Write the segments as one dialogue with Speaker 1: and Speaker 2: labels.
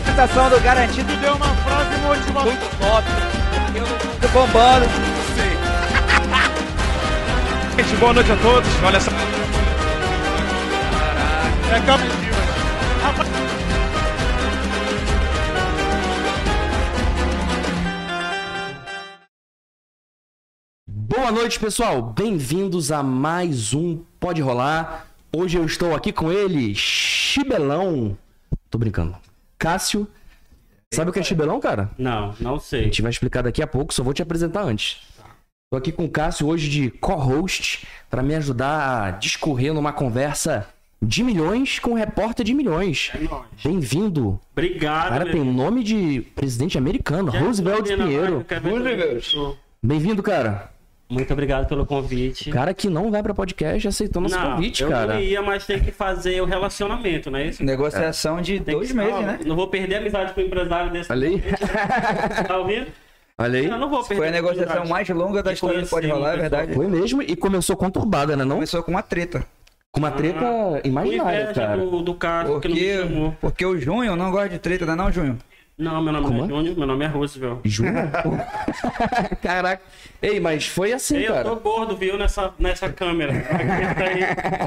Speaker 1: apresentação do Garantido
Speaker 2: deu uma frase motivadora.
Speaker 1: Muito top. Eu tô bombando.
Speaker 2: Gente, boa noite a todos. Olha essa. É cap-
Speaker 3: Boa noite, pessoal. Bem-vindos a mais um Pode Rolar. Hoje eu estou aqui com ele, Chibelão. Tô brincando. Cássio. Sabe o que é Chibelão, cara?
Speaker 4: Não, não
Speaker 3: A
Speaker 4: sei.
Speaker 3: gente vai explicar daqui a pouco, só vou te apresentar antes. Tô aqui com o Cássio hoje de co-host para me ajudar a discorrer numa conversa de milhões com um repórter de milhões. Bem-vindo.
Speaker 4: Obrigado.
Speaker 3: Cara,
Speaker 4: meu
Speaker 3: tem
Speaker 4: irmão.
Speaker 3: nome de presidente americano,
Speaker 4: Já
Speaker 3: Roosevelt
Speaker 4: tô na
Speaker 3: Pinheiro.
Speaker 4: marca, velho.
Speaker 3: Bem-vindo, cara.
Speaker 4: Muito obrigado pelo convite.
Speaker 3: Cara que não vai pra podcast aceitou nosso
Speaker 4: não,
Speaker 3: convite,
Speaker 4: eu
Speaker 3: cara.
Speaker 4: não ia, mas tem que fazer o relacionamento, não é isso?
Speaker 1: Negociação de
Speaker 4: Tem
Speaker 1: dois
Speaker 4: que-
Speaker 1: meses,
Speaker 4: não,
Speaker 1: né?
Speaker 4: Não vou perder a amizade com o empresário desse.
Speaker 3: Olha aí.
Speaker 4: Tá ouvindo?
Speaker 3: Olha aí.
Speaker 4: Eu não vou perder.
Speaker 1: Foi a negociação
Speaker 4: amizade. assim,
Speaker 1: mais longa da
Speaker 4: De
Speaker 1: história do
Speaker 4: conhecer
Speaker 1: Pode Rolar, é
Speaker 4: uma
Speaker 1: verdade.
Speaker 3: Foi mesmo e começou conturbada, né não?
Speaker 1: Começou com uma treta.
Speaker 3: Com uma treta
Speaker 4: Com
Speaker 3: imaginária,
Speaker 4: Ah. inveja
Speaker 3: cara.
Speaker 4: do, do cara que não me
Speaker 1: Porque,
Speaker 4: chamou.
Speaker 1: porque o Junho não gosta de treta, não é não, Junho?
Speaker 4: Não, meu nome
Speaker 3: Como
Speaker 4: não é
Speaker 3: é?
Speaker 4: Júnior, meu nome é Roosevelt.
Speaker 3: Jura? Caraca. Ei, mas foi assim,
Speaker 4: Ei, eu
Speaker 3: cara.
Speaker 4: tô gordo, viu, nessa, nessa câmera. Aguenta aí.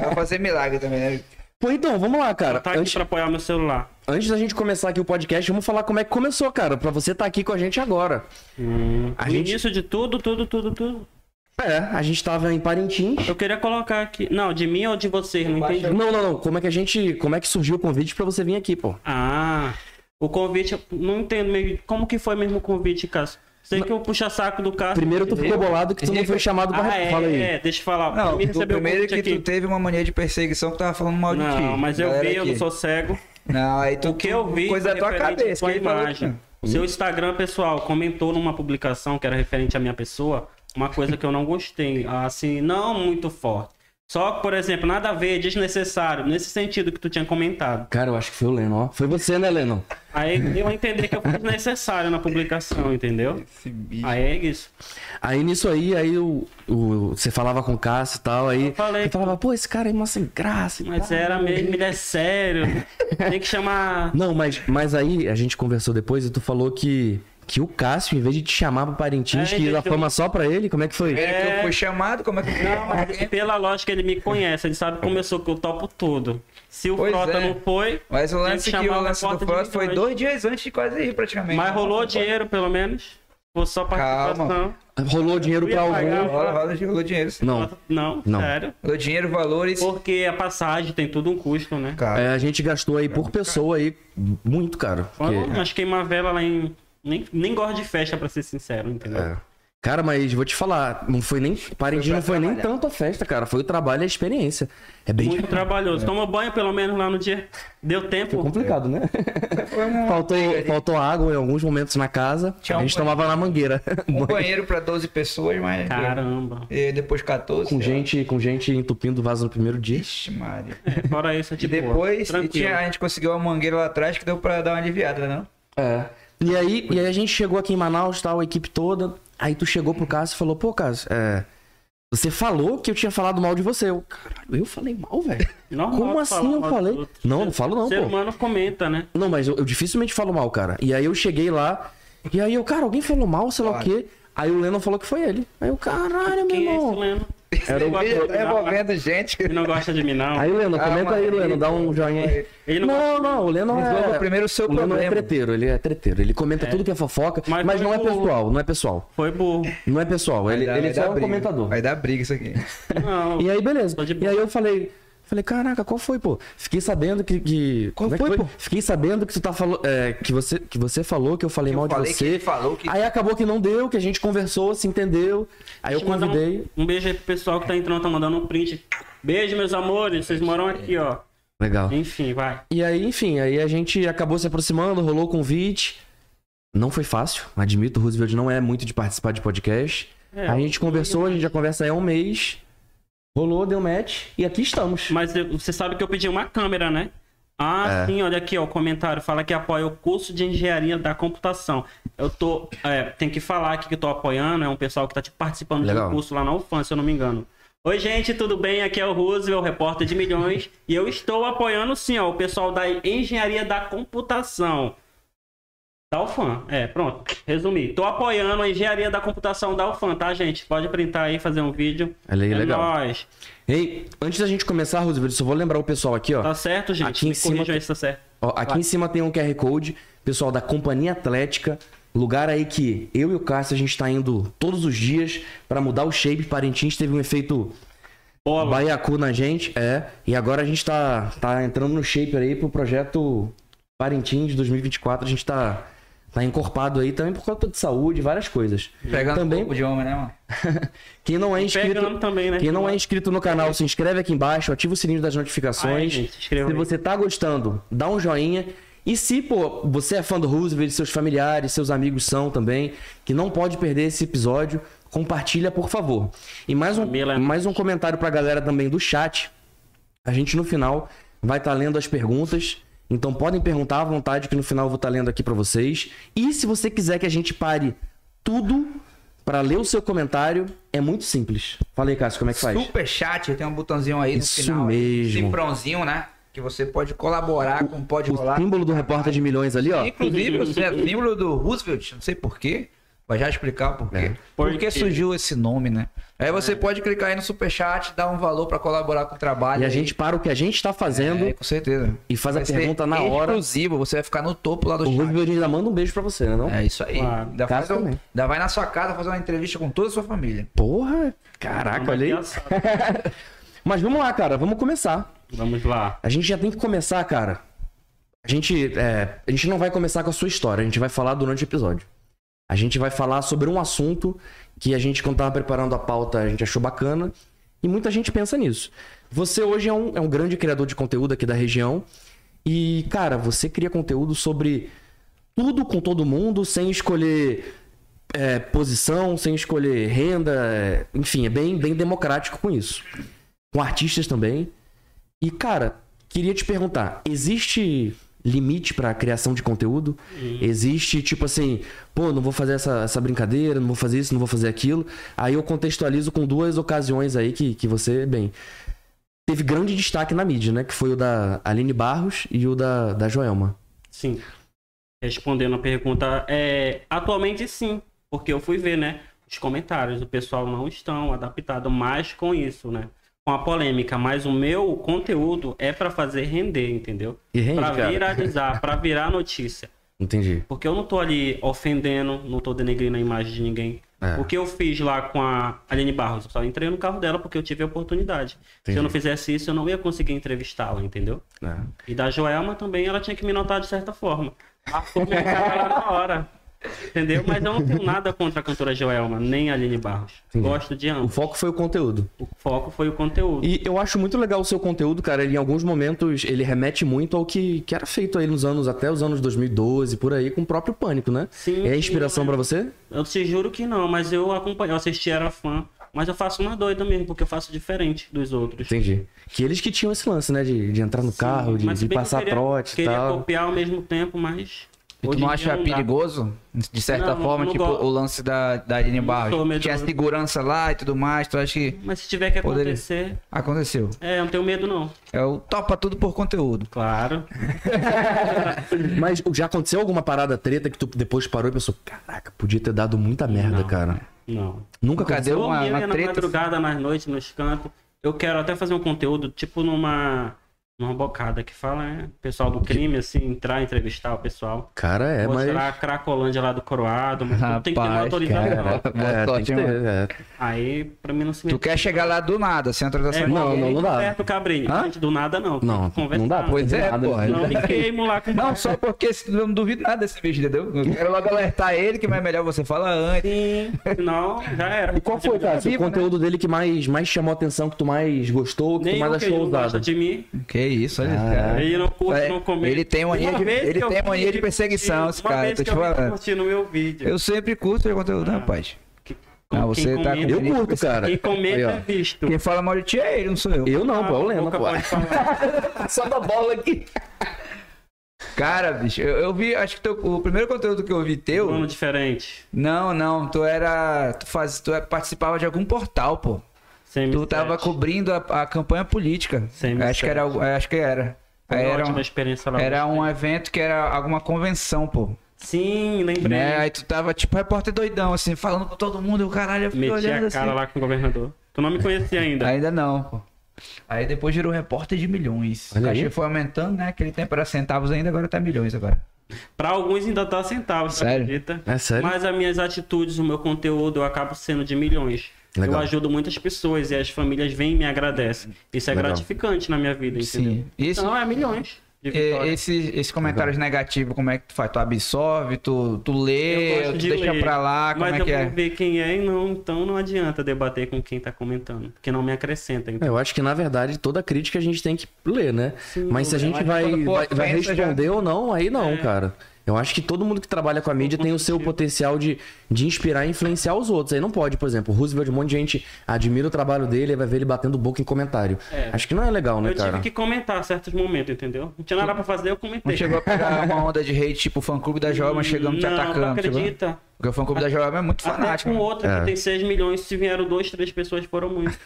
Speaker 1: Vai fazer milagre também, né?
Speaker 3: Pô, então, vamos lá, cara.
Speaker 4: Tá aqui
Speaker 3: Antes,
Speaker 4: pra apoiar meu celular.
Speaker 3: antes da gente começar aqui o podcast, vamos falar como é que começou, cara. Pra você tá aqui com a gente agora. a
Speaker 4: No
Speaker 3: Hum. gente,
Speaker 4: início de tudo, tudo, tudo, tudo.
Speaker 3: é, a gente tava em Parintins.
Speaker 4: Eu queria colocar aqui. Não, de mim ou de vocês? Não entendi.
Speaker 3: Não, não, não. Como é que a gente. Como é que surgiu o convite pra você vir aqui, pô?
Speaker 4: Ah, o convite, eu não entendo meio. Como que foi mesmo o convite, Cássio? Sei que eu puxa saco do Cássio.
Speaker 3: Primeiro tu ficou bolado que tu não foi chamado pra.
Speaker 4: Ah, é,
Speaker 3: Fala aí.
Speaker 4: é, deixa eu falar.
Speaker 1: Não,
Speaker 4: Primeiro
Speaker 1: tu,
Speaker 4: recebeu o
Speaker 1: primeiro é que
Speaker 4: convite
Speaker 1: tu teve uma mania de perseguição que tava falando mal de ti.
Speaker 4: Não, mas eu
Speaker 1: Galera
Speaker 4: vi, eu
Speaker 1: aqui.
Speaker 4: não sou cego.
Speaker 1: Não, aí tu.
Speaker 4: O que eu vi
Speaker 1: Coisa da tua
Speaker 4: referente à
Speaker 1: cabeça,
Speaker 4: tua
Speaker 1: que ele falou
Speaker 4: imagem.
Speaker 1: que-
Speaker 4: O seu Instagram, pessoal, comentou numa publicação que era referente à minha pessoa, uma coisa que eu não gostei, assim, não muito forte. Só, por exemplo, nada a ver, é desnecessário, nesse sentido que tu tinha comentado.
Speaker 3: Cara, eu acho que foi o Lennon, ó. Foi você, né, Lennon?
Speaker 4: Aí eu entendi que eu fui desnecessário na publicação, entendeu?
Speaker 1: Esse bicho.
Speaker 4: Aí é isso.
Speaker 3: Aí nisso aí, aí o, o- você falava com o Cássio e tal, aí
Speaker 4: Eu falei.
Speaker 3: você falava, pô, esse cara é mó sem graça. e
Speaker 4: Mas
Speaker 3: tal.
Speaker 4: era mesmo, ele é sério. Tem que chamar.
Speaker 3: Não, mas, mas aí a gente conversou depois e tu falou que, que o Cássio, em vez de te chamar pra Parintins,
Speaker 4: É,
Speaker 3: que a
Speaker 4: gente,
Speaker 3: fama só pra ele, como é que foi?
Speaker 1: Primeiro que eu fui chamado, como é que eu fui
Speaker 4: Não,
Speaker 1: chamado?
Speaker 4: mas pela lógica ele me conhece, ele sabe como eu sou, que eu topo tudo. Se o
Speaker 1: Pois
Speaker 4: Frota
Speaker 1: é.
Speaker 4: não foi.
Speaker 1: Mas o
Speaker 4: tem
Speaker 1: lance que
Speaker 4: chamar
Speaker 1: o
Speaker 4: na
Speaker 1: lance do
Speaker 4: porta de
Speaker 1: Frost foi
Speaker 4: milhões.
Speaker 1: dois dias antes de quase ir, praticamente.
Speaker 4: Mas rolou dinheiro, pelo menos. Foi só participação.
Speaker 1: Calma.
Speaker 3: Rolou dinheiro
Speaker 4: Eu ia
Speaker 3: pra
Speaker 4: pagar.
Speaker 3: algum.
Speaker 1: Rola, rola, rolou dinheiro. sim.
Speaker 3: Não.
Speaker 4: Não,
Speaker 3: Não.
Speaker 4: sério.
Speaker 1: Rolou dinheiro, valores.
Speaker 4: Porque a passagem tem tudo um custo, né?
Speaker 1: Cara,
Speaker 3: É, a gente gastou aí por pessoa aí muito caro. porque-
Speaker 4: Quando nós queimamos a vela lá em. Nem, nem gosto de festa, pra ser sincero, entendeu?
Speaker 3: É. Cara, mas vou te falar, não foi nem. Parintins não foi nem tanto a festa, cara. Foi o trabalho e a experiência. É bem
Speaker 4: Muito trabalhoso. Toma banho pelo menos lá no dia. Deu tempo.
Speaker 3: complicado, né?
Speaker 1: foi um,
Speaker 3: Faltou, faltou água em alguns momentos na casa.
Speaker 1: Tinha
Speaker 3: a
Speaker 1: um
Speaker 3: gente tomava na mangueira.
Speaker 1: um banheiro pra 12 pessoas, mas.
Speaker 4: Caramba.
Speaker 1: E depois 14.
Speaker 3: com
Speaker 1: sei lá.
Speaker 3: gente, com gente entupindo o vaso no primeiro dia.
Speaker 1: Ixi, Mário.
Speaker 4: Fora isso, é
Speaker 1: E
Speaker 4: de boa.
Speaker 1: depois e
Speaker 4: Tranquilo.
Speaker 1: tinha- a gente conseguiu uma mangueira lá atrás que deu pra dar uma aliviada, né? Não?
Speaker 3: É. E aí, e aí a gente chegou aqui em Manaus, tal, a equipe toda. Aí tu chegou pro Cássio e falou, pô, Cássio, é, Você falou que eu tinha falado mal de você. Eu, caralho, eu falei mal, velho?
Speaker 4: Normal
Speaker 3: Como
Speaker 4: falar
Speaker 3: assim eu
Speaker 4: mal
Speaker 3: falei?
Speaker 4: dos outros.
Speaker 3: Não, não falo não,
Speaker 4: Ser
Speaker 3: pô.
Speaker 4: humano comenta, né?
Speaker 3: Não, mas eu, eu dificilmente falo mal, cara. E aí eu cheguei lá, e aí eu, cara, alguém falou mal, sei lá o quê. Aí o Lennon falou que foi ele. Aí eu, caralho, meu
Speaker 4: Quem é esse
Speaker 3: irmão.
Speaker 4: Leno?
Speaker 3: Era
Speaker 1: um
Speaker 3: o-
Speaker 4: Ele
Speaker 1: é
Speaker 4: não gosta de mim, não.
Speaker 1: envolvendo gente.
Speaker 4: Ele não gosta de mim, não.
Speaker 3: Aí, Lennon,
Speaker 1: Ah,
Speaker 3: comenta
Speaker 1: mas
Speaker 3: aí,
Speaker 1: ele-
Speaker 3: Lennon, dá um joinha aí.
Speaker 4: Ele não
Speaker 3: não, não, o Lennon
Speaker 1: Resolva
Speaker 3: é...
Speaker 1: primeiro o seu
Speaker 3: Lennon
Speaker 1: problema.
Speaker 3: é treteiro, ele é treteiro. Ele comenta tudo que é fofoca, mas,
Speaker 4: Mas
Speaker 3: não é
Speaker 4: foi o-
Speaker 3: pessoal, não é pessoal.
Speaker 4: Foi burro.
Speaker 3: Não é pessoal, ele,
Speaker 1: Vai dar-
Speaker 3: ele
Speaker 1: vai
Speaker 3: só
Speaker 1: dar
Speaker 3: é um
Speaker 1: briga.
Speaker 3: comentador.
Speaker 1: Vai dar briga isso aqui.
Speaker 4: Não.
Speaker 3: E aí, beleza.
Speaker 4: Tô de
Speaker 3: E
Speaker 4: boa.
Speaker 3: aí eu falei... Falei, caraca, qual foi, pô? Fiquei sabendo que. que...
Speaker 1: Qual
Speaker 3: como é
Speaker 1: foi,
Speaker 3: que
Speaker 1: pô?
Speaker 3: Fiquei sabendo que tu tá falando. que, você, que você falou que eu falei mal
Speaker 1: falei
Speaker 3: de
Speaker 1: que
Speaker 3: você.
Speaker 1: ele falou que-
Speaker 3: Aí acabou que não deu, que a gente conversou, se entendeu. Aí eu
Speaker 4: Deixa mandar um-
Speaker 3: convidei.
Speaker 4: Um, beijo aí pro pessoal que tá entrando, tá mandando um print. Beijo, meus amores. Vocês moram aqui, ó.
Speaker 3: Legal.
Speaker 4: Enfim, vai.
Speaker 3: E aí, enfim, aí a gente acabou se aproximando, rolou o convite. Não foi fácil, admito, o Roosevelt não é muito de participar de podcast.
Speaker 4: É,
Speaker 3: a gente conversou, a gente já conversa aí há um mês. Rolou, deu match e aqui estamos.
Speaker 4: Mas eu- você sabe que eu pedi uma câmera, né? Ah,
Speaker 3: É.
Speaker 4: sim, olha aqui, ó, o comentário. Fala que apoia o curso de engenharia da computação. Eu tô. É, tem que falar aqui que eu tô apoiando, é um pessoal que tá tipo, participando de
Speaker 3: Legal.
Speaker 4: um curso lá na UFAM, se eu não me engano. Oi, gente, tudo bem? Aqui é o Roosevelt, repórter de milhões. e eu estou apoiando, sim, ó, o pessoal da engenharia da computação. Da UFAM, é, pronto. Resumi. Tô apoiando a engenharia da computação da UFAM, tá, gente? Pode printar aí, fazer um vídeo.
Speaker 3: Olha aí,
Speaker 4: é
Speaker 3: legal.
Speaker 4: nóis.
Speaker 3: Ei, antes da gente começar, Roosevelt, só vou lembrar o pessoal aqui, ó.
Speaker 4: Tá certo, gente?
Speaker 3: Aqui em
Speaker 4: Me
Speaker 3: cima
Speaker 4: corrijam
Speaker 3: tem-
Speaker 4: aí se tá certo.
Speaker 3: Ó, aqui em cima tem um QR Code, pessoal da Companhia Atlética, lugar aí que eu e o Cássio a gente tá indo todos os dias pra mudar o shape. Parintins teve um efeito
Speaker 4: Bola.
Speaker 3: baiacu na gente, é. E agora a gente tá, tá entrando no shape aí pro projeto Parintins 2024. A gente tá, tá encorpado aí também por conta de saúde, várias coisas.
Speaker 1: Pegando
Speaker 3: também,
Speaker 1: um pouco de homem, né, mano?
Speaker 3: quem não é
Speaker 4: Pegando
Speaker 3: inscrito,
Speaker 4: também, né?
Speaker 3: quem não é inscrito no canal, se inscreve aqui embaixo, ativa o sininho das
Speaker 4: Aí,
Speaker 3: notificações.
Speaker 4: gente, se inscreva
Speaker 3: se
Speaker 4: aí.
Speaker 3: você tá gostando, dá um joinha. E se, pô, você é fã do Roosevelt, seus familiares, seus amigos são também, que não pode perder esse episódio, compartilha, por favor. E mais um,
Speaker 4: Camila.
Speaker 3: mais um comentário pra galera também do chat. A gente no final vai estar lendo as perguntas. Então podem perguntar à vontade que no final eu vou estar lendo aqui para vocês. E se você quiser que a gente pare tudo para ler o seu comentário, é muito simples. Falei, Cássio, como é que faz?
Speaker 1: Super chat, tem um botãozinho aí
Speaker 3: Isso
Speaker 1: no final.
Speaker 3: mesmo.
Speaker 1: Cifrãozinho, né? Que você pode colaborar com Pode
Speaker 3: O
Speaker 1: Rolar.
Speaker 3: símbolo do repórter de milhões ali, ó.
Speaker 1: Inclusive, o símbolo do Roosevelt, não sei porquê, vai já explicar por
Speaker 3: É.
Speaker 1: quê. Por que
Speaker 4: Porque-
Speaker 1: surgiu esse nome, né? Aí você pode clicar aí no superchat, dar um valor pra colaborar com o trabalho.
Speaker 3: E a
Speaker 1: aí.
Speaker 3: gente para o que a gente tá fazendo
Speaker 1: É, com certeza.
Speaker 3: e faz a
Speaker 1: Vai ser
Speaker 3: pergunta na hora.
Speaker 1: Exclusivo, você vai ficar no topo lá do
Speaker 3: O
Speaker 1: chat.
Speaker 3: Roosevelt ainda manda um beijo pra você, né? Não?
Speaker 1: É isso aí.
Speaker 4: Claro.
Speaker 1: Ainda,
Speaker 3: Cássio
Speaker 1: faz um-
Speaker 3: também.
Speaker 1: ainda vai na sua casa fazer uma entrevista com toda a sua família.
Speaker 3: Porra! Caraca, olha aí. Mas vamos lá, cara, vamos começar.
Speaker 4: Vamos lá.
Speaker 3: A gente já tem que começar, cara. A gente, é, a gente não vai começar com a sua história, a gente vai falar durante o episódio. A gente vai falar sobre um assunto que a gente, quando tava preparando a pauta, a gente achou bacana. E muita gente pensa nisso. Você hoje é um, é um grande criador de conteúdo aqui da região. E, cara, você cria conteúdo sobre tudo com todo mundo, sem escolher é, posição, sem escolher renda. é, Enfim, é bem, bem democrático com isso. Com artistas também. E, cara, queria te perguntar: existe limite pra criação de conteúdo? Existe, tipo assim, pô, não vou fazer essa, essa brincadeira, não vou fazer isso, não vou fazer aquilo. Aí eu contextualizo com duas ocasiões aí que, que você, bem, teve grande destaque na mídia, né? Que foi o da Aline Barros e o da, da Joelma.
Speaker 4: Sim. Respondendo a pergunta, é, atualmente sim, porque eu fui ver, né? Os comentários, o pessoal não estão adaptado mais com isso, né? Com a polêmica, mas o meu conteúdo é pra fazer render, entendeu?
Speaker 3: E rende,
Speaker 4: Pra né?
Speaker 3: cara.
Speaker 4: viralizar, pra virar notícia.
Speaker 3: Entendi.
Speaker 4: Porque eu não tô ali ofendendo, não tô denegrindo a imagem de ninguém.
Speaker 3: É.
Speaker 4: O que eu fiz lá com a Aline Barros, eu só entrei no carro dela porque eu tive a oportunidade. Se
Speaker 3: Entendi.
Speaker 4: eu não fizesse isso, eu não ia conseguir entrevistá-la, entendeu?
Speaker 3: É.
Speaker 4: E da Joelma também, ela tinha que me notar de certa forma. Marcou minha cara lá na hora. Entendeu? Mas eu não tenho nada contra a cantora Joelma, nem a Aline Barros.
Speaker 3: Entendi.
Speaker 4: Gosto de
Speaker 3: O
Speaker 4: ambos.
Speaker 3: foco foi o conteúdo.
Speaker 4: O foco foi o conteúdo.
Speaker 3: E eu acho muito legal o seu conteúdo, cara. Ele, em alguns momentos, ele remete muito ao que, que era feito aí nos anos, até os anos 2012, por aí, com o próprio Pânico, né?
Speaker 4: Sim,
Speaker 3: É inspiração
Speaker 4: sim,
Speaker 3: pra você?
Speaker 4: Eu te juro que não, mas eu acompanhei, eu assisti, era fã. Mas eu faço uma doida mesmo, porque eu faço diferente dos outros.
Speaker 3: Entendi. Que eles que tinham esse lance, né? De, de entrar no
Speaker 4: Sim,
Speaker 3: carro, de,
Speaker 4: mas se
Speaker 3: de
Speaker 4: bem que eu
Speaker 3: passar
Speaker 4: queria-
Speaker 3: trote e
Speaker 4: queria
Speaker 3: tal.
Speaker 4: copiar ao mesmo tempo, mas.
Speaker 1: E tu
Speaker 4: hoje em
Speaker 1: não
Speaker 4: dia
Speaker 1: acha
Speaker 4: dá.
Speaker 1: é perigoso? De certa
Speaker 4: Não, não
Speaker 1: forma, tipo,
Speaker 4: gosto.
Speaker 1: o lance da, da Aline
Speaker 4: sou
Speaker 1: Barros.
Speaker 4: medroso.
Speaker 1: Tinha segurança lá e tudo mais, tu acha que
Speaker 4: Mas se tiver que
Speaker 1: Poderia.
Speaker 4: acontecer,
Speaker 1: aconteceu?
Speaker 4: é, eu não tenho medo, não.
Speaker 1: É o topa tudo por conteúdo.
Speaker 4: Claro.
Speaker 3: Mas já aconteceu alguma parada treta que tu depois parou e pensou, caraca, podia ter dado muita merda,
Speaker 4: Não.
Speaker 3: cara.
Speaker 4: Não.
Speaker 3: Nunca
Speaker 1: Nunca
Speaker 3: aconteceu?
Speaker 1: deu uma,
Speaker 4: Dormia
Speaker 1: uma
Speaker 4: na
Speaker 1: treta.
Speaker 4: madrugada, nas noites, nos cantos. Eu quero até fazer um conteúdo, tipo numa. Numa bocada que fala, né? Pessoal do crime, assim, entrar, entrevistar o pessoal.
Speaker 3: Cara, é, mas...
Speaker 4: Mostrar a Cracolândia lá do Coroado, mas tudo tem que ter uma
Speaker 1: Rapaz,
Speaker 4: autorização.
Speaker 1: cara. Boa
Speaker 3: É, tem
Speaker 1: sorte,
Speaker 3: que
Speaker 1: hein,
Speaker 3: ter, é.
Speaker 4: Aí, pra mim, não se
Speaker 1: Tu quer chegar lá do nada, sem autorização.
Speaker 4: É,
Speaker 1: de
Speaker 3: Não,
Speaker 4: não,
Speaker 1: ninguém.
Speaker 3: não,
Speaker 4: não,
Speaker 3: não dá.
Speaker 4: Perto do Cabrini.
Speaker 3: Hã?
Speaker 4: Gente, Do nada, não. Tem
Speaker 3: Não,
Speaker 4: que
Speaker 3: não dá.
Speaker 4: conversar.
Speaker 1: Pois é,
Speaker 3: Nada,
Speaker 1: porra.
Speaker 4: Não me queimo lá com
Speaker 1: Não, só porque se- eu não duvido nada desse bicho, entendeu? Eu quero logo alertar ele que é melhor você falar antes.
Speaker 4: Sim, senão já era.
Speaker 3: E qual foi, cara,
Speaker 1: vivo,
Speaker 3: o conteúdo dele que mais, mais chamou a atenção, que tu mais gostou, que tu
Speaker 4: Nem
Speaker 3: mais
Speaker 4: o que ele
Speaker 3: achou
Speaker 4: não gosta
Speaker 3: ousado?
Speaker 4: de mim.
Speaker 1: Que isso, olha esse cara.
Speaker 4: Ele não curte,
Speaker 1: É,
Speaker 4: não comenta.
Speaker 1: ele tem mania
Speaker 4: Uma
Speaker 1: de-
Speaker 4: vez
Speaker 1: ele
Speaker 4: que eu
Speaker 1: tem
Speaker 4: vi
Speaker 1: mania de
Speaker 4: ele
Speaker 1: perseguição,
Speaker 4: curtindo,
Speaker 1: esse
Speaker 4: uma
Speaker 1: cara,
Speaker 4: vez
Speaker 1: tô te
Speaker 4: que eu vi ele
Speaker 1: falando.
Speaker 4: curtindo o meu vídeo.
Speaker 1: Eu sempre curto seu conteúdo, rapaz.
Speaker 4: Que-
Speaker 1: Não,
Speaker 4: Ah. quem
Speaker 1: você tá
Speaker 4: comenta-
Speaker 3: Eu curto, cara.
Speaker 4: Quem
Speaker 3: Aí,
Speaker 4: comenta
Speaker 3: ó.
Speaker 4: é visto.
Speaker 1: Quem fala mal de ti é ele, não sou eu.
Speaker 3: Eu não, pô, eu
Speaker 4: Ah,
Speaker 3: lembro,
Speaker 4: boca
Speaker 3: pô.
Speaker 4: pode falar.
Speaker 3: Só da bola aqui.
Speaker 1: Cara, bicho, eu, eu vi, acho que teu- o primeiro conteúdo que eu vi teu.
Speaker 4: Um ano diferente.
Speaker 1: Não, não, tu era. Tu, faz, tu é- participava de algum portal, pô.
Speaker 4: CM7.
Speaker 1: Tu tava cobrindo a, a campanha política.
Speaker 4: Sim,
Speaker 1: acho que era. algo- Acho que era.
Speaker 4: Foi
Speaker 1: Aí
Speaker 4: uma
Speaker 1: era,
Speaker 4: ótima
Speaker 1: um,
Speaker 4: experiência lá.
Speaker 1: era um evento que era alguma convenção, pô.
Speaker 4: Sim, lembrei.
Speaker 1: Né? Aí tu tava tipo repórter doidão, assim, falando com todo mundo, o caralho, eu fiquei
Speaker 4: Meti
Speaker 1: olhando
Speaker 4: a
Speaker 1: assim.
Speaker 4: cara lá com o governador. Tu não me conhecia ainda.
Speaker 1: Ainda não, pô. Aí depois gerou repórter de milhões.
Speaker 3: Olha
Speaker 1: O
Speaker 3: aí.
Speaker 1: cachê foi aumentando, né? Aquele tempo era centavos ainda, agora tá milhões agora.
Speaker 4: Pra alguns ainda tá centavo, você
Speaker 1: Sério?
Speaker 4: acredita?
Speaker 3: É sério?
Speaker 4: Mas as minhas atitudes, o meu conteúdo, eu acabo sendo de milhões.
Speaker 3: Legal.
Speaker 4: Eu ajudo muitas pessoas e as famílias vêm e me agradecem. Isso é
Speaker 3: Legal.
Speaker 4: gratificante na minha vida, entendeu?
Speaker 1: Sim. Esse-
Speaker 4: Então é milhões
Speaker 1: E-
Speaker 4: de vitórias.
Speaker 1: Esses esses comentários negativos, como é que tu faz? Tu absorve, tu, tu lê, tu deixa
Speaker 4: ler,
Speaker 1: pra lá, como
Speaker 4: mas
Speaker 1: é
Speaker 4: eu
Speaker 1: que
Speaker 4: vou
Speaker 1: é?
Speaker 4: ver quem é e não, então não adianta debater com quem tá comentando, porque não me acrescenta. Então.
Speaker 3: Eu acho que, na verdade, toda crítica a gente tem que ler, né? Mas se a gente
Speaker 1: acho que
Speaker 3: vai,
Speaker 1: quando for
Speaker 3: vai, vai
Speaker 1: ofensa, já-
Speaker 3: responder ou não, aí não, cara. Eu acho que todo mundo que trabalha com a mídia tem o seu potencial de, de inspirar e influenciar os outros. Aí não pode, por exemplo, o Roosevelt, um monte de gente admira o trabalho dele e vai ver ele batendo boca em comentário. Acho que não é legal, né,
Speaker 4: eu
Speaker 3: cara?
Speaker 4: tive que comentar certos momentos, entendeu? Não tinha nada pra fazer, eu comentei.
Speaker 1: Não chegou a pegar uma onda de hate, tipo, o fã-clube da Jovem chegando te
Speaker 4: Hum, Não,
Speaker 1: atacando.
Speaker 4: tu
Speaker 1: chegou?
Speaker 4: acredita?
Speaker 1: Porque o fã-clube da Jovem é muito
Speaker 4: Até
Speaker 1: fanático.
Speaker 4: com outro
Speaker 3: É.
Speaker 4: que tem 6 milhões, se vieram dois, três pessoas, foram muito.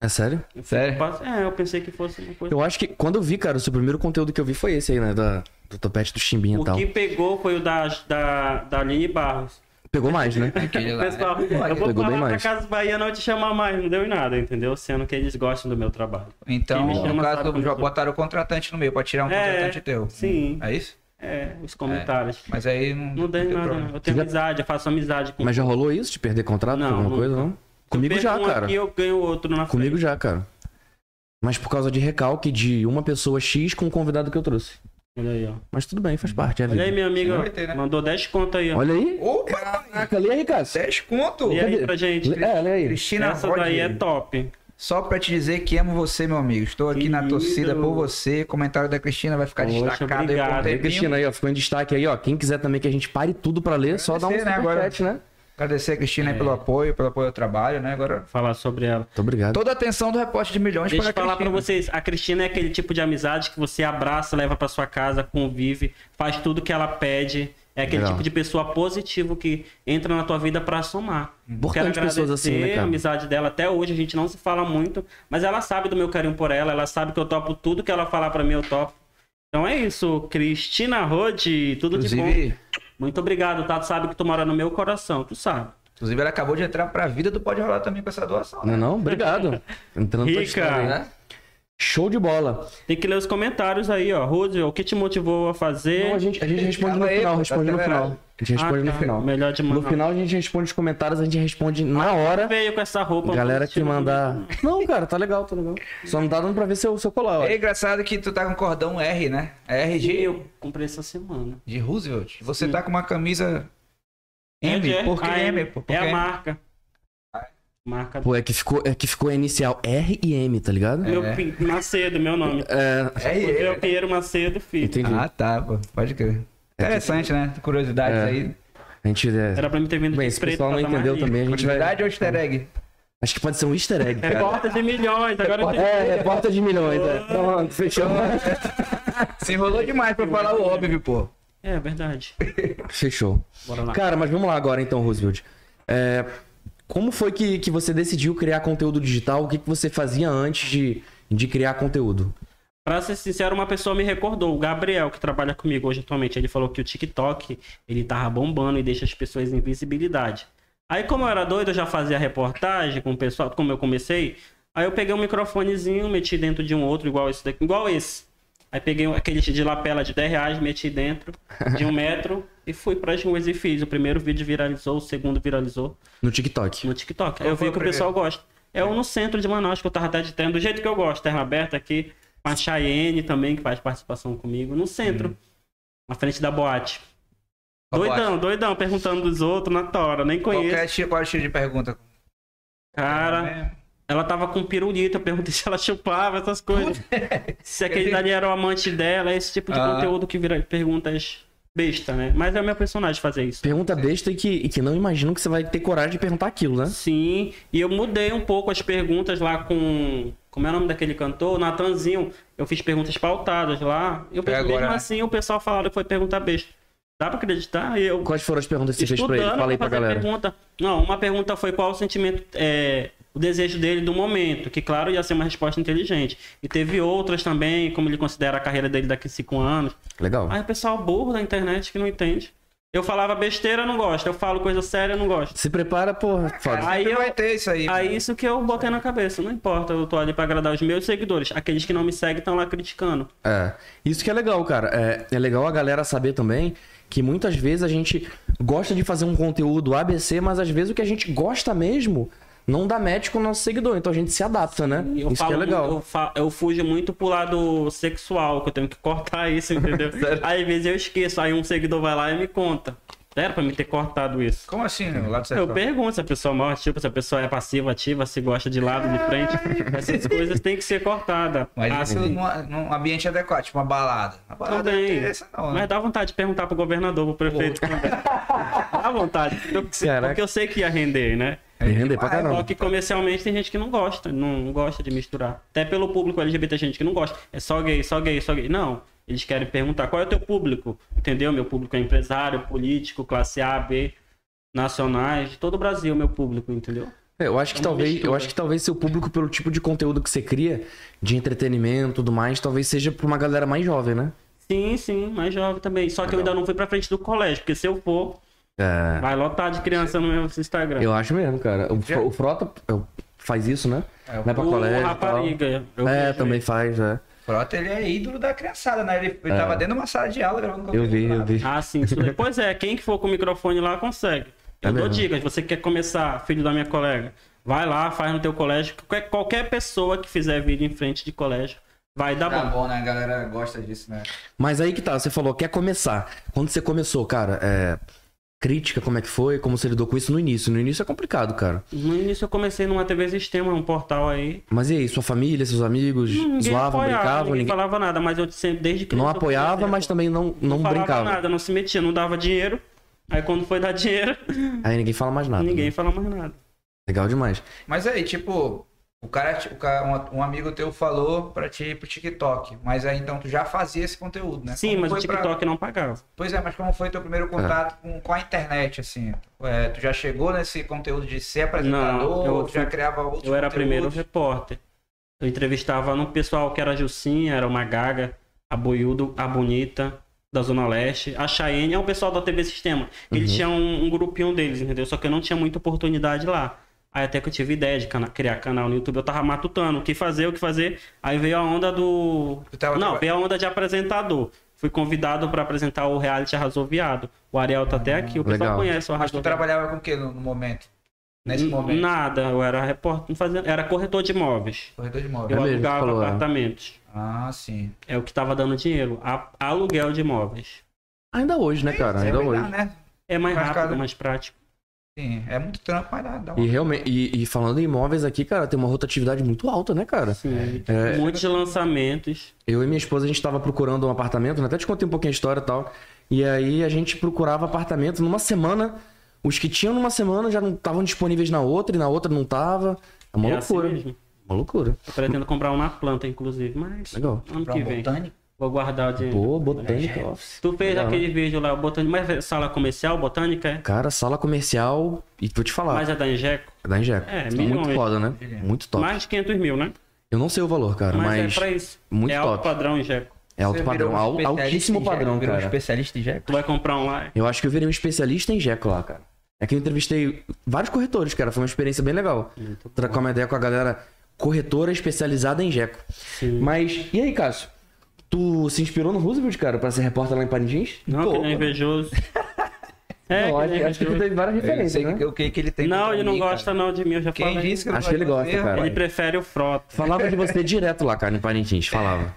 Speaker 3: É sério?
Speaker 1: Sério?
Speaker 4: É, eu pensei que fosse uma coisa.
Speaker 3: Eu acho que quando eu vi, cara, o seu primeiro conteúdo que eu vi foi esse aí, né? Da, do topete do Chimbinha e
Speaker 4: O
Speaker 3: tal.
Speaker 4: que pegou foi o da, da, da Aline Barros.
Speaker 3: Pegou mais, né?
Speaker 1: Aquele lá, né?
Speaker 4: Pessoal, eu
Speaker 3: Pegou
Speaker 4: vou
Speaker 3: bem
Speaker 4: falar pra
Speaker 3: mais.
Speaker 4: Casa Bahia não te chamar mais, não deu em nada, entendeu? Sendo que eles gostam do meu trabalho.
Speaker 1: Então,
Speaker 4: Quem me chama
Speaker 1: no
Speaker 4: sabe
Speaker 1: caso,
Speaker 4: como eu
Speaker 1: já
Speaker 4: sou.
Speaker 1: botaram o contratante no meio pra tirar um contratante teu.
Speaker 4: Sim,
Speaker 1: É isso?
Speaker 4: é, os comentários.
Speaker 1: Mas aí não,
Speaker 4: Não deu em nada, não. Eu tenho
Speaker 3: Já-
Speaker 4: amizade, eu faço amizade com
Speaker 3: Mas já rolou isso de perder contrato
Speaker 4: Não,
Speaker 3: por alguma
Speaker 4: não.
Speaker 3: coisa, não? Comigo
Speaker 4: eu perco
Speaker 3: já,
Speaker 4: um
Speaker 3: cara.
Speaker 4: Aqui, eu ganho outro na
Speaker 3: Comigo
Speaker 4: frente.
Speaker 3: já, cara. Mas por causa de recalque de uma pessoa X com o convidado que eu trouxe.
Speaker 4: Olha aí, ó.
Speaker 3: Mas tudo bem, faz parte, é a
Speaker 4: Olha aí,
Speaker 3: vida.
Speaker 4: minha
Speaker 1: Não
Speaker 4: amiga.
Speaker 1: vai ter, né?
Speaker 4: Mandou 10 conto aí, ó.
Speaker 3: Olha aí.
Speaker 1: Opa!
Speaker 3: Caraca, lê aí, cara.
Speaker 1: 10 conto!
Speaker 4: E aí pra gente?
Speaker 3: Lê- É, lê aí.
Speaker 1: Cristina
Speaker 4: Essa daí é
Speaker 1: Rodrigues.
Speaker 4: top.
Speaker 1: Só pra te dizer que amo você, meu amigo. Estou aqui na
Speaker 4: Querido.
Speaker 1: torcida por você. Comentário da Cristina vai ficar
Speaker 4: Poxa,
Speaker 1: destacado aí por um
Speaker 4: obrigado.
Speaker 3: Aí,
Speaker 1: tempinho.
Speaker 3: Cristina, aí, ó. Ficou em destaque aí, ó. Quem quiser também que a gente pare tudo pra ler, só dá um
Speaker 1: Agradecer, né, agora.
Speaker 3: superchat, né?
Speaker 1: Agradecer a Cristina
Speaker 4: É.
Speaker 1: aí pelo apoio, pelo apoio ao trabalho, né? Agora.
Speaker 4: Falar sobre ela.
Speaker 3: Muito obrigado.
Speaker 1: Toda a atenção do repórter de milhões
Speaker 4: Deixa eu
Speaker 1: para a
Speaker 4: falar pra
Speaker 1: Cristina.
Speaker 4: vocês, a Cristina é aquele tipo de amizade que você abraça, leva pra sua casa, convive, faz tudo que ela pede. É aquele
Speaker 3: Legal.
Speaker 4: tipo de pessoa positivo que entra na tua vida pra somar.
Speaker 3: Importante pessoas assim, né, cara?
Speaker 4: a amizade dela até hoje, a gente não se fala muito, mas ela sabe do meu carinho por ela, ela sabe que eu topo tudo que ela falar pra mim, eu topo. Então é isso, Cristina Rode, tudo de bom.
Speaker 1: Inclusive,
Speaker 4: Muito obrigado, tá? Tu sabe que tu mora no meu coração, tu sabe.
Speaker 1: inclusive, ela acabou de entrar pra vida do Pode Rolar também com essa doação.
Speaker 3: Não é
Speaker 1: Né?
Speaker 3: não? Obrigado. Entrando pra
Speaker 4: Rica.
Speaker 3: história aí.
Speaker 1: Né?
Speaker 3: Show de bola.
Speaker 4: Tem que ler os comentários aí, ó. Roosevelt, o que te motivou a fazer?
Speaker 3: Não, a gente, a gente responde
Speaker 1: Calma
Speaker 3: no
Speaker 1: aí,
Speaker 3: final,
Speaker 1: pô, tá
Speaker 3: responde no final.
Speaker 1: acelerado.
Speaker 3: A gente responde
Speaker 4: Ah,
Speaker 3: no
Speaker 4: tá.
Speaker 3: final.
Speaker 4: Melhor Ah, de
Speaker 3: No
Speaker 4: mandar.
Speaker 3: final a gente responde os comentários, a gente responde na hora.
Speaker 4: veio com tipo essa roupa.
Speaker 3: Galera
Speaker 4: mano,
Speaker 3: que
Speaker 4: tira
Speaker 3: mandar. Não, cara, tá legal, tá legal. Só não tá dando pra ver seu, seu colar, ó.
Speaker 1: É engraçado que tu tá com cordão R, né? R
Speaker 4: de mim.
Speaker 1: de,
Speaker 4: Eu comprei essa semana.
Speaker 1: de Roosevelt. Você
Speaker 4: Sim.
Speaker 1: tá com uma camisa M.
Speaker 4: É de-
Speaker 1: Por que
Speaker 4: a
Speaker 1: M? pô? Por
Speaker 4: É
Speaker 1: que
Speaker 4: a
Speaker 1: M?
Speaker 4: marca. Marca.
Speaker 3: Pô, é que ficou, é que ficou a inicial R e M, tá ligado?
Speaker 4: Meu
Speaker 1: é.
Speaker 4: Pin- Macedo, meu nome.
Speaker 3: É,
Speaker 1: R.
Speaker 4: Meu Pinheiro Macedo, filho.
Speaker 3: entendi.
Speaker 1: Ah, tá, pô. Pode crer. Interessante, né? Curiosidades
Speaker 3: tipo É.
Speaker 1: aí.
Speaker 3: A gente é...
Speaker 4: Era pra mim ter vindo
Speaker 3: Bem,
Speaker 4: de
Speaker 3: se o
Speaker 4: preto.
Speaker 3: pessoal não
Speaker 4: pra tá
Speaker 3: entendeu
Speaker 4: mais
Speaker 3: também, a gente vai...
Speaker 1: Curiosidade ou easter egg?
Speaker 3: Acho que pode ser um easter egg,
Speaker 4: lindo.
Speaker 3: cara.
Speaker 4: Repórter É de milhões, agora eu entendi.
Speaker 3: É, repórter de milhões, é. Pronto, fechou.
Speaker 1: Se enrolou demais pra falar o óbvio, pô.
Speaker 4: É verdade.
Speaker 3: Fechou.
Speaker 4: Bora lá.
Speaker 3: Cara, mas vamos lá agora então, Roosevelt. É, como foi que, que você decidiu criar conteúdo digital? O que, que você fazia antes de, de criar conteúdo?
Speaker 4: Pra ser sincero, uma pessoa me recordou, o Gabriel, que trabalha comigo hoje atualmente, ele falou que o TikTok, ele tava bombando e deixa as pessoas em visibilidade. Aí como eu era doido, eu já fazia reportagem com o pessoal, como eu comecei, aí eu peguei um microfonezinho, meti dentro de um outro, igual esse daqui, igual esse. Aí peguei um, aquele de lapela de 10 reais, meti dentro de um metro e fui pras ruas e fiz. O primeiro vídeo viralizou, o segundo viralizou
Speaker 3: No TikTok.
Speaker 4: no TikTok. Aí
Speaker 1: Qual
Speaker 4: eu
Speaker 1: foi
Speaker 4: vi
Speaker 1: o
Speaker 4: que o pessoal gosta. É um no centro de Manaus que eu tava até editando, do jeito que eu gosto, terra aberta aqui. Com a Cheyenne também, que faz participação comigo, no centro,
Speaker 1: Hum.
Speaker 4: na frente da boate.
Speaker 1: Qual
Speaker 4: doidão, doidão, perguntando dos outros na tora, nem
Speaker 1: Qual
Speaker 4: conheço.
Speaker 1: que é o tipo- qual é o tipo de pergunta? né? é?
Speaker 4: Cara, ela tava com pirulito, eu perguntei se ela chupava essas coisas. se aquele dali era o amante dela, esse tipo de
Speaker 1: Ah.
Speaker 4: conteúdo que vira perguntas besta, né? Mas é o meu personagem fazer isso.
Speaker 3: Pergunta besta e que, e que não imagino que você vai ter coragem de perguntar aquilo, né?
Speaker 4: Sim, e eu mudei um pouco as perguntas lá com. Como é o nome daquele cantor? Natanzinho. Eu fiz perguntas pautadas lá. Eu,
Speaker 1: É agora,
Speaker 4: mesmo
Speaker 1: né?
Speaker 4: assim, o pessoal falaram que foi pergunta besta. Dá pra acreditar? E eu.
Speaker 3: Quais foram as perguntas que você fez pra ele?
Speaker 4: estudando
Speaker 3: Fala aí pra
Speaker 4: fazer
Speaker 3: galera.
Speaker 4: Pergunta. Não, uma pergunta foi qual o sentimento, é, o desejo dele do momento, que claro ia ser uma resposta inteligente. E teve outras também, como ele considera a carreira dele daqui a cinco anos.
Speaker 3: Legal.
Speaker 4: Aí o pessoal burro da internet que não entende. Eu falava besteira, eu não gosto. Eu falo coisa séria, eu não gosto.
Speaker 3: Se prepara, porra. Foda.
Speaker 4: Aí
Speaker 1: Sempre
Speaker 4: eu-
Speaker 1: vai ter isso aí.
Speaker 4: Aí né? isso que eu botei na cabeça. Não importa, eu tô ali pra agradar os meus seguidores. Aqueles que não me seguem estão lá criticando.
Speaker 3: É. Isso que é legal, cara. É, é legal a galera saber também que muitas vezes a gente gosta de fazer um conteúdo ABC, mas às vezes o que a gente gosta mesmo não dá match com o nosso seguidor. Então a gente se adapta, né?
Speaker 4: E eu
Speaker 3: Isso que é
Speaker 4: falo-
Speaker 3: legal.
Speaker 4: Eu, fa- eu fujo muito pro lado sexual, que eu tenho que cortar isso, entendeu? Aí, às vezes eu esqueço, aí um seguidor vai lá e me conta. Era pra me ter cortado isso.
Speaker 1: Como assim, né? Lá do
Speaker 4: Eu
Speaker 1: Sertão?
Speaker 4: pergunto se a pessoa é mal ativa, se a pessoa é passiva, ativa, se gosta de lado, de frente. Essas coisas têm que ser cortadas.
Speaker 1: Mas isso
Speaker 4: Assim,
Speaker 1: num, num ambiente adequado, tipo uma balada. A balada não
Speaker 4: Também.
Speaker 1: tem essa não, né?
Speaker 4: Mas dá vontade de perguntar pro governador, pro prefeito também. tá. Dá vontade. Eu-
Speaker 3: Caraca.
Speaker 4: Porque eu sei que ia render, né?
Speaker 3: E render pra
Speaker 1: Ah, é
Speaker 4: Só
Speaker 3: caramba.
Speaker 4: que comercialmente tem gente que não gosta, não gosta de misturar. Até pelo público LGBT tem gente que não gosta. É só gay, só gay, só gay. Não. Eles querem perguntar qual é o teu público, entendeu? Meu público é empresário, político, classe A, B, nacionais, de todo o Brasil, meu público, entendeu?
Speaker 3: É, Eu acho que
Speaker 4: É uma
Speaker 3: talvez, eu
Speaker 4: mistura.
Speaker 3: acho que talvez seu público pelo tipo de conteúdo que você cria, de entretenimento, e tudo mais, talvez seja pra uma galera mais jovem, né?
Speaker 4: Sim, sim, mais jovem também. Só que eu ainda não fui pra frente do colégio, porque se eu for,
Speaker 3: É.
Speaker 4: vai lotar de criança no meu Instagram.
Speaker 3: Eu acho mesmo, cara. O, Fro- o Frota eu- faz isso, né?
Speaker 1: É, o-
Speaker 3: Vai pra
Speaker 4: É. O
Speaker 3: colégio. e tal.
Speaker 4: rapariga. eu
Speaker 3: É,
Speaker 4: vejo
Speaker 3: também
Speaker 4: ele.
Speaker 3: faz, é.
Speaker 1: Frota, ele é ídolo da criançada, né? Ele, ele tava dentro de uma sala de aula gravando
Speaker 3: Eu vi, eu
Speaker 1: conteúdo.
Speaker 3: vi.
Speaker 4: Ah, sim. isso daí. Pois é, quem que for com o microfone lá consegue. Eu
Speaker 3: É
Speaker 4: dou
Speaker 3: mesmo.
Speaker 4: dicas. Você que quer começar, filho da minha colega, vai lá, faz no teu colégio. Qualquer, qualquer pessoa que fizer vídeo em frente de colégio, vai dar
Speaker 1: Tá
Speaker 4: bom.
Speaker 1: bom, né? A galera gosta disso, né?
Speaker 3: Mas aí que tá, você falou, quer começar. Quando você começou, cara, é, crítica, como é que foi? Como você lidou com isso no início? No início é complicado, cara.
Speaker 4: No início eu comecei numa TV Sistema, um portal aí.
Speaker 3: Mas e aí, sua família, seus amigos,
Speaker 4: Ninguém
Speaker 3: zoavam,
Speaker 4: apoiava,
Speaker 3: brincavam,
Speaker 4: ninguém,
Speaker 3: ninguém...
Speaker 4: falava nada, mas eu sempre, desde criança...
Speaker 3: não
Speaker 4: eu fui
Speaker 3: apoiava,
Speaker 4: assim,
Speaker 3: mas
Speaker 4: pô.
Speaker 3: também não, não,
Speaker 4: falava
Speaker 3: brincava.
Speaker 4: nada, não se metia, não dava dinheiro. Aí quando foi dar dinheiro,
Speaker 3: Aí ninguém fala mais nada.
Speaker 4: ninguém
Speaker 3: né?
Speaker 4: fala mais nada.
Speaker 3: Legal demais.
Speaker 1: Mas aí, tipo, o cara, o cara- um, um amigo teu falou pra ti ir pro TikTok, mas aí então tu já fazia esse conteúdo, né?
Speaker 4: Sim,
Speaker 1: Como
Speaker 4: mas o
Speaker 1: foi pra-
Speaker 4: TikTok não pagava.
Speaker 1: Pois é, mas como foi teu primeiro contato com, com a internet, assim? É, tu já chegou nesse conteúdo de ser apresentador,
Speaker 4: Não, eu
Speaker 1: tu já
Speaker 4: fui-
Speaker 1: criava outros
Speaker 4: Eu era primeiro
Speaker 1: conteúdos?
Speaker 4: repórter. Eu entrevistava no pessoal que era a Jucinha, era uma Gaga, a Boiudo, a Bonita, da Zona Leste, a Cheyenne, é o pessoal da TV Sistema. Eles tinham um, um grupinho deles, entendeu? Só que eu não tinha muita oportunidade lá. Aí até que eu tive ideia de cana- criar canal no YouTube, eu tava matutando o que fazer, o que fazer. Aí veio a onda do.
Speaker 1: Tu tava
Speaker 4: não,
Speaker 1: traba-
Speaker 4: veio a onda de apresentador. Fui convidado pra apresentar o reality Arrasou Viado. O Ariel tá até aqui, o pessoal
Speaker 3: legal.
Speaker 4: conhece o
Speaker 1: Mas
Speaker 4: Arrasou
Speaker 1: tu
Speaker 4: Viado.
Speaker 1: trabalhava com o que no, no momento? Nesse
Speaker 4: N-
Speaker 1: momento?
Speaker 4: Nada, eu era repórter, não fazia, era corretor de imóveis.
Speaker 1: Corredor de
Speaker 4: Eu
Speaker 1: imóveis.
Speaker 3: É mesmo,
Speaker 4: alugava
Speaker 3: falou, é.
Speaker 4: apartamentos.
Speaker 1: Ah, sim.
Speaker 4: É o que tava dando dinheiro. A- aluguel de imóveis.
Speaker 3: Ainda hoje, né, cara? Ainda
Speaker 1: Sempre dá,
Speaker 3: hoje.
Speaker 1: né?
Speaker 4: É mais
Speaker 1: Mais
Speaker 4: rápido,
Speaker 1: caro.
Speaker 4: mais prático.
Speaker 1: Sim, é muito trampo, mas dá, um dá uma...
Speaker 3: E realmente, e, e falando em imóveis aqui, cara, tem uma rotatividade muito alta, né, cara?
Speaker 4: Sim.
Speaker 3: É.
Speaker 4: Muitos lançamentos.
Speaker 3: Eu e minha esposa, a gente tava procurando um apartamento, né? Até te contei um pouquinho a história e tal. E aí a gente procurava apartamento numa semana. Os que tinham numa semana já não estavam disponíveis na outra, e na outra não tava. É uma
Speaker 4: É assim
Speaker 3: loucura.
Speaker 4: mesmo.
Speaker 3: Uma loucura.
Speaker 4: Eu pretendo comprar um na planta, inclusive. Mas
Speaker 3: Legal.
Speaker 4: ano
Speaker 1: Pra
Speaker 4: que
Speaker 1: um
Speaker 4: vem.
Speaker 1: botânico.
Speaker 4: Vou guardar o dinheiro. É.
Speaker 3: Pô, botânica. ó.
Speaker 4: Tu fez
Speaker 3: Legal, né?
Speaker 4: aquele vídeo lá, botânica. Mas é sala comercial, botânica, é?
Speaker 3: Cara, sala comercial. E vou te falar,
Speaker 4: Mas é da Injeco.
Speaker 3: é da Injeco.
Speaker 4: É,
Speaker 3: muito
Speaker 4: milhões.
Speaker 3: foda, né? Muito top.
Speaker 4: Mais de 500 mil, né?
Speaker 3: Eu não sei o valor, cara,
Speaker 4: Mas,
Speaker 3: mas,
Speaker 4: é pra isso.
Speaker 3: muito
Speaker 4: é
Speaker 3: top.
Speaker 4: alto padrão Injeco.
Speaker 3: é alto
Speaker 1: Você virou
Speaker 3: padrão.
Speaker 1: um
Speaker 3: al-
Speaker 1: especialista
Speaker 3: altíssimo
Speaker 1: em Jeco,
Speaker 3: padrão,
Speaker 1: virou um
Speaker 3: cara.
Speaker 1: especialista em Jeco.
Speaker 4: Tu vai comprar um lá. é?
Speaker 3: Eu acho que eu virei um especialista em Jeco lá, cara. É que eu entrevistei vários corretores, cara. Foi uma experiência bem legal. Trocar uma ideia com a galera corretora especializada em Jeco. Mas, e aí, Cássio? Tu se inspirou no Roosevelt, cara, pra ser repórter lá em Parintins?
Speaker 4: Não,
Speaker 3: Pô,
Speaker 4: que nem invejoso. É,
Speaker 3: não,
Speaker 4: que nem
Speaker 3: acho, acho que tu
Speaker 4: invejoso.
Speaker 3: teve várias
Speaker 1: Eu
Speaker 3: referências,
Speaker 1: sei
Speaker 3: né?
Speaker 1: que- o que, que ele tem
Speaker 4: Não,
Speaker 1: contra
Speaker 4: ele não
Speaker 1: mim,
Speaker 4: gosta
Speaker 1: cara.
Speaker 4: não de mim, eu já
Speaker 1: Quem
Speaker 4: falei.
Speaker 1: disse que eu não
Speaker 3: Acho que ele
Speaker 1: gosto
Speaker 3: gosta,
Speaker 1: dele,
Speaker 3: cara.
Speaker 1: rapaz?
Speaker 4: Ele prefere o frota.
Speaker 3: Falava de você direto lá, cara, em Parintins. Falava.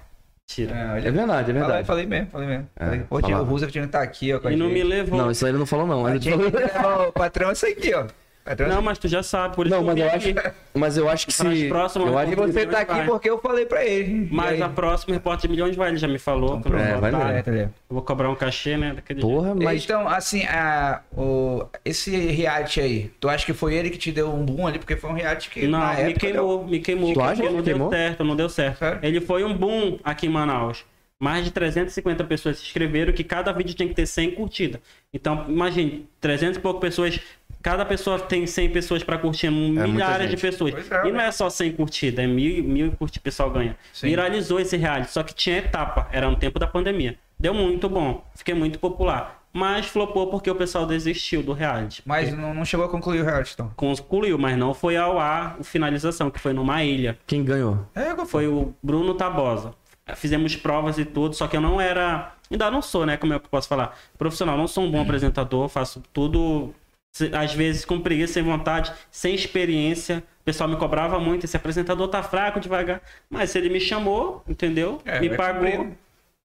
Speaker 4: Mentira.
Speaker 1: Não, ele-
Speaker 3: É verdade, é
Speaker 1: Falei,
Speaker 3: verdade.
Speaker 1: falei mesmo, falei mesmo.
Speaker 3: É,
Speaker 1: Falei, Pô, tio,
Speaker 3: falava.
Speaker 1: o Roosevelt não tá aqui, ó, com a
Speaker 4: E não me
Speaker 1: gente.
Speaker 4: levou.
Speaker 3: Não, isso aí ele não falou, não. Ele
Speaker 1: Tinha
Speaker 3: falou-
Speaker 1: que levar o patrão é isso aqui, ó. Patrão, é
Speaker 4: Não, mas tu já sabe, por isso
Speaker 3: Não,
Speaker 4: que
Speaker 3: mas eu
Speaker 4: vim
Speaker 3: acho,
Speaker 4: aqui.
Speaker 3: mas eu acho que se.
Speaker 4: Para as próximas
Speaker 3: eu acho
Speaker 1: E
Speaker 3: que
Speaker 1: você tá aqui
Speaker 4: Vai.
Speaker 1: porque eu falei pra ele.
Speaker 4: Mas
Speaker 1: E
Speaker 4: a
Speaker 1: aí?
Speaker 4: próxima repórter de milhões vai, ele já me falou. que eu não
Speaker 3: é,
Speaker 4: vou
Speaker 3: vai
Speaker 4: dar.
Speaker 3: mesmo.
Speaker 1: É, tá ligado?
Speaker 4: Eu vou cobrar um cachê, né? Daquele
Speaker 3: Porra, mas.
Speaker 1: Então, assim, a- o- esse reality aí, tu acha que foi ele que te deu um boom ali? Porque foi um reality que.
Speaker 4: jeito. Não,
Speaker 1: na
Speaker 4: me
Speaker 1: época,
Speaker 4: queimou, me queimou.
Speaker 3: Tu acha
Speaker 4: porque
Speaker 3: que
Speaker 4: não
Speaker 3: queimou?
Speaker 4: deu certo, não deu certo.
Speaker 1: Sério?
Speaker 4: Ele foi um boom aqui em Manaus. Mais de 350 pessoas se inscreveram, que cada vídeo tinha que ter 100 curtidas. Então, imagine, 300 e pouco pessoas, cada pessoa tem 100 pessoas pra curtir, é milhares de
Speaker 3: gente.
Speaker 4: pessoas.
Speaker 1: É Pois é,
Speaker 4: e não é só 100 curtidas, é mil, mil curtidas o pessoal ganha.
Speaker 1: Sim.
Speaker 4: Viralizou esse reality, só que tinha etapa, era no tempo da pandemia. Deu muito bom, fiquei muito popular. mas flopou porque o pessoal desistiu do reality.
Speaker 1: Mas não, não chegou a concluir o reality, então.
Speaker 4: Concluiu, mas não foi ao ar o finalização, que foi numa ilha.
Speaker 3: Quem ganhou?
Speaker 1: É, Gofu.
Speaker 4: Foi o Bruno Tabosa. Fizemos provas e tudo, só que eu não era. Ainda não sou, né? Como eu posso falar? Profissional, não sou um bom apresentador, faço tudo. se- Às vezes com preguiça, sem vontade, sem experiência. O pessoal me cobrava muito. Esse apresentador tá fraco, devagar. Mas ele me chamou, entendeu?
Speaker 1: É,
Speaker 4: me
Speaker 1: vai
Speaker 4: pagou.
Speaker 1: cumprir.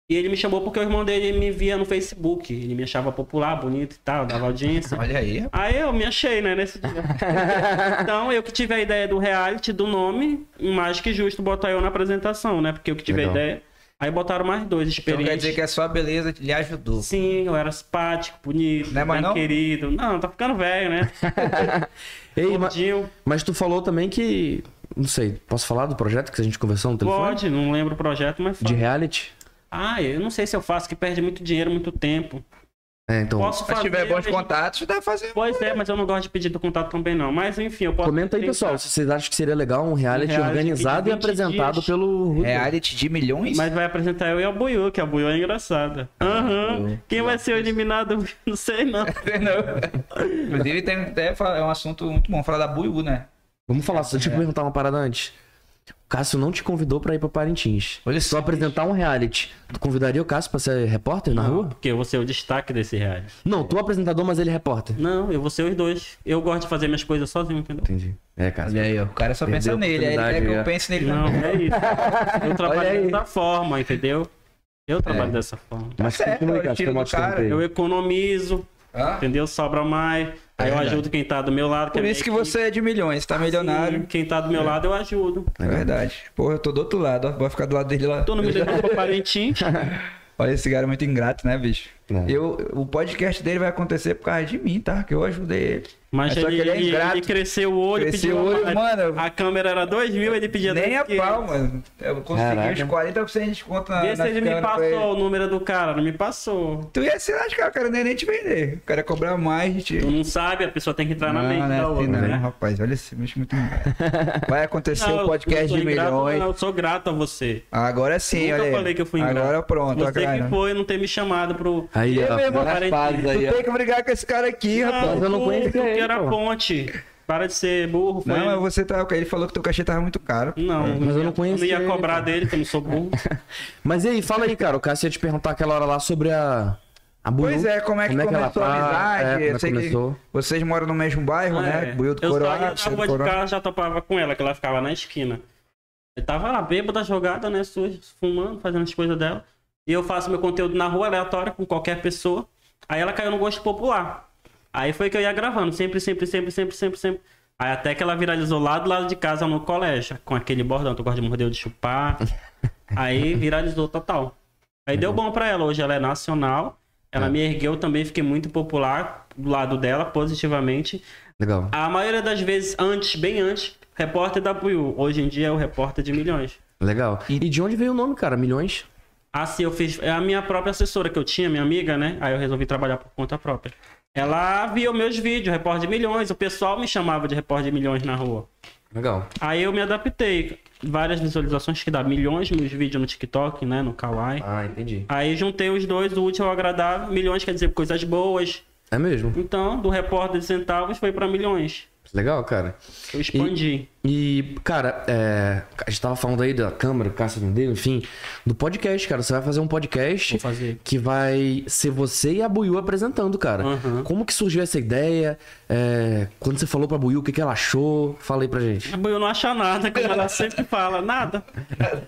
Speaker 4: E ele me chamou porque o irmão dele me via no Facebook. Ele me achava popular, bonito e tal, dava audiência.
Speaker 1: Olha aí. Então,
Speaker 4: Aí eu me achei, né, nesse dia. então, eu que tive a ideia do reality, do nome, mais que justo botar eu na apresentação, né? Porque eu que tive
Speaker 3: Legal.
Speaker 4: a ideia. Aí botaram mais dois
Speaker 1: Então quer
Speaker 4: experientes.
Speaker 1: dizer que é só a beleza que lhe ajudou.
Speaker 4: Sim, eu era simpático, bonito,
Speaker 1: Não é mais
Speaker 4: bem
Speaker 1: não?
Speaker 4: querido. Não, tá ficando velho, né?
Speaker 3: Ei, ma-
Speaker 4: Gordinho.
Speaker 3: mas tu falou também que. Não sei, posso falar do projeto que a gente conversou no telefone?
Speaker 4: Pode, não lembro o projeto, mas
Speaker 3: De
Speaker 4: fala.
Speaker 3: reality?
Speaker 4: Ah, eu não sei se eu faço, que perde muito dinheiro, muito tempo.
Speaker 3: É, então.
Speaker 4: Posso
Speaker 1: Se
Speaker 4: fazer.
Speaker 1: tiver bons
Speaker 4: mas-
Speaker 1: contatos, dá pra fazer. um
Speaker 4: Pois é, mas eu não gosto de pedir do contato também, não. Mas enfim, eu posso.
Speaker 3: Comenta aí,
Speaker 4: tentar.
Speaker 3: pessoal, se vocês acham que seria legal um reality,
Speaker 4: Um reality
Speaker 3: organizado
Speaker 4: de
Speaker 3: e
Speaker 4: 20
Speaker 3: apresentado
Speaker 4: dias.
Speaker 3: pelo. Ruto.
Speaker 1: Reality de milhões?
Speaker 4: Mas vai apresentar eu e a Buiu, que a Buiu é engraçada. Aham. Quem vai ser o eliminado? Não sei, não.
Speaker 1: Não. Inclusive, tem até, fala- é um assunto muito bom falar da Buiú, né?
Speaker 3: Vamos falar, deixa eu te perguntar uma parada antes. O Cássio não te convidou pra ir pra Parintins.
Speaker 1: Olha
Speaker 3: Só
Speaker 1: só.
Speaker 3: apresentar um reality. Tu convidaria o Cássio pra ser repórter na rua?
Speaker 4: Porque eu vou ser o destaque desse reality.
Speaker 3: Não, tu é apresentador, mas ele é repórter.
Speaker 4: Não, eu vou ser os dois. Eu gosto de fazer minhas coisas sozinho, entendeu?
Speaker 3: Entendi. É, Cássio.
Speaker 1: Olha aí, ó, o cara só
Speaker 3: Perdeu
Speaker 1: pensa
Speaker 3: a
Speaker 1: nele, aí ele quer
Speaker 3: oportunidade,
Speaker 1: que
Speaker 3: é.
Speaker 1: eu pense nele.
Speaker 4: Não,
Speaker 1: também.
Speaker 4: é isso.
Speaker 3: Olha
Speaker 4: Eu
Speaker 3: aí.
Speaker 4: trabalho dessa forma, entendeu? Eu trabalho dessa forma.
Speaker 3: Mas
Speaker 1: certo, é o estilo
Speaker 3: eu
Speaker 1: do
Speaker 3: te interrompei.
Speaker 4: Eu economizo,
Speaker 1: Hã?
Speaker 4: entendeu? Sobra mais. Aí eu
Speaker 1: verdade.
Speaker 4: ajudo quem tá do meu lado.
Speaker 1: Por
Speaker 4: é
Speaker 1: isso que
Speaker 4: minha
Speaker 1: você é de milhões, tá
Speaker 4: equipe.
Speaker 1: milionário.
Speaker 4: Sim, Quem tá do meu lado, eu ajudo.
Speaker 1: É verdade. Porra, eu tô do outro lado, ó. Vou ficar do lado dele lá.
Speaker 4: Tu não me levou pra Parintins?
Speaker 1: Olha, esse cara é muito ingrato, né, bicho?
Speaker 3: É.
Speaker 1: Eu, o podcast dele vai acontecer por causa de mim, tá? Que eu ajudei ele.
Speaker 4: Mas
Speaker 1: É só
Speaker 4: ele,
Speaker 1: que ele é
Speaker 4: ele-
Speaker 1: ingrato.
Speaker 4: ele cresceu o olho,
Speaker 1: Cresceu
Speaker 4: pediu
Speaker 1: o olho,
Speaker 4: a-
Speaker 1: mano.
Speaker 4: A câmera era 2 mil, ele pedia
Speaker 1: Nem a
Speaker 4: 2.500.
Speaker 1: pau, mano. Eu consegui
Speaker 3: Caraca.
Speaker 1: uns 40% de desconto na,
Speaker 4: Vê se
Speaker 1: nas
Speaker 4: ele me
Speaker 1: câmeras com ele.
Speaker 4: passou o número do cara, não me passou.
Speaker 1: Tu ia assinar de cara, o cara não ia nem te vender. O cara ia cobrar mais de ti.
Speaker 4: Tu não sabe, a pessoa tem que entrar na mente
Speaker 1: não é
Speaker 4: da
Speaker 1: assim,
Speaker 4: outra,
Speaker 1: não,
Speaker 4: né?
Speaker 1: rapaz. Olha esse bicho muito ingrato. Vai acontecer
Speaker 4: Não,
Speaker 1: o podcast
Speaker 4: eu sou
Speaker 1: de
Speaker 4: ingrato,
Speaker 1: milhões.
Speaker 4: não, eu sou grato a você.
Speaker 1: Agora sim,
Speaker 4: Nunca
Speaker 1: olha aí.
Speaker 4: falei que eu fui ingrato.
Speaker 1: Agora é pronto,
Speaker 4: Você
Speaker 1: agora. né?
Speaker 4: que foi não ter me chamado pro...
Speaker 3: Aí, ó.
Speaker 4: mesmo,
Speaker 3: agora
Speaker 4: cara,
Speaker 3: faz
Speaker 4: entendi.
Speaker 3: aí,
Speaker 1: Tu
Speaker 3: ó.
Speaker 1: tem que brigar com esse cara aqui, rapaz.
Speaker 3: mas eu não
Speaker 4: tu-
Speaker 3: conhecia
Speaker 4: tu que
Speaker 3: ele,
Speaker 4: era
Speaker 3: pô.
Speaker 4: ponte. Para de ser burro, foi...
Speaker 1: Não, mas você tá. Ele falou que teu cachê tava muito caro.
Speaker 4: Não,
Speaker 3: Mas eu não conhecia
Speaker 4: ia
Speaker 3: ele,
Speaker 4: cobrar
Speaker 3: pô.
Speaker 4: dele, que eu não sou burro.
Speaker 3: Mas e aí, fala aí, cara. O Cássio ia te perguntar aquela hora lá sobre a. a Buiú.
Speaker 1: Pois é, como é que
Speaker 3: ela
Speaker 1: começou
Speaker 3: tá,
Speaker 1: a amizade?
Speaker 3: é, como
Speaker 1: eu
Speaker 3: é
Speaker 1: sei
Speaker 3: que começou.
Speaker 1: que vocês moram no mesmo bairro,
Speaker 4: Ah,
Speaker 1: né?
Speaker 4: é.
Speaker 1: Buiu do
Speaker 4: eu
Speaker 1: Coroá,
Speaker 4: saía
Speaker 1: você
Speaker 4: da
Speaker 1: do
Speaker 4: rua de
Speaker 1: Coroá.
Speaker 4: casa, já topava com ela, que ela ficava na esquina. Eu tava lá, bêbada, jogada, né, suja, fumando, fazendo as coisas dela. E eu faço meu conteúdo na rua, aleatório, com qualquer pessoa. Aí ela caiu no gosto popular. Aí foi que eu ia gravando, sempre, sempre, sempre, sempre, sempre, sempre. Aí até que ela viralizou lá do lado de casa, no colégio, com aquele bordão, tu gosta de morder ou de chupar. Aí viralizou total. Aí deu bom pra ela, hoje ela é nacional.
Speaker 1: É.
Speaker 4: Ela me ergueu também, fiquei muito popular do lado dela, positivamente.
Speaker 3: Legal.
Speaker 4: A maioria das vezes, antes, bem antes, repórter da Buiu. Hoje em dia é o repórter de milhões.
Speaker 3: Legal. E e de onde veio o nome, cara? Milhões?
Speaker 4: Assim, eu fiz. É a minha própria assessora que eu tinha, minha amiga, né? Aí eu resolvi trabalhar por conta própria. Ela via os meus vídeos, repórter de milhões. O pessoal me chamava de repórter de milhões na rua.
Speaker 3: Legal.
Speaker 4: Aí eu me adaptei. Várias visualizações que dá milhões meus vídeos no TikTok, né? No Kawaii.
Speaker 3: Ah, entendi.
Speaker 4: Aí juntei os dois, o útil ao agradável. Milhões quer dizer coisas boas.
Speaker 3: É mesmo?
Speaker 4: Então, do repórter de centavos foi pra milhões.
Speaker 3: Legal, cara.
Speaker 4: Eu expandi.
Speaker 3: E, cara, é, a gente tava falando aí da câmera, do Cássio dele, enfim, do podcast, cara. Você vai fazer um podcast
Speaker 4: Vou fazer.
Speaker 3: que vai ser você e a Buiu apresentando, cara.
Speaker 4: Aham.
Speaker 3: Como que surgiu essa ideia? É, quando você falou pra Buiu, o que, que ela achou? Fala aí pra gente.
Speaker 4: A Buiu não acha nada, como ela sempre fala, nada.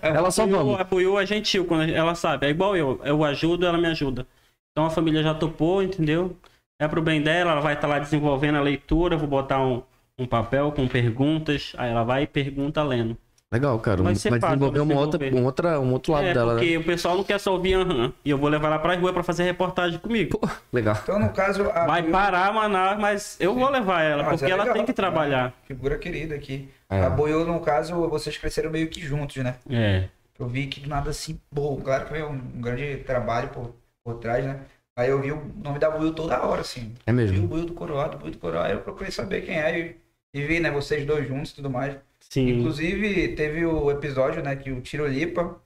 Speaker 3: Ela só
Speaker 4: Buiu-
Speaker 3: vamos.
Speaker 4: A Buiu é gentil, quando ela sabe. É igual eu, eu ajudo, ela me ajuda. Então a família já topou, entendeu? É pro bem dela, ela vai estar lá desenvolvendo a leitura, eu vou botar um, um papel com perguntas, aí ela vai e pergunta lendo.
Speaker 3: Legal, cara. um,
Speaker 4: Vai
Speaker 3: Vai,
Speaker 4: ser fácil
Speaker 3: desenvolver uma
Speaker 4: desenvolver.
Speaker 3: outra, um, outra, um outro lado
Speaker 4: é,
Speaker 3: dela,
Speaker 4: porque
Speaker 3: né?
Speaker 4: o pessoal não quer só ouvir aham, e eu vou levar ela pra rua pra fazer reportagem comigo.
Speaker 3: Pô, legal.
Speaker 1: Então, no caso, a
Speaker 4: Vai
Speaker 1: Buiú-
Speaker 4: parar Manaus, mas eu vou levar ela,
Speaker 1: Mas
Speaker 4: porque
Speaker 1: é
Speaker 4: ela
Speaker 1: legal,
Speaker 4: tem que
Speaker 1: né?
Speaker 4: trabalhar.
Speaker 1: Figura querida aqui.
Speaker 3: É.
Speaker 1: A Boiô, no caso, vocês cresceram meio que juntos, né?
Speaker 4: É.
Speaker 1: Eu vi que do nada assim, pô, claro que foi um grande trabalho por, por trás, né? Aí eu vi o nome da Buiu toda hora, assim.
Speaker 3: É mesmo?
Speaker 1: Vi o Buiu do Coroado, Buiu do Coroado. Aí eu procurei saber quem é e, e vi, né, vocês dois juntos e tudo mais.
Speaker 4: Sim.
Speaker 1: Inclusive, teve o episódio, né, que o Tirolipa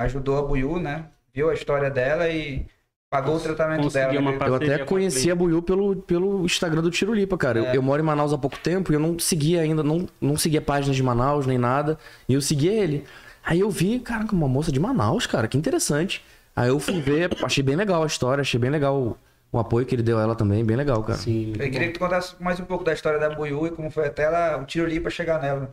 Speaker 1: ajudou a Buiu, né? Viu a história dela e Pagou o tratamento
Speaker 4: Conseguiu
Speaker 1: dela.
Speaker 4: uma
Speaker 1: né?
Speaker 3: Eu
Speaker 4: parceria
Speaker 3: até
Speaker 4: com É.
Speaker 3: conheci a Buiu pelo, pelo Instagram do Tiro Lipa, cara. Eu, eu moro em Manaus há pouco tempo e eu não seguia ainda, não, não seguia páginas de Manaus nem nada. E eu seguia ele. Aí eu vi, cara, uma moça de Manaus, cara, que interessante. Aí eu fui ver, achei bem legal a história, achei bem legal o, o apoio que ele deu a ela também, bem legal, cara.
Speaker 4: Sim.
Speaker 1: Eu queria que tu contasse mais um pouco da história da Buiú e como foi até ela, o tiro ali pra chegar nela.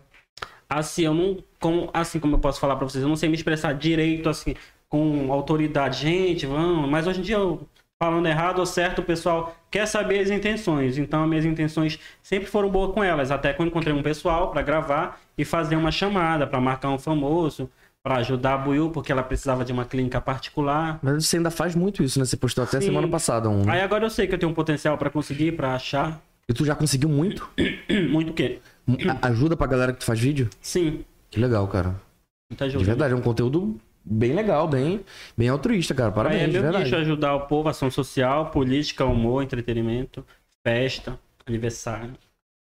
Speaker 4: Assim, eu não. Como, assim como eu posso falar pra vocês, eu não sei me expressar direito, assim, com autoridade. Gente, vamos. Mas hoje em dia, eu, falando errado ou certo, o pessoal quer saber as intenções. Então, as minhas intenções sempre foram boas com elas. Até quando encontrei um pessoal pra gravar e fazer uma chamada, pra marcar um famoso, pra ajudar a Buiu, porque ela precisava de uma clínica particular.
Speaker 3: Mas você ainda faz muito isso, né? Você postou até
Speaker 4: Sim.
Speaker 3: semana passada um. né?
Speaker 4: Aí agora eu sei que eu tenho um potencial pra conseguir, pra achar.
Speaker 3: E tu já conseguiu muito? Um,
Speaker 4: Muito o quê?
Speaker 3: A- Ajuda pra galera que tu faz vídeo?
Speaker 4: Sim.
Speaker 3: Que legal, cara.
Speaker 4: Muita
Speaker 3: De
Speaker 4: ajuda.
Speaker 3: verdade, é um conteúdo bem legal, bem, bem altruísta, cara. Parabéns,
Speaker 4: Aí é
Speaker 3: de
Speaker 4: meu
Speaker 3: verdade.
Speaker 4: nicho ajudar o povo, ação social, política, humor, entretenimento, festa, aniversário.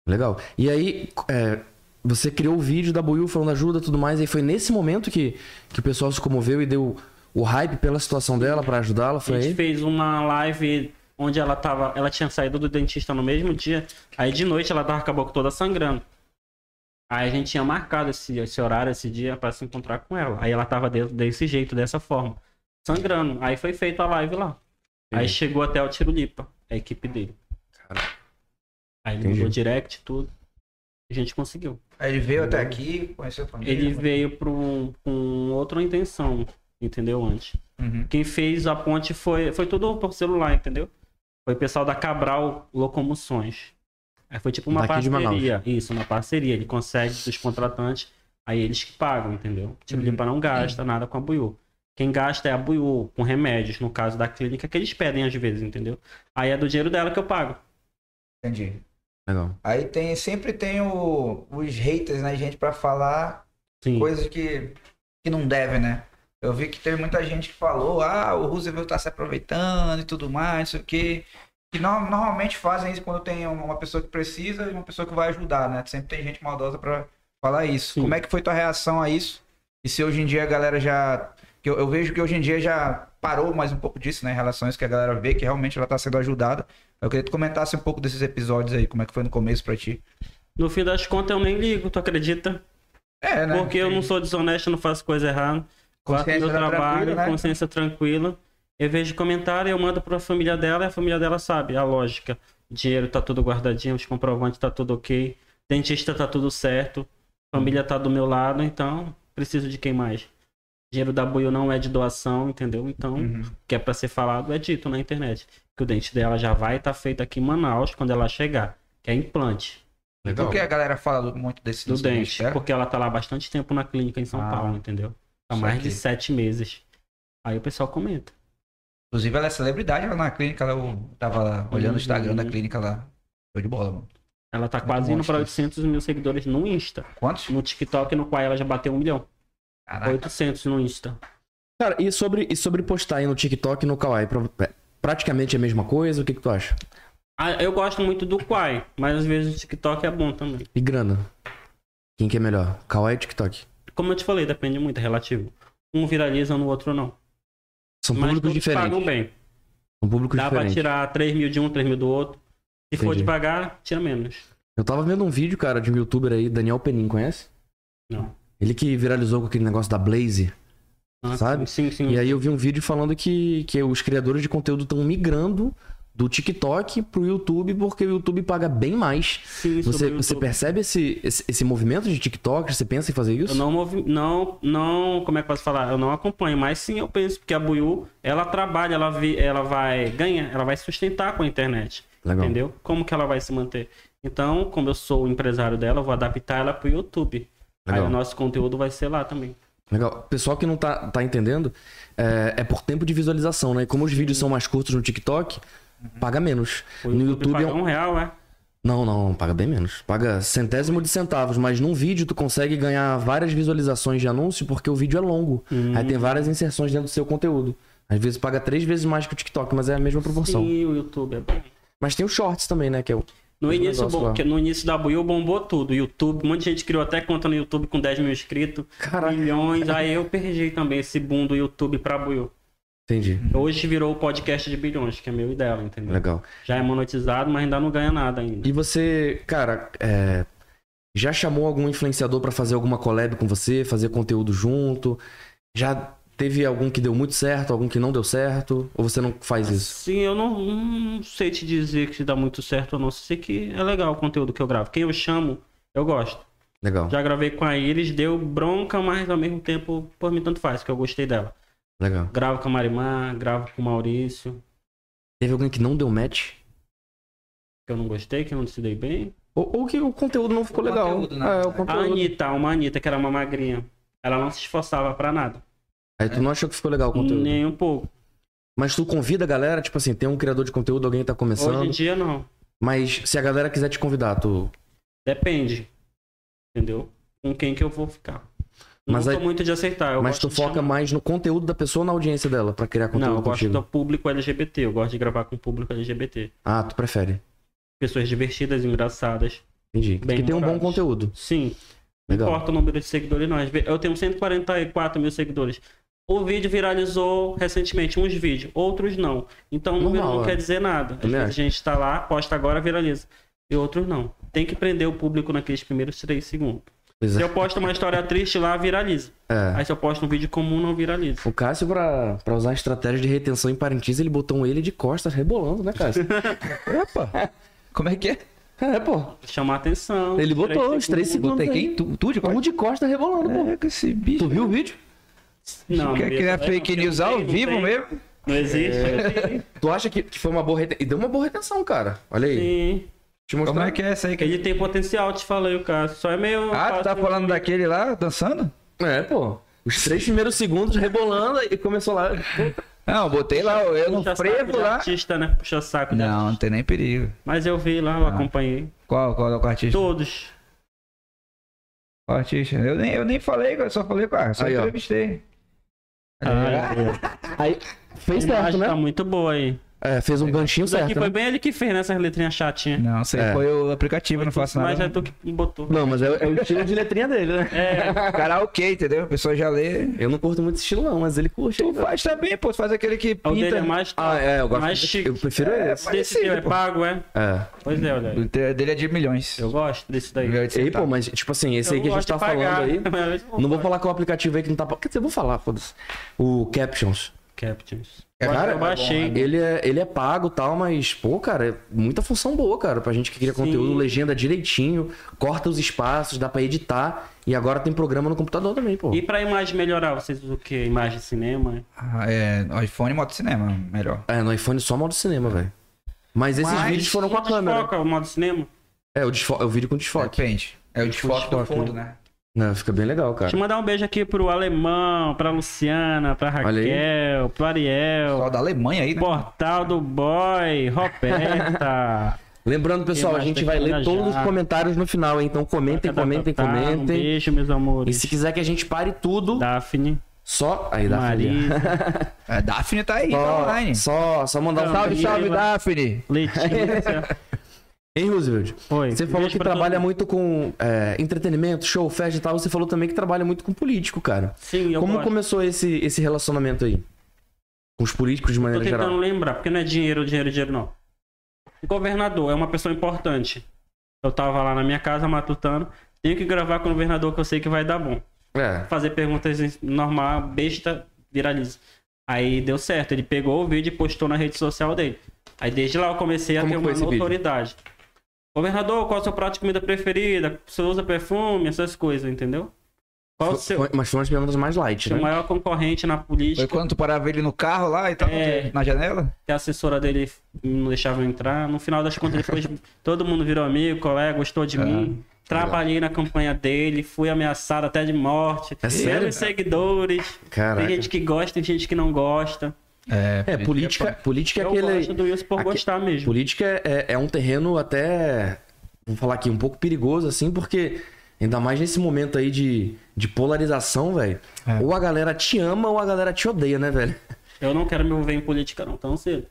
Speaker 3: Legal. E aí, é, você criou o vídeo da Buiu falando ajuda e tudo mais, e foi nesse momento que, que o pessoal se comoveu e deu o hype pela situação dela pra ajudá-la,
Speaker 4: A
Speaker 3: foi
Speaker 4: gente
Speaker 3: aí?
Speaker 4: fez uma live onde ela tava. Ela tinha saído do dentista no mesmo dia. Aí de noite ela tava com a boca toda sangrando. Aí a gente tinha marcado esse, esse horário, esse dia, pra se encontrar com ela. Aí ela tava de- desse jeito, dessa forma. Sangrando. Aí foi feita a live lá. Aí
Speaker 3: Entendi.
Speaker 4: chegou até o Tirulipa, a equipe dele. Aí ele
Speaker 3: Entendi.
Speaker 4: mandou direct, tudo. A gente conseguiu.
Speaker 1: Aí ele veio até aqui, conheceu a família.
Speaker 4: Ele veio pro, com outra intenção, entendeu? Antes.
Speaker 1: Uhum.
Speaker 4: Quem fez a ponte foi, foi tudo por celular, entendeu? Foi o pessoal da Cabral Locomoções. Aí foi tipo uma
Speaker 3: Daqui de Manaus.
Speaker 4: parceria. Isso, uma parceria. Ele consegue dos contratantes, aí eles que pagam, entendeu? Tipo,
Speaker 1: Uhum.
Speaker 4: ele não gasta nada com a Buiú. Quem gasta é a Buiú, com remédios, no caso da clínica, que eles pedem às vezes, entendeu? Aí é do dinheiro dela que eu pago.
Speaker 1: Entendi.
Speaker 3: Legal.
Speaker 1: Aí tem, sempre tem o- os haters, né, gente, pra falar
Speaker 4: Sim.
Speaker 1: coisas que, que não deve, né? Eu vi que teve muita gente que falou, ah, o Roosevelt tá se aproveitando e tudo mais, não sei o quê. Que no- normalmente fazem isso quando tem um, uma uma pessoa que precisa e uma pessoa que vai ajudar, né? Sempre tem gente maldosa pra falar isso.
Speaker 4: Sim.
Speaker 1: Como é que foi tua reação a isso? E se hoje em dia a galera já. que Eu, eu vejo que hoje em dia já parou mais um pouco disso, né? Em relação a isso que a galera vê, que realmente ela tá sendo ajudada. Eu queria que tu comentasse um pouco desses episódios aí, como é que foi no começo pra ti.
Speaker 4: No fim das contas, eu nem ligo, tu acredita?
Speaker 1: É, né?
Speaker 4: Porque eu não sou desonesto, não faço coisa errada. Faço
Speaker 1: Consciência
Speaker 4: meu
Speaker 1: tá
Speaker 4: trabalho,
Speaker 1: tranquila, né?
Speaker 4: consciência tranquila. Eu vejo comentário, eu mando pra família dela e a família dela sabe a lógica. Dinheiro tá tudo guardadinho, os comprovantes tá tudo ok. Dentista tá tudo certo. Família tá do meu lado, então preciso de quem mais? Dinheiro da Buio não é de doação, entendeu? Então,
Speaker 1: Uhum.
Speaker 4: o que é pra ser falado é dito na internet. Que o dente dela já vai estar feito aqui em Manaus quando ela chegar. Que é implante
Speaker 1: Por que a galera fala muito desse
Speaker 4: do
Speaker 1: desse
Speaker 3: é
Speaker 4: dente,
Speaker 1: né?
Speaker 4: porque ela tá lá há bastante tempo na clínica em São
Speaker 1: Ah,
Speaker 4: Paulo, entendeu? Há mais
Speaker 1: saquei.
Speaker 4: de sete meses. Aí o pessoal comenta.
Speaker 1: Inclusive, ela é celebridade lá na clínica. Lá, eu tava lá olhando o Instagram
Speaker 4: Uhum.
Speaker 1: da clínica lá. Show de bola, mano.
Speaker 4: Ela tá
Speaker 3: É
Speaker 1: Muito
Speaker 4: quase indo
Speaker 1: monstro
Speaker 4: pra
Speaker 1: isso.
Speaker 4: 800 mil seguidores no Insta.
Speaker 1: Quantos?
Speaker 4: No TikTok, no qual ela já bateu um milhão.
Speaker 1: Caraca.
Speaker 4: 800 no Insta.
Speaker 3: Cara, e sobre, e sobre postar aí no TikTok e no Kawaii? Pra- pra- Praticamente é a mesma coisa, o que, que tu acha?
Speaker 4: Ah, eu gosto muito do Quai, mas às vezes o TikTok é bom também.
Speaker 3: E grana? Quem que é melhor? Kawaii ou TikTok?
Speaker 4: Como eu te falei, depende muito, é relativo. Um viraliza, no outro não.
Speaker 3: São
Speaker 4: Mas
Speaker 3: públicos
Speaker 4: todos
Speaker 3: diferentes.
Speaker 4: pagam bem.
Speaker 3: São públicos
Speaker 4: Dá pra
Speaker 3: diferentes.
Speaker 4: tirar 3 mil de um, 3 mil do outro. Se for
Speaker 3: Entendi.
Speaker 4: devagar, tira menos.
Speaker 3: Eu tava vendo um vídeo, cara, de um youtuber aí, Daniel Penin, conhece?
Speaker 4: Não.
Speaker 3: Ele que viralizou com aquele negócio da Blaze.
Speaker 4: Ah,
Speaker 3: Sabe?
Speaker 4: Sim, sim.
Speaker 3: E aí eu vi um vídeo falando que, que os criadores de conteúdo estão migrando do TikTok pro YouTube porque o YouTube paga bem mais.
Speaker 4: sim
Speaker 3: Você,
Speaker 4: sobre o
Speaker 3: você
Speaker 4: YouTube.
Speaker 3: percebe esse, esse, esse movimento de TikTok? Você pensa em fazer isso?
Speaker 4: Eu não movi... não, não, como é que eu posso falar? Eu não acompanho, mas sim eu penso, porque a Buiú, ela trabalha, ela, vi... ela vai ganhar, ela vai se sustentar com a internet.
Speaker 3: Legal.
Speaker 4: Entendeu? Como que ela vai se manter? Então, como eu sou o empresário dela, eu vou adaptar ela pro YouTube. Aí
Speaker 3: Legal.
Speaker 4: o nosso conteúdo vai ser lá também.
Speaker 3: Legal. Pessoal que não tá, tá entendendo, é, é por tempo de visualização, né? E Como os vídeos são mais curtos no TikTok, paga menos.
Speaker 4: Uhum. O
Speaker 3: no YouTube,
Speaker 4: paga
Speaker 3: é um...
Speaker 4: um real, é?
Speaker 3: Não, não, paga bem menos. Paga centésimo de centavos, mas num vídeo tu consegue ganhar várias visualizações de anúncio porque o vídeo é longo. Aí
Speaker 4: Hum.
Speaker 3: tem várias inserções dentro do seu conteúdo. Às vezes paga três vezes mais que o TikTok, mas é a mesma proporção.
Speaker 4: Sim, o YouTube é bom.
Speaker 3: Mas tem os shorts também, né? Que é o...
Speaker 4: No
Speaker 3: Tem um
Speaker 4: início,
Speaker 3: negócio
Speaker 4: bom,
Speaker 3: lá.
Speaker 4: porque no início da Buiu bombou tudo. YouTube, um monte de gente criou até conta no YouTube com 10 mil inscritos,
Speaker 3: Caraca.
Speaker 4: milhões. Aí eu perdi também esse boom do YouTube pra Buiu.
Speaker 3: Entendi.
Speaker 4: Hoje virou o podcast de bilhões, que é meu e dela, entendeu?
Speaker 3: Legal.
Speaker 4: Já é monetizado, mas ainda não ganha nada ainda.
Speaker 3: E você, cara, é, já chamou algum influenciador pra fazer alguma collab com você, fazer conteúdo junto? Já teve algum que deu muito certo, algum que não deu certo? Ou você não faz isso?
Speaker 4: Sim, eu não, não sei te dizer que se dá muito certo ou não. Sei que é legal o conteúdo que eu gravo. Quem eu chamo, eu gosto.
Speaker 3: Legal,
Speaker 4: Já gravei com a Iris, deu bronca, mas ao mesmo tempo, por mim tanto faz, que eu gostei dela.
Speaker 3: legal.
Speaker 4: Gravo com a Marimar, gravo com o Maurício,
Speaker 3: Teve alguém que não deu match?
Speaker 4: que eu não gostei, que eu não se dei bem.
Speaker 3: Ou, ou que o conteúdo não ficou
Speaker 1: O
Speaker 3: legal?
Speaker 1: conteúdo, né?
Speaker 3: Ah, é, o
Speaker 1: A
Speaker 4: A
Speaker 3: conteúdo.
Speaker 4: Anitta, uma Anitta, que era uma magrinha. Ela não se esforçava pra nada.
Speaker 3: Aí tu não achou que ficou legal o conteúdo?
Speaker 4: Nem um pouco.
Speaker 3: Mas tu convida a galera, tipo assim, tem um criador de conteúdo, alguém tá
Speaker 4: Hoje
Speaker 3: começando.
Speaker 4: em dia, não.
Speaker 3: Mas se a galera quiser te convidar, tu.
Speaker 4: Depende. Entendeu? Com quem que eu vou ficar. Não
Speaker 3: Mas
Speaker 4: sou
Speaker 3: aí-
Speaker 4: muito de acertar. Eu
Speaker 3: Mas
Speaker 4: gosto
Speaker 3: tu
Speaker 4: de
Speaker 3: foca
Speaker 4: chamar-
Speaker 3: mais no conteúdo da pessoa ou na audiência dela pra criar conteúdo
Speaker 4: Não, eu gosto
Speaker 3: contigo?
Speaker 4: do público LGBT. Eu gosto de gravar com o público LGBT.
Speaker 3: Ah, tu prefere.
Speaker 4: Pessoas divertidas, engraçadas.
Speaker 3: Entendi.
Speaker 4: Bem
Speaker 3: que tem um bom
Speaker 4: morados.
Speaker 3: conteúdo.
Speaker 4: Sim. Não
Speaker 3: Legal.
Speaker 4: importa o número de seguidores, não. Às vezes- Eu tenho 144 mil seguidores. O vídeo viralizou recentemente, uns vídeos, outros não. Então o número
Speaker 3: Normal,
Speaker 4: não
Speaker 3: é.
Speaker 4: quer dizer nada. Às
Speaker 3: Também
Speaker 4: vezes
Speaker 3: acho.
Speaker 4: a gente tá lá, posta agora, viraliza. E outros não. Tem que prender o público naqueles primeiros três segundos.
Speaker 3: Pois
Speaker 4: Se
Speaker 3: é.
Speaker 4: eu posto uma história triste lá, viraliza.
Speaker 3: É.
Speaker 4: Aí se eu posto um vídeo comum, não viraliza.
Speaker 3: O Cássio, pra, pra usar a estratégia de retenção em parentesco, ele botou um ele de costas rebolando, né, Cássio? Epa!
Speaker 1: Como é que é?
Speaker 3: É, pô.
Speaker 4: Chamar atenção.
Speaker 3: Ele botou os três segundos.
Speaker 1: Botei
Speaker 3: aí.
Speaker 1: quem? Tu, tu de
Speaker 3: Um
Speaker 1: qual?
Speaker 3: de costas rebolando, pô.
Speaker 1: É, com esse
Speaker 3: Tu
Speaker 1: bicho.
Speaker 3: viu o vídio?
Speaker 4: Não,
Speaker 1: Quer
Speaker 4: não,
Speaker 1: criar
Speaker 4: não,
Speaker 1: fake
Speaker 4: não
Speaker 1: news
Speaker 4: tem,
Speaker 1: ao
Speaker 4: não
Speaker 1: vivo
Speaker 4: tem.
Speaker 1: mesmo? É.
Speaker 4: Não existe. eu vi.
Speaker 3: Tu acha que, que foi uma boa retenção? E deu uma boa retenção, cara. Olha aí.
Speaker 4: Sim.
Speaker 3: Deixa eu mostrar.
Speaker 1: Como é que é essa aí? Que...
Speaker 4: Ele tem potencial, te falei, o Cássio. Só é meio.
Speaker 1: Ah, tu tá
Speaker 4: fácil-
Speaker 1: falando daquele lá, dançando?
Speaker 3: É, pô. Os três primeiros segundos rebolando e começou lá.
Speaker 1: Não, botei lá, eu não
Speaker 4: Puxa saco
Speaker 1: frevo
Speaker 4: de
Speaker 1: lá.
Speaker 4: artista, né? Puxa saco de
Speaker 1: Não, Ah. não tem nem perigo.
Speaker 4: Mas eu vi lá, eu acompanhei.
Speaker 1: Qual, qual é o artista?
Speaker 4: Todos.
Speaker 1: Qual artista? Eu nem, eu nem falei, eu só falei com a. Só
Speaker 3: Aí, ó.
Speaker 1: entrevistei. É.
Speaker 4: Ai, Deus.
Speaker 3: Aí fez
Speaker 4: Ah, é. A imagem
Speaker 3: certo, né?
Speaker 4: Tá muito boa aí.
Speaker 3: É, fez um ganchinho
Speaker 4: Isso
Speaker 3: certo.
Speaker 4: aqui
Speaker 3: né?
Speaker 4: foi bem ele que fez nessas letrinhas chatinhas.
Speaker 1: Não, sei,
Speaker 3: É.
Speaker 1: foi o aplicativo, eu não faço
Speaker 4: Mas
Speaker 1: nada.
Speaker 4: é tu que botou.
Speaker 3: Não, mas é, é o estilo de letrinha dele, né?
Speaker 4: É,
Speaker 1: Karaokê, entendeu? A pessoa já lê.
Speaker 3: Eu não curto muito esse estilo, não, mas ele curte.
Speaker 1: Tu faz também, pô. Tu faz aquele que
Speaker 4: o dele é
Speaker 1: pinta.
Speaker 4: mais.
Speaker 3: Ah, é, eu gosto.
Speaker 4: Mais chique.
Speaker 3: Eu prefiro
Speaker 1: É,
Speaker 3: esse.
Speaker 1: mas-
Speaker 4: Esse teu é
Speaker 1: pô.
Speaker 4: pago, é?
Speaker 3: É.
Speaker 4: Pois é, olha aí.
Speaker 1: O te- dele é de milhões.
Speaker 4: Eu gosto desse daí.
Speaker 1: Milhões de
Speaker 3: Ei, pô,
Speaker 1: centavos.
Speaker 3: mas tipo assim, esse
Speaker 4: Tá. Eu
Speaker 3: aí que a gente
Speaker 4: gosto
Speaker 3: tá
Speaker 4: de pagar, É,
Speaker 3: falando aí.
Speaker 4: mas-
Speaker 3: Não vou falar com o aplicativo aí que não tá. Quer dizer, eu vou falar, foda-se. O Captions.
Speaker 4: Captions.
Speaker 1: É,
Speaker 4: Mas
Speaker 3: cara,
Speaker 4: eu baixei.
Speaker 3: Ele é, ele é pago e tal, mas, pô, cara, é muita função boa, cara. Pra gente que cria
Speaker 4: Sim.
Speaker 3: conteúdo, legenda direitinho, corta os espaços, dá pra editar. E agora tem programa no computador também, pô.
Speaker 4: E pra imagem melhorar, vocês usam o quê? Imagem de cinema?
Speaker 1: Ah, é, iPhone e moto cinema, melhor.
Speaker 3: É, no iPhone só modo cinema, velho. Mas esses
Speaker 1: Mas
Speaker 3: vídeos foram com a
Speaker 4: Desfoca
Speaker 3: câmera.
Speaker 4: o modo cinema?
Speaker 3: É, o, desfo... é o vídeo com desfoque.
Speaker 1: Depende. É o desfoque do
Speaker 4: desfoque,
Speaker 1: fundo, né?
Speaker 4: É.
Speaker 3: Não, fica bem legal, cara.
Speaker 4: Deixa eu mandar um beijo aqui pro Alemão, pra Luciana, pra
Speaker 3: Olha aí.
Speaker 4: Raquel, pro Ariel.
Speaker 1: Só da Alemanha aí, né?
Speaker 4: Portal do Boy, Tá, Roberta.
Speaker 3: Lembrando, pessoal, a
Speaker 4: Imagem
Speaker 3: gente
Speaker 4: tem
Speaker 3: vai
Speaker 4: que
Speaker 3: ler
Speaker 4: olhar
Speaker 3: todos
Speaker 4: já.
Speaker 3: os comentários no final, hein? Então comentem, comentem,
Speaker 4: Tá, tá, tá, Um
Speaker 3: comentem.
Speaker 4: beijo, meus
Speaker 3: E
Speaker 4: amores.
Speaker 3: se quiser que a gente pare tudo,
Speaker 4: Daphne,
Speaker 3: só. Aí, dá filha.
Speaker 4: Marisa,
Speaker 1: A Daphne tá aí, tá online.
Speaker 3: Só, só, só mandar um
Speaker 4: Não,
Speaker 3: salve,
Speaker 4: Camila.
Speaker 3: salve. da-
Speaker 1: Daphne!
Speaker 4: Letícia.
Speaker 3: Hein, Roosevelt?
Speaker 4: Oi.
Speaker 3: Você falou
Speaker 4: Beijo
Speaker 3: que
Speaker 4: pra todo
Speaker 3: trabalha
Speaker 4: mundo.
Speaker 3: muito com é, entretenimento, show, festa e tal. Você falou também que trabalha muito com político, cara.
Speaker 4: Sim, eu
Speaker 3: Como
Speaker 4: gosto.
Speaker 3: começou esse, esse relacionamento aí? Com os políticos de
Speaker 4: Tô
Speaker 3: maneira
Speaker 4: tentando
Speaker 3: geral.
Speaker 4: lembrar, porque não é dinheiro, dinheiro, dinheiro, não. O governador é uma pessoa importante. Eu tava lá na minha casa matutando. Tenho que gravar com o governador que eu sei que vai dar bom.
Speaker 3: É.
Speaker 4: Fazer perguntas normal, besta, viraliza. Aí deu certo. Ele pegou o vídeo e postou na rede social dele. Aí desde lá eu comecei a
Speaker 3: Como
Speaker 4: ter
Speaker 3: foi
Speaker 4: uma
Speaker 3: esse vídeo?
Speaker 4: autoridade. Governador, qual é o seu prato de comida preferida? Você usa perfume, essas coisas, entendeu? Qual o
Speaker 3: Foi-
Speaker 4: seu,
Speaker 3: foi- mas foram as perguntas mais light,
Speaker 4: seu
Speaker 3: né?
Speaker 4: maior concorrente na
Speaker 1: Foi
Speaker 4: política?
Speaker 1: quando tu parava ele no carro lá e tava
Speaker 4: É.
Speaker 1: na janela?
Speaker 4: que a assessora dele não deixava eu entrar. No final das contas, depois todo mundo virou amigo, colega, gostou
Speaker 3: É.
Speaker 4: de mim. Trabalhei na campanha dele, fui ameaçado até de morte.
Speaker 3: É sério?
Speaker 4: Pelos seguidores.
Speaker 3: Caraca.
Speaker 4: Tem gente que gosta, tem gente que não gosta.
Speaker 3: É, política, política é
Speaker 4: eu
Speaker 3: aquele.
Speaker 4: gosto do Wilson por
Speaker 3: aque-
Speaker 4: gostar mesmo.
Speaker 3: Política é, é um terreno até, vamos falar aqui, um pouco perigoso, assim, porque ainda mais nesse momento aí de, de polarização, velho.
Speaker 1: É.
Speaker 3: Ou a galera te ama ou a galera te odeia, né, velho?
Speaker 4: Então, Eu não quero me envolver em política não, tão cedo.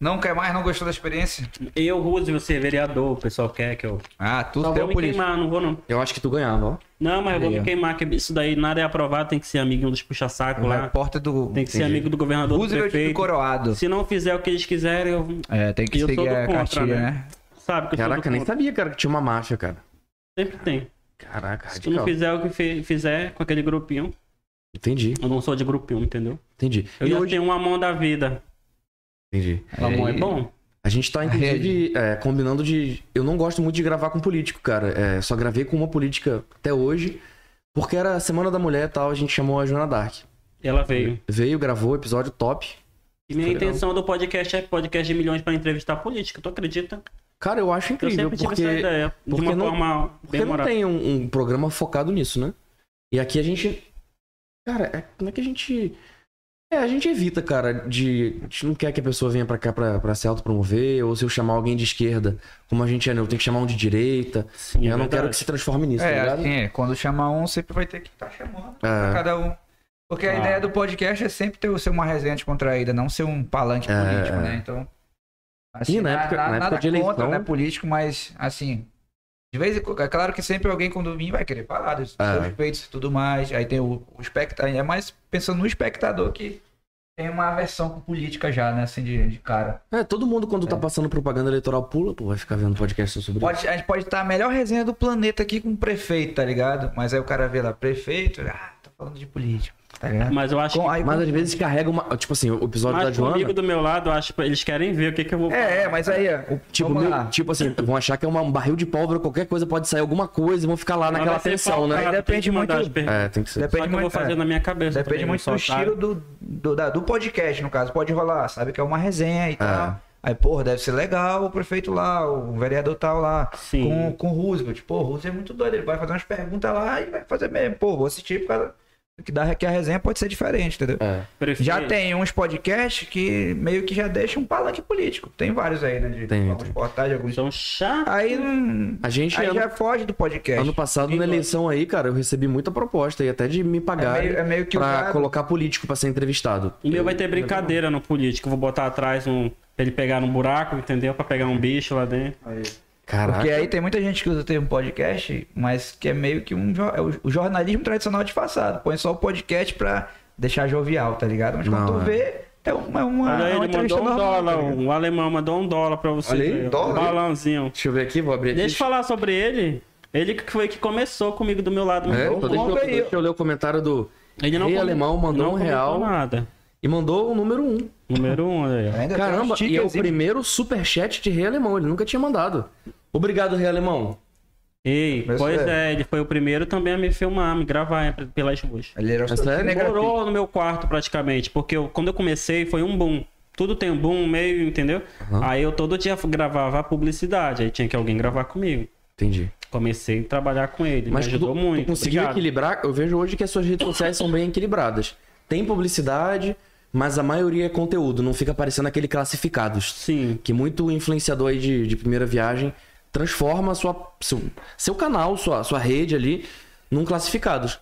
Speaker 1: Não quer mais, não gostou da experiência?
Speaker 4: Eu, Roosevelt, ser vereador, o pessoal quer que eu.
Speaker 1: Ah, tu
Speaker 4: Só
Speaker 1: deu
Speaker 4: vou me
Speaker 1: por isso.
Speaker 4: queimar, não vou não.
Speaker 3: Eu acho que tu ganhava, ó.
Speaker 4: Não, mas eu vou
Speaker 3: Aí,
Speaker 4: me
Speaker 3: ó.
Speaker 4: queimar, que isso daí nada é aprovado, tem que ser amiguinho dos puxa-saco
Speaker 1: Vai
Speaker 4: lá.
Speaker 1: porta do.
Speaker 4: Tem que ser amigo do governador do
Speaker 1: Roosevelt e do
Speaker 4: prefeito.
Speaker 1: coroado.
Speaker 4: Se não fizer o que eles quiserem, eu.
Speaker 1: É, tem que
Speaker 4: Eu sou
Speaker 1: seguir
Speaker 4: do
Speaker 1: a
Speaker 4: contra,
Speaker 1: cartilha,
Speaker 4: né?
Speaker 1: né?
Speaker 4: Sabe que eu sou
Speaker 3: Caraca,
Speaker 4: do
Speaker 3: nem
Speaker 4: contra.
Speaker 3: sabia, cara, que tinha uma marcha, cara.
Speaker 4: Sempre tem.
Speaker 3: Caraca,
Speaker 4: Se tu não
Speaker 3: radical.
Speaker 4: fizer o que fi- fizer com aquele grupinho,
Speaker 3: Entendi,
Speaker 4: eu não sou de grupinho, entendeu?
Speaker 3: entendi.
Speaker 4: Eu
Speaker 3: E
Speaker 4: já
Speaker 3: hoje-
Speaker 4: tenho uma mão da vida.
Speaker 3: Entendi.
Speaker 4: A mão é bom.
Speaker 3: A gente tá, inclusive, é, combinando de. Eu não gosto muito de gravar com político, cara. É, só gravei com uma política até hoje, porque era Semana da Mulher e tal, a gente chamou a Joana Dark.
Speaker 4: Ela veio.
Speaker 3: Veio, gravou, episódio top.
Speaker 4: E minha
Speaker 3: Foi legal.
Speaker 4: intenção do podcast é podcast de milhões pra entrevistar político, tu acredita?
Speaker 3: Cara, eu acho
Speaker 4: Eu
Speaker 3: incrível,
Speaker 4: sempre tive essa
Speaker 3: porque.
Speaker 4: ideia. De
Speaker 3: porque
Speaker 4: uma
Speaker 3: não-
Speaker 4: forma
Speaker 3: Porque
Speaker 4: bem
Speaker 3: não
Speaker 4: moral.
Speaker 3: tem um, um programa focado nisso, né? E aqui a gente. Cara, é, como é que a gente. É, a gente evita, cara, de. A gente não quer que a pessoa venha pra cá pra, pra se autopromover, ou se eu chamar alguém de esquerda, como a gente é, né? eu tenho que chamar um de direita.
Speaker 4: Sim,
Speaker 3: eu não
Speaker 4: É verdade.
Speaker 3: quero que se transforme nisso, tá
Speaker 1: É,
Speaker 3: ligado?
Speaker 1: assim, é, quando chama um, sempre vai ter que estar chamando pra
Speaker 3: É.
Speaker 1: cada um. Porque a
Speaker 4: Ah.
Speaker 1: ideia do podcast é sempre ter o ser uma resenha descontraída, não ser um palanque
Speaker 3: É,
Speaker 1: político,
Speaker 3: é.
Speaker 1: né? Então. Assim,
Speaker 3: Sim, na
Speaker 1: na-
Speaker 3: época-
Speaker 1: na-
Speaker 3: na época
Speaker 1: nada
Speaker 3: de eleição-
Speaker 1: contra, né? Político, mas assim. De vez em quando. É claro que sempre alguém quando vir vai querer falar dos
Speaker 3: É.
Speaker 1: seus feitos e tudo mais. Aí tem o, o espectador. É mais pensando no espectador que tem uma aversão com política já, né? Assim, de, de cara.
Speaker 3: É, todo mundo quando tá passando propaganda eleitoral pula, pô, vai ficar vendo podcast sobre isso.
Speaker 1: Pode- a gente pode estar a melhor resenha do planeta aqui com o prefeito, tá ligado? Mas aí o cara vê lá, prefeito, ah, tá falando de política, tá ligado?
Speaker 4: Mas eu acho
Speaker 1: Com-
Speaker 4: que.
Speaker 1: aí
Speaker 3: Mas
Speaker 1: com-
Speaker 3: às vezes carrega uma. Tipo assim, o episódio da
Speaker 4: Mas o
Speaker 3: Joana.
Speaker 4: amigo do meu lado, eu acho que eles querem ver o que, que eu vou
Speaker 1: É, é, mas aí, ó, o-
Speaker 3: Tipo,
Speaker 1: vamos
Speaker 3: meio-
Speaker 1: lá.
Speaker 3: tipo assim, vão achar que é uma- um barril de pólvora, qualquer coisa pode sair alguma coisa e vão ficar lá naquela tensão, né?
Speaker 1: Aí depende muito-
Speaker 3: É, tem que ser.
Speaker 1: Depende
Speaker 4: Depende Só que eu vou
Speaker 1: muito-
Speaker 4: fazer
Speaker 1: é.
Speaker 4: na minha cabeça. né? tá
Speaker 1: Depende
Speaker 4: também,
Speaker 1: muito
Speaker 4: eu
Speaker 1: do
Speaker 4: sou otário.
Speaker 1: estilo do, do, da- do podcast, no caso. Pode rolar, sabe que é uma resenha e tal. Aí, porra, deve ser legal o prefeito lá, o vereador tal lá,
Speaker 4: Sim.
Speaker 1: com, com o Roosevelt. Pô, o Roosevelt é muito doido, ele vai fazer umas perguntas lá e vai fazer mesmo. Pô, vou assistir por causa que, dá, que a resenha pode ser diferente, entendeu?
Speaker 3: É.
Speaker 4: Prefeito.
Speaker 1: Já tem uns podcasts que meio que já deixam um palanque político. Tem vários aí, né? De
Speaker 3: Tem,
Speaker 1: alguns
Speaker 3: tem.
Speaker 1: portais, alguns.
Speaker 4: São chato.
Speaker 1: Aí, não-
Speaker 3: A gente,
Speaker 1: aí
Speaker 3: ano,
Speaker 1: já foge do podcast.
Speaker 3: ano passado, na eleição aí, cara, eu recebi muita proposta e até de me pagar
Speaker 1: É meio- é meio que o
Speaker 3: pra
Speaker 1: gado.
Speaker 3: colocar político pra ser entrevistado.
Speaker 4: O meu vai ter brincadeira no político. eu Vou botar atrás um. Pra ele pegar num buraco, entendeu? Pra pegar um bicho lá dentro.
Speaker 3: Caraca.
Speaker 1: Porque aí tem muita gente que é? usa o termo podcast, mas que é meio que um jo- é o- o jornalismo tradicional disfarçado. Põe só o podcast pra deixar jovial, tá ligado? Mas quando tu
Speaker 3: Não, é.
Speaker 1: vê, é uma, é uma,
Speaker 4: Olha,
Speaker 1: é uma
Speaker 4: ele mandou um dólar.
Speaker 1: tá ligado?
Speaker 4: um alemão mandou um dólar pra você.
Speaker 3: Olha aí,
Speaker 4: ver, ó,
Speaker 3: dólar.
Speaker 4: Um balãozinho.
Speaker 3: Deixa eu ver aqui, vou abrir aqui.
Speaker 4: Deixa eu falar sobre ele. Ele que foi que começou comigo do meu lado.
Speaker 3: É,
Speaker 4: mandou um
Speaker 3: pô,
Speaker 4: dólar.
Speaker 3: deixa, eu,
Speaker 1: aí.
Speaker 3: deixa eu ler o comentário do
Speaker 4: Ele não
Speaker 3: Rei
Speaker 4: come-
Speaker 3: Alemão, mandou
Speaker 4: não
Speaker 3: um
Speaker 4: comentou
Speaker 3: real
Speaker 4: nada.
Speaker 3: e mandou o número 1.
Speaker 4: Número um, olha aí. ó.
Speaker 1: Ainda tem
Speaker 3: Caramba,
Speaker 1: uns
Speaker 3: e é o
Speaker 1: stickerzinho.
Speaker 3: primeiro superchat de Rei Alemão, ele nunca tinha mandado. Obrigado, Rei Alemão.
Speaker 4: Ei,
Speaker 1: Mas
Speaker 4: pois
Speaker 1: sério.
Speaker 4: é, ele foi o primeiro também a me filmar, a me gravar é, pelas ruas.
Speaker 1: Ele era um
Speaker 3: É sério?
Speaker 1: cinegrafista.
Speaker 4: Morou no meu quarto praticamente, porque eu- quando eu comecei foi um boom. Tudo tem um boom, meio, entendeu? Aí eu todo dia gravava a publicidade, aí tinha que alguém gravar comigo.
Speaker 3: Entendi.
Speaker 4: Comecei a trabalhar com ele,
Speaker 3: Mas
Speaker 4: me
Speaker 3: tu,
Speaker 4: ajudou
Speaker 3: tu
Speaker 4: muito.
Speaker 3: conseguiu
Speaker 4: obrigado.
Speaker 3: equilibrar? Eu vejo hoje que as suas redes sociais são bem equilibradas. Tem publicidade, mas a maioria é conteúdo, não fica aparecendo aquele classificados.
Speaker 4: Sim.
Speaker 3: Que muito influenciador aí de, de primeira viagem transforma a sua, seu, seu canal, sua, sua rede ali, num classificados.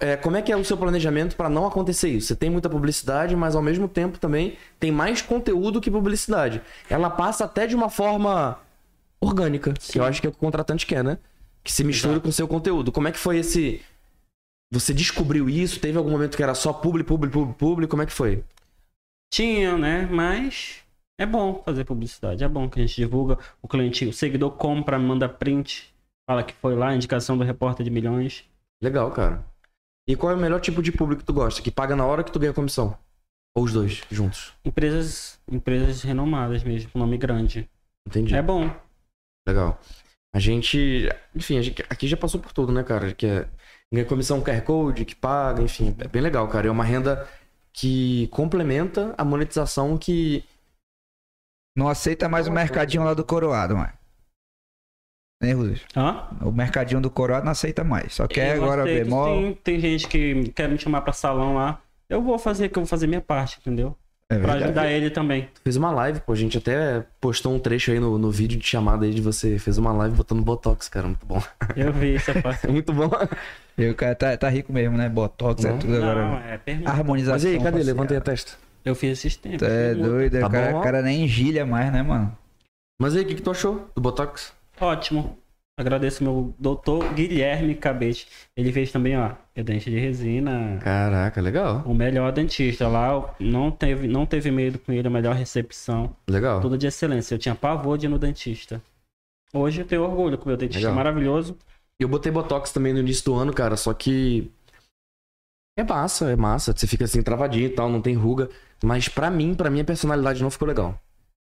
Speaker 3: É, como é que é o seu planejamento para não acontecer isso? Você tem muita publicidade, mas ao mesmo tempo também tem mais conteúdo que publicidade. Ela passa até de uma forma orgânica, que eu acho que é o que o contratante quer, né? Que se misture com o seu conteúdo. Como é que foi esse. Você descobriu isso? Teve algum momento que era só publi, publi, publi, publi? Como é que foi?
Speaker 4: Tinha, né? Mas é bom fazer publicidade, é bom que a gente divulga, o cliente, o seguidor compra, manda print, fala que foi lá, indicação do repórter de milhões.
Speaker 3: Legal, cara. E qual é o melhor tipo de público que tu gosta? Que paga na hora que tu ganha comissão? Ou os dois juntos?
Speaker 4: Empresas, empresas renomadas mesmo, com nome grande.
Speaker 3: Entendi.
Speaker 4: É bom.
Speaker 3: Legal. A gente. Enfim, a gente aqui já passou por tudo, né, cara? Que é. Ganha comissão QR Code, que paga, enfim. É bem legal, cara. É uma renda que complementa a monetização que.
Speaker 1: Não aceita mais o mercadinho lá do Coroado, mano. Né, Rudes?
Speaker 4: Hã?
Speaker 1: O mercadinho do Coroado não aceita mais. Só quer
Speaker 4: Eu
Speaker 1: agora
Speaker 4: aceito,
Speaker 1: bemol.
Speaker 4: sim. Tem gente que quer me chamar pra salão lá. Eu vou fazer que eu vou fazer minha parte, entendeu?
Speaker 1: É
Speaker 4: Pra
Speaker 1: verdade.
Speaker 4: ajudar ele também.
Speaker 3: Tu fez uma live, pô. A gente até postou um trecho aí no, no vídeo de chamada aí de você. Fez uma live botando Botox, cara. Muito bom.
Speaker 4: Eu vi essa parte.
Speaker 3: É muito bom.
Speaker 1: E o cara tá, tá rico mesmo, né? Botox é
Speaker 3: Não.
Speaker 1: tudo agora.
Speaker 4: Não, é pergunta.
Speaker 1: Harmonização.
Speaker 3: Mas e aí, cadê?
Speaker 1: facial.
Speaker 3: Levantei a testa.
Speaker 4: Eu fiz um esses tempos.
Speaker 1: Tu é doido,
Speaker 3: Tá
Speaker 1: o cara,
Speaker 3: bom.
Speaker 1: o cara nem gilha mais, né, mano?
Speaker 3: Mas aí, o que, que tu achou do Botox?
Speaker 4: Ótimo. Agradeço meu doutor Guilherme Cabete. Ele fez também, ó, meu dente de resina.
Speaker 3: Caraca, legal.
Speaker 4: O melhor dentista lá, não teve, não teve medo com ele, a melhor recepção.
Speaker 3: Legal.
Speaker 4: Tudo de excelência. Eu tinha pavor de ir no dentista. Hoje eu tenho orgulho com meu dentista
Speaker 3: Legal.
Speaker 4: maravilhoso.
Speaker 3: Eu botei Botox também no início do ano, cara, só que. É massa, é massa. Você fica assim, travadinho e tal, não tem ruga. Mas pra mim, pra minha personalidade não ficou legal.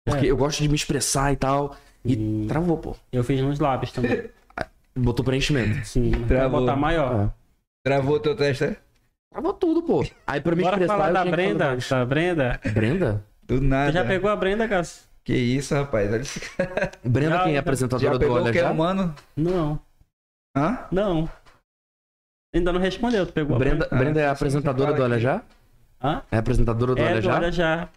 Speaker 3: Porque
Speaker 4: É.
Speaker 3: eu gosto de me expressar e tal. E
Speaker 4: Hum.
Speaker 3: travou, pô.
Speaker 4: Eu fiz nos lábios também.
Speaker 3: Botou preenchimento.
Speaker 4: Sim, mas vai
Speaker 1: Travou.
Speaker 4: botar maior.
Speaker 3: É.
Speaker 1: Travou teu teste, né?
Speaker 3: Travou tudo, pô. Aí pra me
Speaker 4: Bora
Speaker 3: expressar.
Speaker 4: falar
Speaker 3: eu
Speaker 4: da
Speaker 3: tinha que
Speaker 4: Brenda.
Speaker 3: falar-
Speaker 4: Da Brenda.
Speaker 3: Brenda?
Speaker 1: Do
Speaker 4: Você
Speaker 1: nada.
Speaker 4: já pegou a Brenda, Gas?
Speaker 1: Que isso, rapaz? Olha esse cara.
Speaker 3: Brenda,
Speaker 4: Já-
Speaker 3: quem é
Speaker 4: já-
Speaker 3: apresentadora
Speaker 1: Já
Speaker 3: do
Speaker 1: pegou
Speaker 3: Olha
Speaker 1: o que,
Speaker 3: Já?
Speaker 1: humano?
Speaker 4: Não,
Speaker 1: Hã?
Speaker 4: não. Ainda não respondeu. Tu pegou a
Speaker 3: Brenda,
Speaker 1: Ah,
Speaker 3: Brenda é
Speaker 1: você
Speaker 3: apresentadora
Speaker 1: fala
Speaker 3: do Olha
Speaker 1: aqui.
Speaker 3: Já?
Speaker 4: Hã?
Speaker 3: É apresentadora do
Speaker 4: É,
Speaker 3: Olha
Speaker 4: do
Speaker 3: Já?
Speaker 4: olha já.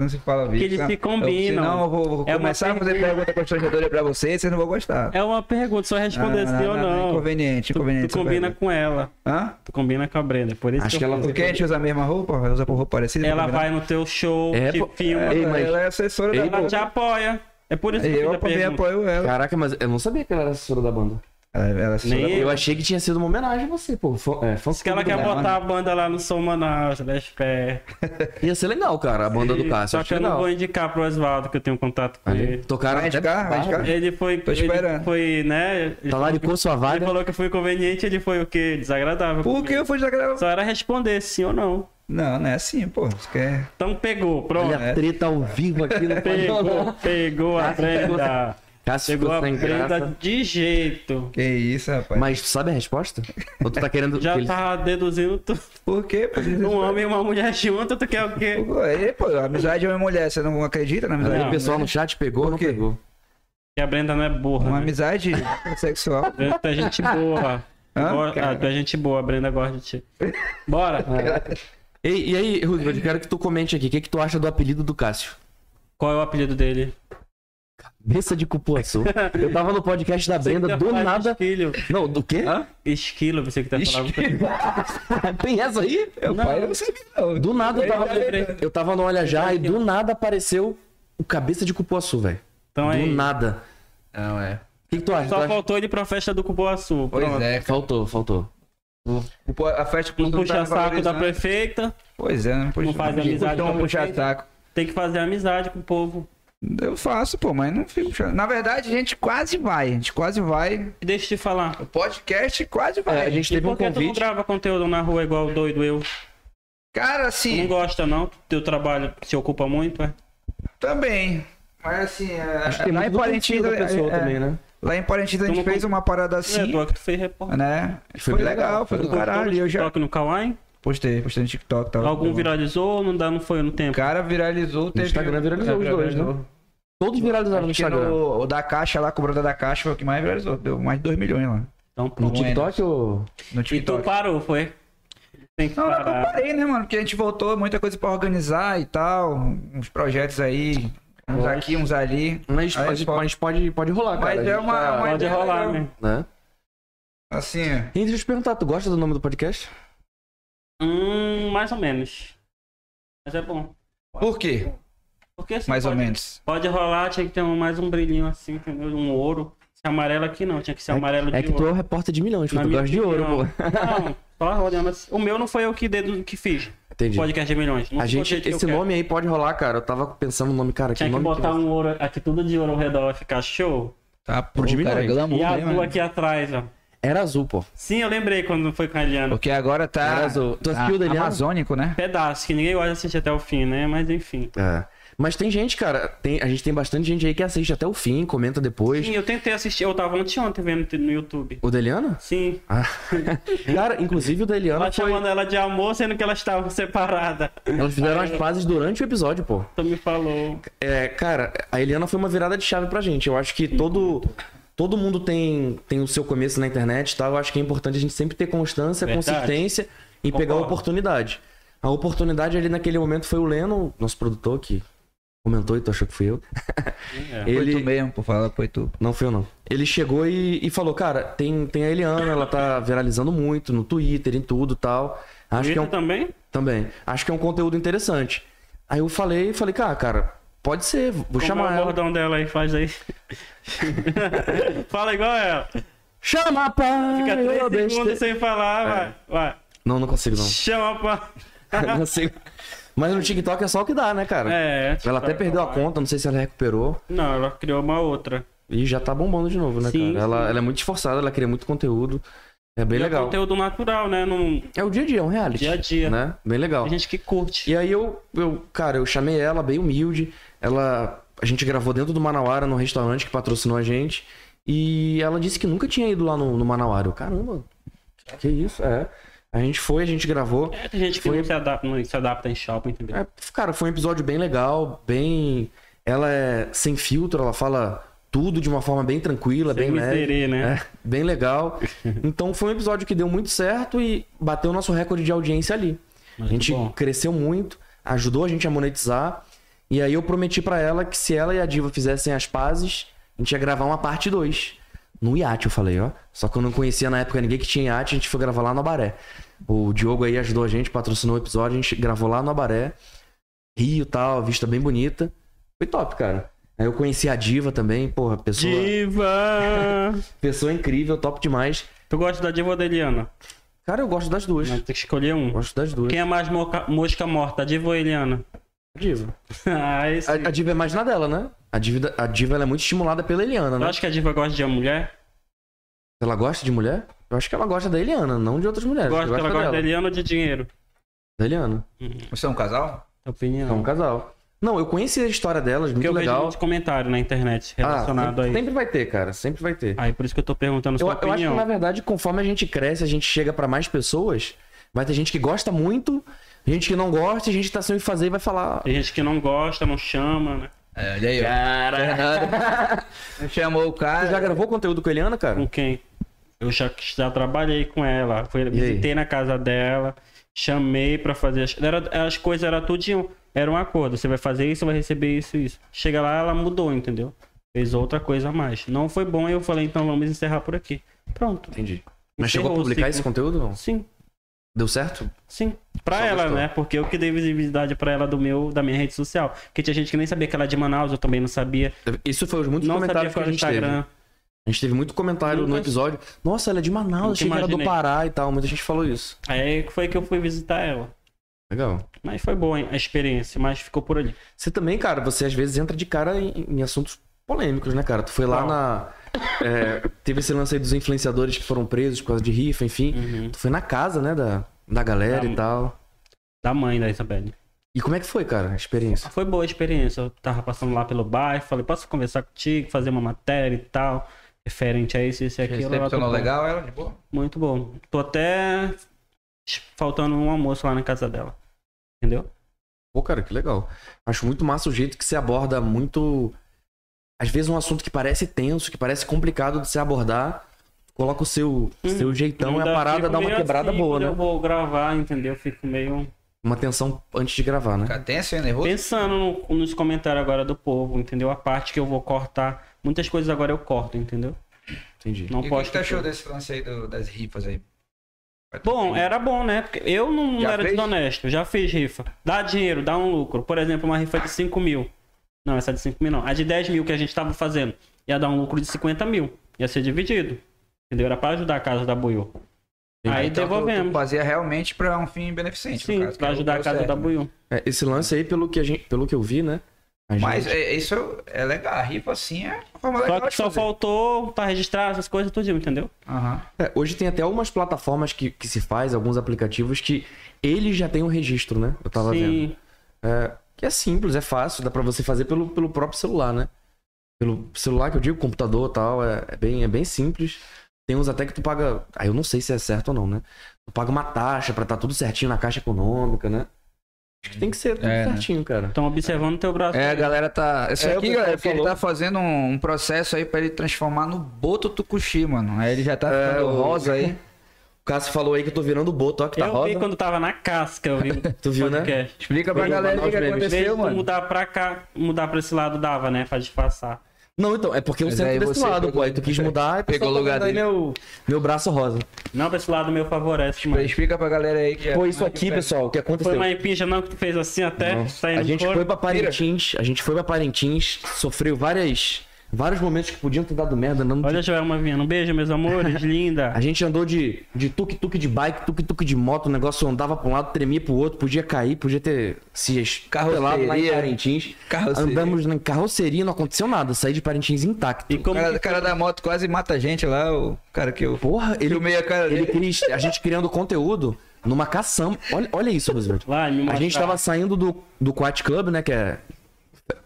Speaker 1: Não se fala vídeo.
Speaker 4: Porque eles se combinam.
Speaker 1: Não, eu vou, vou
Speaker 4: É uma
Speaker 1: começar a fazer pergunta constrangedora pra vocês, vocês não vão gostar.
Speaker 4: É uma pergunta, só
Speaker 1: Ah,
Speaker 4: responder sim ou
Speaker 1: é
Speaker 4: não.
Speaker 1: Inconveniente,
Speaker 4: Tu,
Speaker 1: inconveniente.
Speaker 4: tu
Speaker 1: essa
Speaker 4: combina
Speaker 1: pergunta. é
Speaker 4: com ela.
Speaker 1: Hã?
Speaker 4: Tu combina com a Brenda. é Por isso
Speaker 3: Acho
Speaker 4: eu
Speaker 3: que ela-
Speaker 4: fiz.
Speaker 1: Por que a gente usa a mesma roupa? Vai usar por roupa parecida?
Speaker 4: Ela
Speaker 1: Combinar?
Speaker 4: vai no teu show,
Speaker 3: É,
Speaker 4: te
Speaker 3: pô.
Speaker 4: filma,
Speaker 3: Ei,
Speaker 1: Ela,
Speaker 3: mas-
Speaker 1: ela é assessora
Speaker 3: Ei,
Speaker 1: da
Speaker 4: ela te apoia. É por isso que eu
Speaker 1: Eu
Speaker 4: fiz a
Speaker 1: também
Speaker 4: pergunta.
Speaker 1: apoio ela.
Speaker 3: Caraca, mas eu não sabia que ela era assessora da banda.
Speaker 1: Ela, ela é assessora
Speaker 4: Nem
Speaker 1: da-
Speaker 3: Eu achei que tinha sido uma homenagem a você, pô. Fã, é, fã
Speaker 4: Diz que ela quer
Speaker 1: Mano.
Speaker 4: botar a banda lá no Som Manaus, ela é esperta.
Speaker 3: Ia ser legal, cara, a banda do Cássio.
Speaker 4: Só
Speaker 3: acho
Speaker 4: que eu não
Speaker 3: legal.
Speaker 4: vou indicar pro Oswaldo, que eu tenho contato com
Speaker 3: Ali.
Speaker 4: ele.
Speaker 3: Tocaram
Speaker 1: Vai
Speaker 3: até
Speaker 1: indicar? Vai
Speaker 3: barra.
Speaker 1: indicar?
Speaker 4: Ele foi.
Speaker 1: Tô
Speaker 4: Ele
Speaker 1: esperando.
Speaker 4: foi, né?
Speaker 3: Talaricou sua
Speaker 4: Ele
Speaker 3: vaga.
Speaker 4: falou que foi inconveniente, ele foi o quê? Desagradável.
Speaker 1: Por que eu fui desagradável?
Speaker 4: Só era responder sim ou não.
Speaker 1: Não, não é assim, pô. Você quer...
Speaker 4: Então pegou, pronto.
Speaker 3: Olha a treta ao vivo aqui no
Speaker 4: Pegou,
Speaker 3: Pode
Speaker 4: pegou a prenda.
Speaker 3: Cássio
Speaker 4: Pegou
Speaker 3: ficou
Speaker 4: a
Speaker 3: sem
Speaker 4: prenda
Speaker 3: graça.
Speaker 4: de jeito.
Speaker 1: Que isso, rapaz.
Speaker 3: Mas tu sabe a resposta? Ou tu tá querendo. que
Speaker 4: Já
Speaker 3: ele-
Speaker 4: tá deduzindo tudo.
Speaker 1: Por quê? pô?
Speaker 4: Um homem e uma mulher junto, tu quer o quê?
Speaker 1: Pô, é, pô, amizade é uma mulher. Você não acredita na amizade?
Speaker 3: Aí
Speaker 4: Não, né?
Speaker 3: o pessoal no chat pegou ou não
Speaker 1: quê?
Speaker 3: pegou?
Speaker 4: Que a Brenda não é burra.
Speaker 1: Uma
Speaker 4: né?
Speaker 1: amizade sexual.
Speaker 4: Brenda, tu é gente boa.
Speaker 1: Hã?
Speaker 4: Boa- ah, tu é gente boa, a Brenda gosta de ti. Bora.
Speaker 3: É. Ei, e aí, Rudolf, eu quero que tu comente aqui. O que, que tu acha do apelido do Cássio?
Speaker 4: Qual é o apelido dele?
Speaker 3: Bessa de cupuaçu. Eu tava no podcast da
Speaker 4: Você
Speaker 3: Brenda,
Speaker 4: que tá
Speaker 3: do
Speaker 4: falando de
Speaker 3: nada.
Speaker 4: Esquilo.
Speaker 3: Não, do quê?
Speaker 4: Ah. Esquilo, você que tá falando.
Speaker 3: Tem essa aí?
Speaker 1: Meu pai, eu não sei não.
Speaker 3: Do nada eu tava,
Speaker 4: lembrei.
Speaker 3: eu tava no Olha Já e do nada apareceu o cabeça de cupuaçu, velho.
Speaker 4: Então
Speaker 3: do
Speaker 4: é isso.
Speaker 3: nada.
Speaker 1: Não, é.
Speaker 3: O que, que tu acha? Tu
Speaker 4: Só
Speaker 3: acha-
Speaker 4: faltou ele pra festa do Cupuaçu.
Speaker 1: Pois
Speaker 4: Pronto.
Speaker 1: é.
Speaker 3: Faltou, faltou.
Speaker 1: O po- A festa
Speaker 4: Não
Speaker 1: tá
Speaker 4: puxa saco da
Speaker 1: valorizando.
Speaker 4: prefeita.
Speaker 1: Pois é, não puxa.
Speaker 4: Não faz amizade
Speaker 1: Não
Speaker 4: com a
Speaker 1: puxa
Speaker 4: prefeita.
Speaker 1: saco.
Speaker 4: Tem que fazer amizade com o povo.
Speaker 1: Eu faço, pô, mas não fico puxando. Na verdade, a gente quase vai. A gente quase vai.
Speaker 4: E Deixa eu te falar.
Speaker 1: O podcast quase
Speaker 3: É,
Speaker 1: vai.
Speaker 3: a gente
Speaker 4: E
Speaker 3: teve um
Speaker 4: por que tu não
Speaker 3: convite.
Speaker 4: grava conteúdo na rua igual doido eu?
Speaker 1: Cara,
Speaker 4: Tu não
Speaker 1: assim,
Speaker 4: gosta não? Teu trabalho se ocupa muito, é?
Speaker 1: também. Mas assim, é,
Speaker 3: Acho que tem
Speaker 1: lá em
Speaker 3: muito do perfil
Speaker 1: Parentida.
Speaker 3: da pessoa
Speaker 1: é,
Speaker 3: também, né?
Speaker 1: Lá em Parentida a
Speaker 4: Tu
Speaker 1: gente
Speaker 4: não
Speaker 1: fez uma parada
Speaker 4: Sim. É,
Speaker 1: assim,
Speaker 4: tu é que tu fez reportagem.
Speaker 1: né?
Speaker 3: Foi
Speaker 1: Foi,
Speaker 3: bem
Speaker 1: legal,
Speaker 3: legal,
Speaker 1: foi
Speaker 3: foi
Speaker 1: do caralho.
Speaker 4: Todo
Speaker 1: Eu já
Speaker 4: TikTok no Kawaii?
Speaker 1: postei, postei no TikTok. Tava
Speaker 4: Algum viralizou, não dá, não foi no
Speaker 1: O
Speaker 4: tempo.
Speaker 1: cara viralizou, teve. um
Speaker 3: Instagram viralizou os dois, né? Todos viralizaram
Speaker 1: Acho
Speaker 3: no
Speaker 1: que
Speaker 3: Instagram. No,
Speaker 1: no- o da Caixa lá, a cobrança da Caixa foi o que mais viralizou. Deu mais de 2 milhões lá.
Speaker 4: Então, pô.
Speaker 3: TikTok ou.
Speaker 1: No
Speaker 4: E tu
Speaker 1: TikTok.
Speaker 4: parou, foi? Tem que
Speaker 1: Não, não, eu
Speaker 4: parar.
Speaker 1: parei, né, mano? Porque a gente voltou, muita coisa pra organizar e tal. Uns projetos aí, uns aqui, uns ali.
Speaker 3: Mas,
Speaker 1: Aí,
Speaker 3: mas,
Speaker 1: pô.
Speaker 3: mas pode, pode rolar, cara.
Speaker 1: Mas
Speaker 3: A gente
Speaker 1: é uma-
Speaker 3: tá-
Speaker 1: uma-
Speaker 4: Pode rolar, né?
Speaker 3: né?
Speaker 1: Assim,
Speaker 3: E deixa eu te perguntar, tu gosta do nome do podcast?
Speaker 4: Hum, mais ou menos. Mas é bom.
Speaker 1: por quê?
Speaker 4: Porque assim,
Speaker 1: Mais ou
Speaker 4: pode-
Speaker 1: menos.
Speaker 4: Pode rolar, tinha que ter um- mais um brilhinho assim, entendeu? Um ouro. Esse amarelo aqui não, tinha que ser amarelo de
Speaker 3: É que tu
Speaker 4: ouro.
Speaker 3: é o repórter de milhões, pô.
Speaker 4: Na
Speaker 3: Tu
Speaker 4: minha
Speaker 3: gosta de ouro,
Speaker 4: opinião.
Speaker 3: pô.
Speaker 4: Não, só rodando assim. O meu não foi eu que, dedo, que fiz.
Speaker 3: Entendi.
Speaker 4: Podcast de milhões. Não
Speaker 3: A
Speaker 4: foi do
Speaker 3: gente,
Speaker 4: jeito que eu
Speaker 3: esse
Speaker 4: quero.
Speaker 3: nome aí pode rolar, cara. Eu tava pensando no nome, cara.
Speaker 4: Tinha
Speaker 3: que
Speaker 4: que
Speaker 3: nome
Speaker 4: botar
Speaker 3: vai ser?
Speaker 4: um ouro aqui, tudo de ouro ao redor, vai ficar show.
Speaker 1: Tá, por
Speaker 3: de
Speaker 1: cara,
Speaker 3: milhões.
Speaker 1: glamour
Speaker 4: E a
Speaker 1: mesmo,
Speaker 4: azul
Speaker 1: né?
Speaker 4: aqui atrás, ó.
Speaker 3: Era azul, pô.
Speaker 4: Sim, eu lembrei quando foi com a Eliana. Um
Speaker 1: Porque agora tá,
Speaker 3: Era azul. Tu
Speaker 1: tá
Speaker 3: assistiu o Daniel?
Speaker 1: amazônico, né?
Speaker 4: Pedaço, que ninguém gosta de assistir até o fim, né? Mas enfim.
Speaker 3: É. Mas tem gente, cara. Tem, a gente tem bastante gente aí que assiste até o fim, comenta depois.
Speaker 4: Sim, eu tentei assistir, eu tava anteontem vendo no YouTube.
Speaker 3: O da Eliana?
Speaker 4: Sim.
Speaker 3: Ah. Cara, inclusive o da Eliana
Speaker 4: Ela
Speaker 3: foi.
Speaker 4: chamando ela de amor, sendo que elas estavam separadas.
Speaker 3: Elas fizeram as fases durante o episódio, pô.
Speaker 4: Tu me falou.
Speaker 3: É, cara, a Eliana foi uma virada de chave pra gente. Eu acho que todo. Todo mundo tem, tem o seu começo na internet e tal. Eu acho que é importante a gente sempre ter constância,
Speaker 4: Verdade.
Speaker 3: consistência e
Speaker 4: Concordo.
Speaker 3: pegar a oportunidade. A oportunidade ali naquele momento foi o Leno, nosso produtor, que comentou e tu achou que fui eu.
Speaker 4: É.
Speaker 1: Foi tu
Speaker 3: Ele,
Speaker 1: mesmo, por falar, foi tu.
Speaker 3: Não fui eu, não. Ele chegou e, e falou, cara, tem, tem a Eliana, ela tá viralizando muito no Twitter, em tudo e tal. Acho que é
Speaker 4: Twitter
Speaker 3: um...
Speaker 4: também?
Speaker 3: Também. Acho que é um conteúdo interessante. Aí eu falei, falei, cara, cara, pode ser, vou
Speaker 4: Como
Speaker 3: chamar
Speaker 4: é o
Speaker 3: ela.
Speaker 4: bordão dela aí, faz aí. Fala igual ela.
Speaker 3: Chama, pai!
Speaker 4: Fica
Speaker 3: ô
Speaker 4: três
Speaker 3: besta-
Speaker 4: segundos sem
Speaker 3: É.
Speaker 4: falar, vai.
Speaker 3: Não, não consigo, não.
Speaker 4: Chama pra.
Speaker 3: não sei. Mas no TikTok é só o que dá, né, cara?
Speaker 4: É.
Speaker 3: ela até perdeu a conta, não sei se ela recuperou.
Speaker 4: Não, ela criou uma outra.
Speaker 3: E já tá bombando de novo, né,
Speaker 4: Sim,
Speaker 3: cara? Ela,
Speaker 4: sim.
Speaker 3: ela é muito esforçada, ela cria muito conteúdo. É bem
Speaker 4: E é
Speaker 3: legal.
Speaker 4: conteúdo natural, né? Num
Speaker 3: É o dia a dia, é um reality.
Speaker 4: dia a dia.
Speaker 3: Né? Bem legal.
Speaker 4: Tem gente que curte.
Speaker 3: E aí eu, eu, cara, eu chamei ela, bem humilde. Ela. A gente gravou dentro do Manauara, num restaurante que patrocinou a gente. E ela disse que nunca tinha ido lá no, no Manauara. Eu, caramba, que isso? É. A gente foi, a gente gravou.
Speaker 4: É, tem gente que
Speaker 3: Foi-
Speaker 4: não, se adapta, não se adapta em shopping, entendeu?
Speaker 3: É, cara, foi um episódio bem legal, bem. Ela é sem filtro, ela fala tudo de uma forma bem tranquila,
Speaker 4: Sem
Speaker 3: bem leve.
Speaker 4: miserê, né?
Speaker 3: É, bem legal. Então foi um episódio que deu muito certo e bateu o nosso recorde de audiência ali. a
Speaker 4: Muito
Speaker 3: gente
Speaker 4: bom.
Speaker 3: cresceu muito, ajudou a gente a monetizar. E aí eu prometi pra ela que se ela e a Diva fizessem as pazes, a gente ia gravar uma parte 2. No iate, eu falei, ó. Só que eu não conhecia na época ninguém que tinha iate, a gente foi gravar lá no Abaré. O Diogo aí ajudou a gente, patrocinou o episódio, a gente gravou lá no Abaré. Rio e tal, vista bem bonita. Foi top, cara. Aí eu conheci a Diva também, porra, pessoa,
Speaker 4: Diva!
Speaker 3: pessoa incrível, top demais.
Speaker 4: tu gosta da diva ou da Eliana?
Speaker 3: Cara, eu gosto das duas.
Speaker 4: Mas tem que escolher um.
Speaker 3: Gosto das duas.
Speaker 4: Quem é mais moca- mosca morta, a diva ou a Eliana?
Speaker 3: A diva.
Speaker 4: ah, esse...
Speaker 3: A, a diva é mais na dela, né? A diva, a diva ela é muito estimulada pela Eliana,
Speaker 4: Eu
Speaker 3: né?
Speaker 4: acho que a diva gosta de uma mulher.
Speaker 3: Ela gosta de mulher? Eu acho que ela gosta da Eliana, não de outras mulheres.
Speaker 4: Gosta,
Speaker 3: Ela
Speaker 4: ela
Speaker 3: gosta
Speaker 4: gosta da
Speaker 3: é dela.
Speaker 4: Eliana ou de dinheiro?
Speaker 3: Da Eliana.
Speaker 1: Você é um casal?
Speaker 3: É um
Speaker 4: Opinião.
Speaker 3: casal. Não, eu conheci a história delas, muito
Speaker 4: Porque eu vejo
Speaker 3: legal.
Speaker 4: muitos comentários na internet relacionado
Speaker 3: ah,
Speaker 4: a isso.
Speaker 3: sempre vai ter, cara. Sempre vai ter.
Speaker 4: Aí por isso que eu tô perguntando
Speaker 3: Eu,
Speaker 4: sua
Speaker 3: eu acho que, é
Speaker 4: opinião.
Speaker 3: na verdade, conforme a gente cresce, a gente chega pra mais pessoas, vai ter gente que gosta muito, gente que não gosta, e gente que tá sem o que fazer e vai falar.
Speaker 4: Tem gente que não gosta, não chama, né?
Speaker 1: É, olha aí. Caralho. Chamou o
Speaker 3: Você "Ah, já
Speaker 1: cara.
Speaker 3: gravou conteúdo com a Eliana, cara?
Speaker 4: Com quem? Eu já, já trabalhei com ela. Fui, visitei na casa dela, chamei pra fazer as, era, as coisas, era tudinho. Era um acordo. Você vai fazer isso, vai receber isso e isso. Chega lá, ela mudou, entendeu? Fez outra coisa a mais. Não foi bom, aí eu falei, então vamos encerrar por aqui. Pronto.
Speaker 3: Entendi. Mas
Speaker 4: Encerrou
Speaker 3: chegou a
Speaker 4: o
Speaker 3: publicar
Speaker 4: ciclo.
Speaker 3: esse conteúdo? não?
Speaker 4: Sim,
Speaker 3: Deu certo?
Speaker 4: sim. Pra
Speaker 3: Só
Speaker 4: ela,
Speaker 3: gostou.
Speaker 4: né? Porque eu que dei visibilidade pra ela do meu, da minha rede social. Porque tinha gente que nem sabia que ela é de Manaus, eu também não sabia.
Speaker 3: Isso foi os muitos
Speaker 4: não sabia
Speaker 3: comentários que
Speaker 4: qual
Speaker 3: a
Speaker 4: era o
Speaker 3: gente teve.
Speaker 4: Instagram.
Speaker 3: A gente teve muito comentário no
Speaker 4: Nunca-
Speaker 3: episódio. Nossa, ela é de Manaus,
Speaker 4: Nunca
Speaker 3: achei que era do
Speaker 4: imaginei.
Speaker 3: Pará e tal. Muita gente falou isso.
Speaker 4: Aí foi que eu fui visitar ela.
Speaker 3: Legal.
Speaker 4: Mas foi boa hein, a experiência, mas ficou por ali.
Speaker 3: Você também, cara, você às vezes entra de cara em, em assuntos polêmicos, né, cara? Tu foi lá
Speaker 4: Qual?
Speaker 3: na. é, teve esse lance aí dos influenciadores que foram presos por causa de rifa, enfim. Tu foi na casa, né, da, da galera
Speaker 4: Da-
Speaker 3: e tal.
Speaker 4: Da mãe da Isabelle.
Speaker 3: E como é que foi, cara, a experiência?
Speaker 4: Foi boa a experiência. Eu tava passando lá pelo bairro, falei, posso conversar contigo, fazer uma matéria e tal, referente a isso, isso e aquilo. Ela,
Speaker 1: Recepcionou
Speaker 4: "Tá bom."
Speaker 1: legal ela, de boa?
Speaker 4: Muito bom. Tô até faltando um almoço lá na casa dela. Entendeu?
Speaker 3: Pô, cara, que legal. Acho muito massa o jeito que você aborda muito. Às vezes um assunto que parece tenso, que parece complicado de se abordar, coloca o seu, seu jeitão e Então, é a
Speaker 4: Ainda
Speaker 3: parada
Speaker 4: fico
Speaker 3: dá uma
Speaker 4: meio
Speaker 3: quebrada
Speaker 4: assim,
Speaker 3: boa,
Speaker 4: quando
Speaker 3: né?
Speaker 4: Eu vou gravar, entendeu? Fico meio
Speaker 3: Uma tensão antes de gravar, né?
Speaker 1: Cara, tenso, hein, nervoso?
Speaker 4: pensando no- nos comentários agora do povo, entendeu? A parte que eu vou cortar. Muitas coisas agora eu corto, entendeu?
Speaker 3: Entendi.
Speaker 4: Não
Speaker 1: E tá o que que
Speaker 4: posto.
Speaker 1: tu achou
Speaker 4: tudo.
Speaker 1: desse lance aí do- das rifas aí?
Speaker 4: Bom, era bom, né? Porque eu não, não
Speaker 1: Já
Speaker 4: era
Speaker 1: fez?
Speaker 4: desonesto, já fiz rifa. Dá dinheiro, dá um lucro. Por exemplo, uma rifa de 5 mil. Não, essa de 5 mil não. A de 10 mil que a gente tava fazendo ia dar um lucro de 50 mil. Ia ser dividido. Entendeu? Era pra ajudar a casa da Buiu. Aí
Speaker 1: então tu- Tu,
Speaker 4: devolvemos.
Speaker 1: fazia realmente pra um fim beneficente,
Speaker 4: Sim,
Speaker 1: no caso. que
Speaker 4: pra
Speaker 1: é o-
Speaker 4: ajudar
Speaker 1: é
Speaker 4: a
Speaker 1: o
Speaker 4: casa
Speaker 1: certo,
Speaker 4: da
Speaker 1: né?
Speaker 4: Buiu.
Speaker 3: É, esse lance aí, pelo que, a gente, pelo que eu vi, né? A
Speaker 1: Mas
Speaker 3: gente-
Speaker 1: é, isso é legal. A rifa, assim, é uma forma
Speaker 4: Só
Speaker 1: legal
Speaker 4: que
Speaker 1: de
Speaker 4: só
Speaker 1: fazer.
Speaker 4: faltou pra registrar essas coisas tudo, entendeu?
Speaker 1: Aham.
Speaker 3: É, hoje tem até algumas plataformas que, que se faz, alguns aplicativos que eles já têm o registro, né? Eu tava vendo.
Speaker 4: Sim.
Speaker 3: É, que é simples, é fácil, dá pra você fazer pelo, pelo próprio celular, né? Pelo celular que eu digo, computador e tal, é, é bem, é bem simples. Tem uns até que tu paga. Aí eu não sei se é certo ou não, né? Tu paga uma taxa pra tá tudo certinho na caixa econômica, né? Acho que tem que ser tudo
Speaker 1: É, né?
Speaker 3: certinho, cara.
Speaker 4: Estão observando teu braço.
Speaker 1: É, a galera tá. Isso
Speaker 3: É, o
Speaker 1: aqui,
Speaker 3: pessoal
Speaker 1: galera, é porque ele
Speaker 3: falou.
Speaker 1: tá fazendo um, um processo aí pra ele transformar no Boto Tucuxi, mano. Aí ele já tá
Speaker 3: É,
Speaker 1: ficando
Speaker 3: o-
Speaker 1: rosa aí.
Speaker 3: O Cássio falou aí que eu tô virando o boto, ó, que tá
Speaker 4: eu
Speaker 3: rosa.
Speaker 4: vi quando tava na casca, eu vi.
Speaker 3: Tu viu, né?
Speaker 4: podcast.
Speaker 1: Explica pra
Speaker 3: Foi
Speaker 1: galera o que,
Speaker 3: Manaus
Speaker 1: que
Speaker 3: mesmo.
Speaker 4: Em vez de
Speaker 1: aconteceu,
Speaker 4: tu
Speaker 1: mano.
Speaker 4: mudar pra cá, mudar pra esse lado dava, né? Pra disfarçar.
Speaker 3: Não, então, é porque eu
Speaker 5: Mas
Speaker 3: sempre
Speaker 5: aí
Speaker 3: fui desse
Speaker 5: você
Speaker 3: lado, pô.
Speaker 5: pegou-
Speaker 3: Aí tu quis mudar e
Speaker 1: tá
Speaker 5: pegou o lugar
Speaker 3: daí
Speaker 5: dele.
Speaker 3: meu, meu braço rosa.
Speaker 4: Não, pra esse lado meu favorece, mano.
Speaker 5: Explica pra galera aí que é.
Speaker 3: Pô, isso aqui, pessoal, o que
Speaker 4: Foi
Speaker 3: aconteceu?
Speaker 4: uma empincha não que tu fez assim até sair
Speaker 3: A
Speaker 4: no
Speaker 3: gente
Speaker 4: couro?
Speaker 3: foi pra Parintins, a gente foi pra Parintins, sofreu várias, vários momentos que podiam ter dado merda. Não
Speaker 4: Olha, Joel Maviano. Um beijo, meus amores.
Speaker 3: A
Speaker 4: Linda.
Speaker 3: gente andou de de tuk-tuk de bike, tuk-tuk de moto, o negócio andava pra um lado, tremia pro outro, podia cair, podia ter se espelado lá em
Speaker 5: Carroceria.
Speaker 3: Parintins.
Speaker 5: Carroceria.
Speaker 3: Andamos na carroceria, não aconteceu nada, saí de Parintins intacto.
Speaker 4: E
Speaker 5: O
Speaker 4: como
Speaker 5: cara,
Speaker 4: que
Speaker 5: o cara da moto quase mata a gente lá, o cara que eu.
Speaker 3: Porra, ele,
Speaker 5: Filmei a cara
Speaker 3: ele
Speaker 5: dele.
Speaker 3: cri- a gente criando conteúdo numa caçamba. Olha, olha isso, Roosevelt.
Speaker 4: Lá, me
Speaker 3: A
Speaker 4: mostra.
Speaker 3: gente tava saindo do, do Quat Club, né? Que é.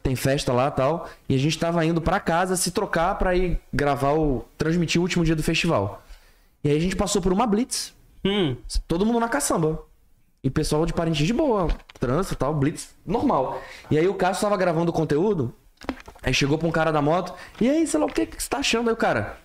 Speaker 3: Tem festa lá e tal. E a gente tava indo pra casa se trocar pra ir gravar o. transmitir o último dia do festival. E aí a gente passou por uma blitz.
Speaker 4: Hum,
Speaker 3: Todo mundo na caçamba. E pessoal de Parintins de boa. Trânsito e tal, blitz normal. E aí o Cássio tava gravando o conteúdo. Aí chegou pra um cara da moto. E aí, sei lá, o que, que você tá achando aí, o cara?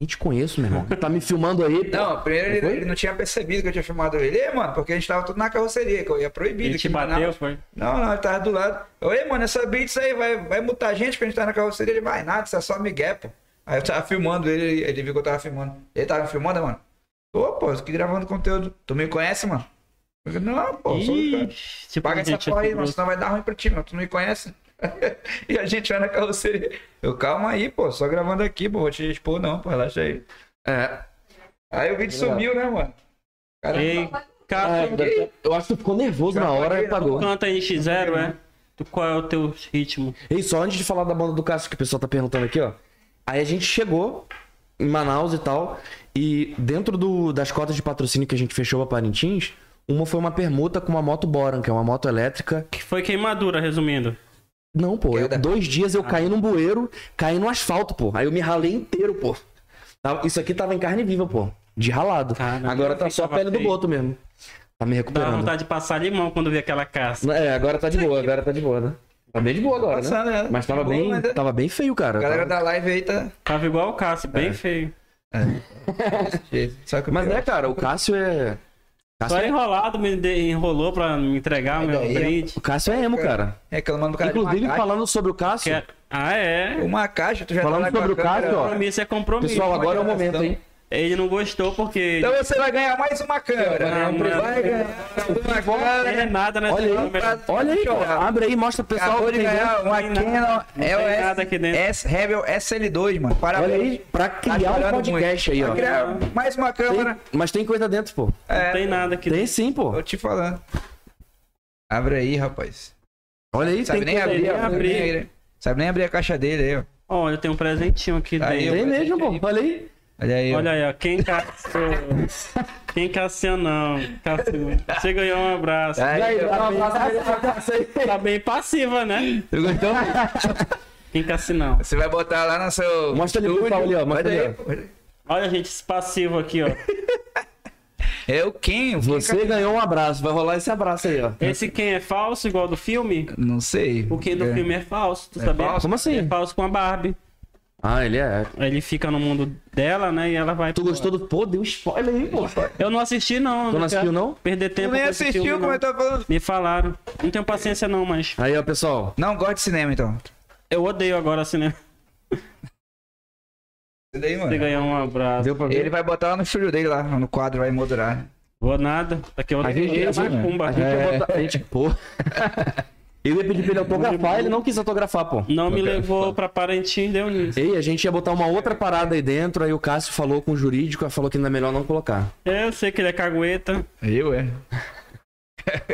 Speaker 3: Nem te conheço, meu irmão. Tá me filmando aí. pô."
Speaker 1: Não, primeiro
Speaker 3: Não
Speaker 1: ele,
Speaker 3: foi?
Speaker 1: ele não tinha percebido que eu tinha filmado ele. Ei, mano, porque a gente tava tudo na carroceria, que eu ia proibido.
Speaker 4: ele
Speaker 1: aqui
Speaker 4: te
Speaker 1: em
Speaker 4: bateu,
Speaker 1: Manaus.
Speaker 4: foi?
Speaker 1: Não, não, ele tava do lado. Eu, Ei, mano, essa blitz aí vai, vai mutar a gente porque a gente tá na carroceria. Ele, vai nada, isso é só migué, pô. Aí eu tava filmando ele, ele viu que eu tava filmando. Ele tava me filmando, mano? Ô, pô, eu tô aqui gravando conteúdo. Tu me conhece, mano? Eu falei, não, pô, sou do cara.
Speaker 4: Ih, tipo,
Speaker 1: Paga essa
Speaker 4: gente,
Speaker 1: porra aí,
Speaker 4: é
Speaker 1: mano, senão vai dar ruim pra ti, mano. Tu não me conhece? e a gente vai na carroceria. Eu, calma aí, pô, só gravando aqui, pô, vou te expor não, pô, relaxa aí.
Speaker 3: É.
Speaker 1: Aí o vídeo sumiu, né, mano? Cara,
Speaker 4: Ei,
Speaker 1: tá
Speaker 3: Ah,
Speaker 4: cara,
Speaker 3: eu acho que tu ficou nervoso na hora e apagou.
Speaker 4: tu canta NX0,
Speaker 1: né?
Speaker 4: é? Tu, qual é o teu ritmo?
Speaker 3: E só antes de falar da banda do Cássio, que o pessoal tá perguntando aqui, ó. Aí a gente chegou em Manaus e tal, e dentro do- das cotas de patrocínio que a gente fechou pra Parintins, uma foi uma permuta com uma moto Boran, que é uma moto elétrica.
Speaker 4: Que foi queimadura, resumindo.
Speaker 3: Não, pô, eu-
Speaker 1: Queda.
Speaker 3: dois dias eu caí num bueiro, caí no asfalto, pô. Aí eu me ralei inteiro, pô. Tava- Isso aqui tava em carne viva, pô. De ralado.
Speaker 4: Caramba,
Speaker 3: Agora tá
Speaker 4: eu
Speaker 3: só a
Speaker 4: tava
Speaker 3: pele do
Speaker 4: feio.
Speaker 3: boto mesmo. Tá me
Speaker 4: Dá
Speaker 3: recuperando.
Speaker 4: vontade de passar limão quando vi aquela casca.
Speaker 3: É, agora tá de boa, agora tá de boa, né? Tá bem de boa agora,
Speaker 1: Passando,
Speaker 3: né?
Speaker 1: né?
Speaker 3: Mas tava
Speaker 1: De boa,
Speaker 3: bem,
Speaker 1: mas é-
Speaker 3: tava bem feio, cara.
Speaker 1: a galera
Speaker 3: Tava-
Speaker 1: da live aí tá.
Speaker 4: Tava igual o Cássio,
Speaker 3: É.
Speaker 4: bem feio.
Speaker 1: Só que o
Speaker 3: Mas
Speaker 1: pior-
Speaker 3: é, cara, o Cássio é. Cássio
Speaker 4: Só
Speaker 3: é...
Speaker 4: enrolado, me de- enrolou pra me entregar o meu
Speaker 1: daí,
Speaker 4: brinde.
Speaker 3: O Cássio é emo, cara.
Speaker 1: Reclamando do cara de
Speaker 3: Inclusive,
Speaker 1: uma caixa.
Speaker 3: falando sobre o Cássio,
Speaker 4: Que- Ah, é?
Speaker 1: Uma caixa, tu já tá
Speaker 3: Falando
Speaker 1: lá com a
Speaker 3: sobre o
Speaker 1: câmera.
Speaker 3: Cássio, ó.
Speaker 4: Compromisso é compromisso.
Speaker 3: pessoal, agora é o momento, hein?
Speaker 4: Ele não gostou porque...
Speaker 1: Então você vai ganhar mais uma câmera.
Speaker 4: Não,
Speaker 1: né?
Speaker 4: mano.
Speaker 1: Vai ganhar mais uma
Speaker 4: Não
Speaker 1: câmera.
Speaker 4: é nada nessa
Speaker 3: Olha aí, tá
Speaker 4: câmera.
Speaker 3: olha aí, pô. Abre aí, mostra pro pessoal.
Speaker 1: Acabou de
Speaker 3: que tem dentro.
Speaker 1: ganhar uma
Speaker 4: tem nada.
Speaker 1: Canon
Speaker 4: Não tem nada aqui dentro.
Speaker 1: EOS S Rebel SL2, mano. Parabéns.
Speaker 3: Olha aí, pra criar um
Speaker 1: melhorando
Speaker 3: podcast
Speaker 1: Tá muito. Tá
Speaker 3: aí, ó.
Speaker 1: Vai criar mais uma câmera.
Speaker 3: Tem- mas tem coisa dentro, pô.
Speaker 4: Não tem nada aqui.
Speaker 3: Tem sim, pô.
Speaker 1: Tô te falando. Abre aí, rapaz.
Speaker 3: Olha aí,
Speaker 1: Sabe
Speaker 3: tem
Speaker 1: nem
Speaker 3: coisa
Speaker 1: abrir,
Speaker 3: aí.
Speaker 1: ó.
Speaker 4: abrir.
Speaker 1: Sabe nem- Sabe nem abrir a caixa dele aí, ó.
Speaker 4: Olha, eu tenho um presentinho aqui
Speaker 1: Aí,
Speaker 4: dentro.
Speaker 3: Tem mesmo, pô. Olha aí.
Speaker 1: Olha aí. ó.
Speaker 4: Olha aí, ó. Quem caçou? Quem caçou não? Caçou. Você ganhou um abraço.
Speaker 3: E aí,
Speaker 1: Aí, ó.
Speaker 3: dá um abraço pra ele, dá um abraço aí.
Speaker 4: Tá bem passiva, né?
Speaker 3: Tu gostou?
Speaker 4: Quem caçou não?
Speaker 1: Você vai botar lá no seu.
Speaker 3: Mostra ali pro
Speaker 1: estúdio.
Speaker 3: pessoal ali, ó. Mostra
Speaker 1: Olha
Speaker 3: ali,
Speaker 1: aí,
Speaker 3: ó.
Speaker 1: pô, olha aí.
Speaker 4: Olha, gente, esse passivo aqui, ó.
Speaker 1: É o Ken. o Ken
Speaker 3: Você ganhou um abraço. Vai rolar esse abraço aí, ó.
Speaker 4: Esse quem é falso, igual do filme?
Speaker 1: Não sei.
Speaker 4: O quem do
Speaker 1: É.
Speaker 4: filme é falso, tu sabia?
Speaker 1: falso?
Speaker 3: Como
Speaker 4: É
Speaker 3: assim?
Speaker 4: falso com a Barbie.
Speaker 3: Ah, ele é.
Speaker 4: Ele fica no mundo dela, né? E ela vai.
Speaker 3: Tu gostou do. Pô, deu um spoiler aí, pô.
Speaker 4: Eu não assisti, não.
Speaker 3: Tu não assistiu,
Speaker 4: quero
Speaker 3: não?
Speaker 4: Perder tempo.
Speaker 1: Tu nem
Speaker 4: com esse
Speaker 1: assistiu,
Speaker 4: filme,
Speaker 1: como
Speaker 4: não.
Speaker 1: eu tava falando.
Speaker 4: Me falaram. Não tenho paciência, não, mas.
Speaker 3: Aí, ó, pessoal.
Speaker 1: Não gosta de cinema, então.
Speaker 4: Eu odeio agora cinema.
Speaker 1: É. Isso daí,
Speaker 4: Você
Speaker 1: mano.
Speaker 4: ganhou um abraço.
Speaker 3: Deu pra ver?
Speaker 1: Ele vai botar lá no estúdio dele, lá no quadro, vai moderar.
Speaker 4: Vou nada. Daqui eu
Speaker 3: A gente- né? É.
Speaker 4: odeio
Speaker 3: a gente-
Speaker 1: né?
Speaker 4: macumba.
Speaker 3: A gente ia botar. a gente- pô. Eu ia pedir pra ele autografar, ele não quis autografar, pô.
Speaker 4: Não me levou pra Parintins, deu nisso.
Speaker 3: Ei, a gente ia botar uma outra parada aí dentro, aí o Cássio falou com o jurídico, aí falou que não é melhor não colocar.
Speaker 4: Eu sei que ele é cagueta.
Speaker 1: Eu, é.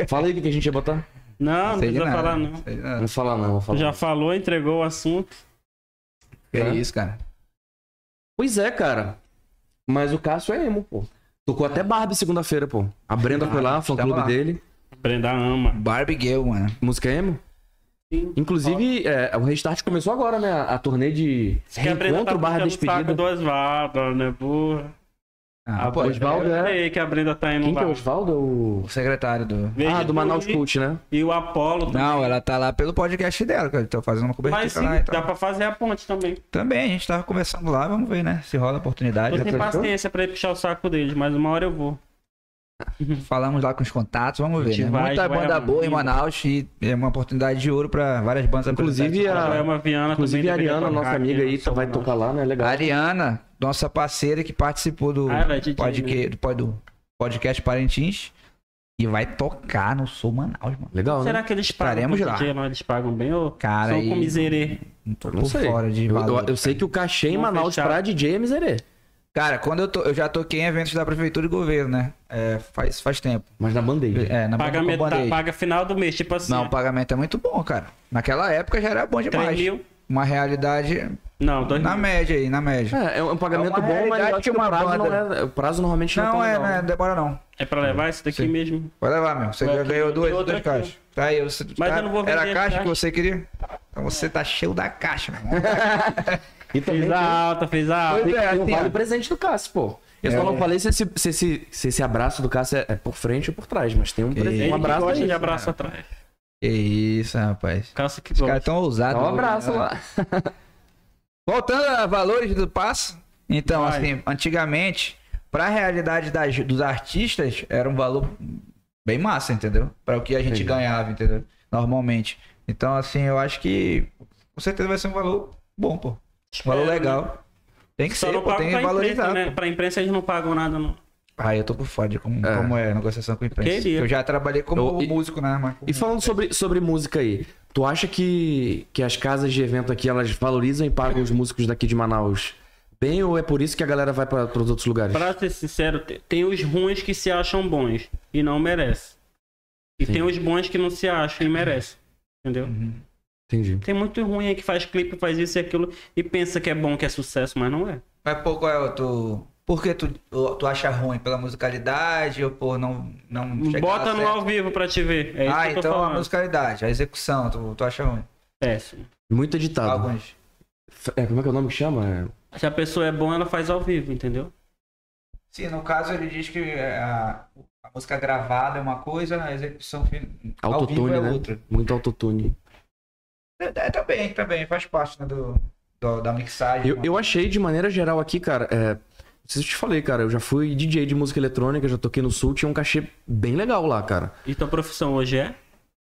Speaker 3: Fala aí o que que a gente ia botar.
Speaker 4: Ah, Não, não
Speaker 1: Sei de
Speaker 4: precisa
Speaker 1: nada.
Speaker 4: falar, não.
Speaker 1: Sei de nada.
Speaker 3: Não vou falar não, vou falar.
Speaker 4: Já falou, entregou o assunto.
Speaker 1: Que isso, cara.
Speaker 3: Pois é, cara. Mas o Cássio é emo, pô. Tocou até Barbie segunda-feira, pô. A Brenda foi lá, fã
Speaker 1: tamo
Speaker 3: clube
Speaker 1: lá.
Speaker 3: dele.
Speaker 4: Brenda ama.
Speaker 1: Barbie Girl, mano.
Speaker 3: Música emo.
Speaker 4: Sim.
Speaker 3: Inclusive, é, o Restart começou agora, né? A, a turnê de
Speaker 4: Que a Brenda tá
Speaker 3: reencontro barra
Speaker 4: puxando o saco
Speaker 3: despedida.
Speaker 4: do Osvaldo, né, burra?
Speaker 1: Ah,
Speaker 4: Ah,
Speaker 1: pô,
Speaker 3: Osvaldo
Speaker 4: Eu
Speaker 3: é...
Speaker 4: sei que a Brenda tá indo
Speaker 3: Quem que
Speaker 4: lá.
Speaker 3: é o Osvaldo? É O...
Speaker 1: o secretário do.
Speaker 4: Vejo
Speaker 3: Ah, do
Speaker 4: tu
Speaker 3: Manaus
Speaker 4: e-
Speaker 3: Cult, né?
Speaker 4: E o Apolo também.
Speaker 1: Não, ela tá lá pelo podcast dela, que eu tô fazendo uma cobertura
Speaker 4: Mas sim,
Speaker 1: lá e
Speaker 4: dá
Speaker 1: tal.
Speaker 4: pra fazer a ponte também.
Speaker 1: Também, a gente tava
Speaker 3: Ah,
Speaker 1: conversando lá, vamos ver, né? Se rola a oportunidade.
Speaker 4: Eu tenho paciência pra ele puxar o saco deles, mas uma hora eu vou.
Speaker 1: Falamos lá com os contatos, vamos
Speaker 4: A gente
Speaker 1: ver. Né?
Speaker 4: vai,
Speaker 1: Muita
Speaker 4: vai
Speaker 1: banda
Speaker 4: arrumando.
Speaker 1: boa em Manaus e é uma oportunidade de ouro pra várias bandas.
Speaker 3: Inclusive,
Speaker 1: apresentarem.
Speaker 3: a,
Speaker 4: Joelma é Viana
Speaker 3: inclusive
Speaker 4: também
Speaker 3: a
Speaker 4: deveria
Speaker 3: Ariana,
Speaker 4: tocar
Speaker 3: nossa
Speaker 4: aqui
Speaker 3: amiga
Speaker 4: no
Speaker 3: aí, tá- vai
Speaker 4: Salvador.
Speaker 3: tocar lá, né?
Speaker 1: a
Speaker 3: Legal.
Speaker 1: Ariana, nossa parceira que participou do,
Speaker 4: Ah, ela é DJ,
Speaker 1: podca- do, pod- do podcast Parentins e vai tocar no Sul Manaus, mano.
Speaker 3: Legal, né?
Speaker 4: Será que eles pagam?
Speaker 1: Estaremos
Speaker 4: pro
Speaker 1: lá.
Speaker 4: DJ, mas eles pagam bem ou
Speaker 1: Cara,
Speaker 4: são
Speaker 1: e-
Speaker 4: com miserê?
Speaker 1: Não tô
Speaker 3: Não
Speaker 1: por
Speaker 3: sei.
Speaker 1: fora de
Speaker 3: Eu,
Speaker 1: valor.
Speaker 3: eu- eu sei que o cachê em
Speaker 4: Vamos
Speaker 3: Manaus
Speaker 4: fechar.
Speaker 3: pra DJ é miserê.
Speaker 1: Cara, quando eu, to- eu já toquei em eventos da prefeitura e governo, né? É, faz, faz tempo.
Speaker 3: Mas na bandeira.
Speaker 1: É, na
Speaker 4: Paga,
Speaker 1: Banca
Speaker 4: metade-
Speaker 1: Band-Aid.
Speaker 4: paga final do mês, tipo assim.
Speaker 1: Não, o pagamento é muito bom, cara. Naquela época já era bom
Speaker 4: 3
Speaker 1: demais.
Speaker 4: mil.
Speaker 1: Uma realidade
Speaker 4: Não, 2
Speaker 1: na
Speaker 4: mil.
Speaker 1: média aí, na média.
Speaker 3: É, é um pagamento
Speaker 1: É uma
Speaker 3: bom, mas
Speaker 1: realidade
Speaker 3: eu acho que o
Speaker 1: que uma
Speaker 3: prazo não
Speaker 1: banda-
Speaker 3: é. O prazo normalmente não,
Speaker 1: não,
Speaker 3: é.
Speaker 1: é,
Speaker 3: tão
Speaker 1: não é,
Speaker 3: legal.
Speaker 1: demora não.
Speaker 4: É pra levar isso daqui
Speaker 1: Sim.
Speaker 4: mesmo.
Speaker 1: Vai levar, meu. Você
Speaker 4: Vai
Speaker 1: já
Speaker 4: aqui,
Speaker 1: ganhou duas,
Speaker 4: tem outra
Speaker 1: duas
Speaker 4: aqui.
Speaker 1: caixas. Tá aí, você,
Speaker 4: Mas
Speaker 1: tá-
Speaker 4: eu não vou
Speaker 1: Era
Speaker 4: vender
Speaker 1: a caixa
Speaker 4: a
Speaker 1: que
Speaker 4: caixa.
Speaker 1: você queria? Então você tá cheio da caixa, meu irmão.
Speaker 3: E também
Speaker 4: Fez a alta, fez a alta.
Speaker 3: tem que
Speaker 1: é,
Speaker 3: ter um
Speaker 1: assim, ó.
Speaker 3: vale presente do Cássio, pô. É. Eu só não falei se esse, se, esse, se esse abraço do Cássio é é por frente ou por trás, mas tem um, presente,
Speaker 4: Ele
Speaker 3: um
Speaker 4: que
Speaker 3: abraço
Speaker 4: gosta
Speaker 3: aí.
Speaker 4: de abraço atrás.
Speaker 1: que isso, rapaz.
Speaker 4: Calça que
Speaker 1: Os
Speaker 4: gosta.
Speaker 1: caras tão ousados.
Speaker 3: Dá um
Speaker 1: hoje,
Speaker 3: abraço
Speaker 1: né?
Speaker 3: lá.
Speaker 1: Voltando a valores do passo, então,
Speaker 4: Vai.
Speaker 1: assim, antigamente, pra realidade das- dos artistas, era um valor bem massa, entendeu? Pra o que a gente
Speaker 3: Entendi.
Speaker 1: ganhava, entendeu? Normalmente. Então, assim, eu acho que com certeza vai ser um valor bom, pô. Um valor
Speaker 4: Espero,
Speaker 1: legal. Tem que
Speaker 4: É. Só
Speaker 1: ser,
Speaker 4: não
Speaker 1: pô,
Speaker 4: pagam
Speaker 1: tem
Speaker 4: pra
Speaker 1: que
Speaker 4: imprensa,
Speaker 1: valorizar.
Speaker 4: né? Pra imprensa eles não pagam nada, não.
Speaker 1: Ah, eu tô por fora de como
Speaker 3: É.
Speaker 1: é, como é a negociação com a imprensa.
Speaker 4: Queria.
Speaker 1: Eu já trabalhei como
Speaker 3: Eu- e-
Speaker 1: músico, né, Marco?
Speaker 3: E falando sobre, sobre música aí, tu acha que, que as casas de evento aqui, elas valorizam e pagam os músicos daqui de Manaus bem ou é por isso que a galera vai para os outros lugares?
Speaker 4: Pra ser sincero, te- tem os ruins que se acham bons e não merecem. E
Speaker 3: Sim.
Speaker 4: tem os bons que não se acham e merecem. Entendeu?
Speaker 1: Uhum.
Speaker 3: Entendi.
Speaker 4: Tem muito ruim aí que faz clipe, faz isso e aquilo e pensa que é bom, que é sucesso, mas não é.
Speaker 1: Mas, pô, qual é o tu... Por que tu, tu acha ruim? Pela musicalidade ou por não, não chegar
Speaker 4: Bota no
Speaker 1: certo?
Speaker 4: ao vivo pra te ver. É isso
Speaker 1: ah,
Speaker 4: que eu tô
Speaker 1: então a
Speaker 4: falando. É,
Speaker 1: musicalidade, a execução, tu, tu acha ruim?
Speaker 4: Péssimo.
Speaker 3: Muito editado.
Speaker 1: Alguns.
Speaker 3: F- É, como é que é o nome que chama? É-
Speaker 4: Se a pessoa é boa, ela faz ao vivo, entendeu?
Speaker 1: Sim, no caso ele diz que é, a, a música gravada é uma coisa, a execução fin- ao vivo
Speaker 3: Autotune,
Speaker 1: é
Speaker 3: né?
Speaker 1: outra.
Speaker 3: Muito autotune.
Speaker 1: É, é, também, também, faz parte né, do, do- da mixagem.
Speaker 3: Eu, eu achei, de maneira geral, aqui, cara, é... Não sei se eu te falei, cara, eu já fui DJ de música eletrônica, já toquei no Sul, tinha um cachê bem legal lá, cara.
Speaker 4: E tua profissão hoje é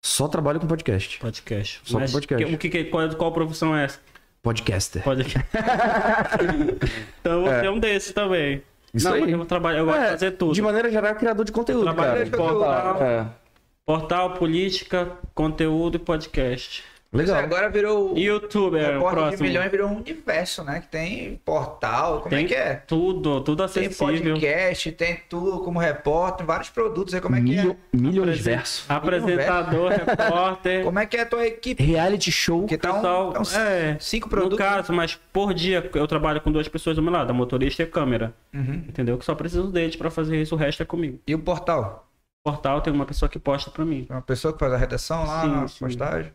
Speaker 3: Só trabalho com podcast.
Speaker 4: podcast.
Speaker 3: Só
Speaker 4: Mas
Speaker 3: podcast.
Speaker 4: que- O que, que, qual, qual profissão é essa?
Speaker 3: Podcaster.
Speaker 4: Podcast. então você é. um desses também.
Speaker 3: Isso
Speaker 4: não,
Speaker 3: aí.
Speaker 4: mas eu vou trabalhar, eu gosto
Speaker 3: É,
Speaker 4: de fazer tudo.
Speaker 3: De maneira geral, criador de conteúdo,
Speaker 4: Trabalho
Speaker 3: cara.
Speaker 1: de conteúdo,
Speaker 3: Portal,
Speaker 4: né?
Speaker 3: é.
Speaker 4: Portal, política, conteúdo e podcast.
Speaker 1: Mas
Speaker 3: Legal.
Speaker 1: agora virou
Speaker 4: YouTube é o
Speaker 1: Repórter Uh, de
Speaker 4: próximo.
Speaker 1: milhões virou um universo, né? Que tem portal, como
Speaker 4: Tem
Speaker 1: é que é?
Speaker 4: Tudo, tudo
Speaker 1: Tem
Speaker 4: acessível.
Speaker 1: podcast, tem tu como repórter, vários produtos aí, como é que
Speaker 3: Milho-
Speaker 1: é?
Speaker 3: Milhões verso.
Speaker 4: Apresentador,
Speaker 1: um
Speaker 4: repórter.
Speaker 1: Como é que é a tua equipe?
Speaker 3: Reality show.
Speaker 1: Porque tá um,
Speaker 4: Pessoal,
Speaker 1: tá uns
Speaker 4: é,
Speaker 1: cinco
Speaker 4: No
Speaker 1: produtos.
Speaker 4: caso, mas por dia eu trabalho com duas pessoas do meu lado, a motorista e a câmera.
Speaker 1: Uhum.
Speaker 4: Entendeu? Que só preciso deles pra fazer isso, o resto é comigo.
Speaker 1: E o portal?
Speaker 4: Portal tem uma pessoa que posta pra mim.
Speaker 1: É Uma pessoa que faz a redação lá,
Speaker 4: Sim,
Speaker 1: a
Speaker 4: sim.
Speaker 1: postagem.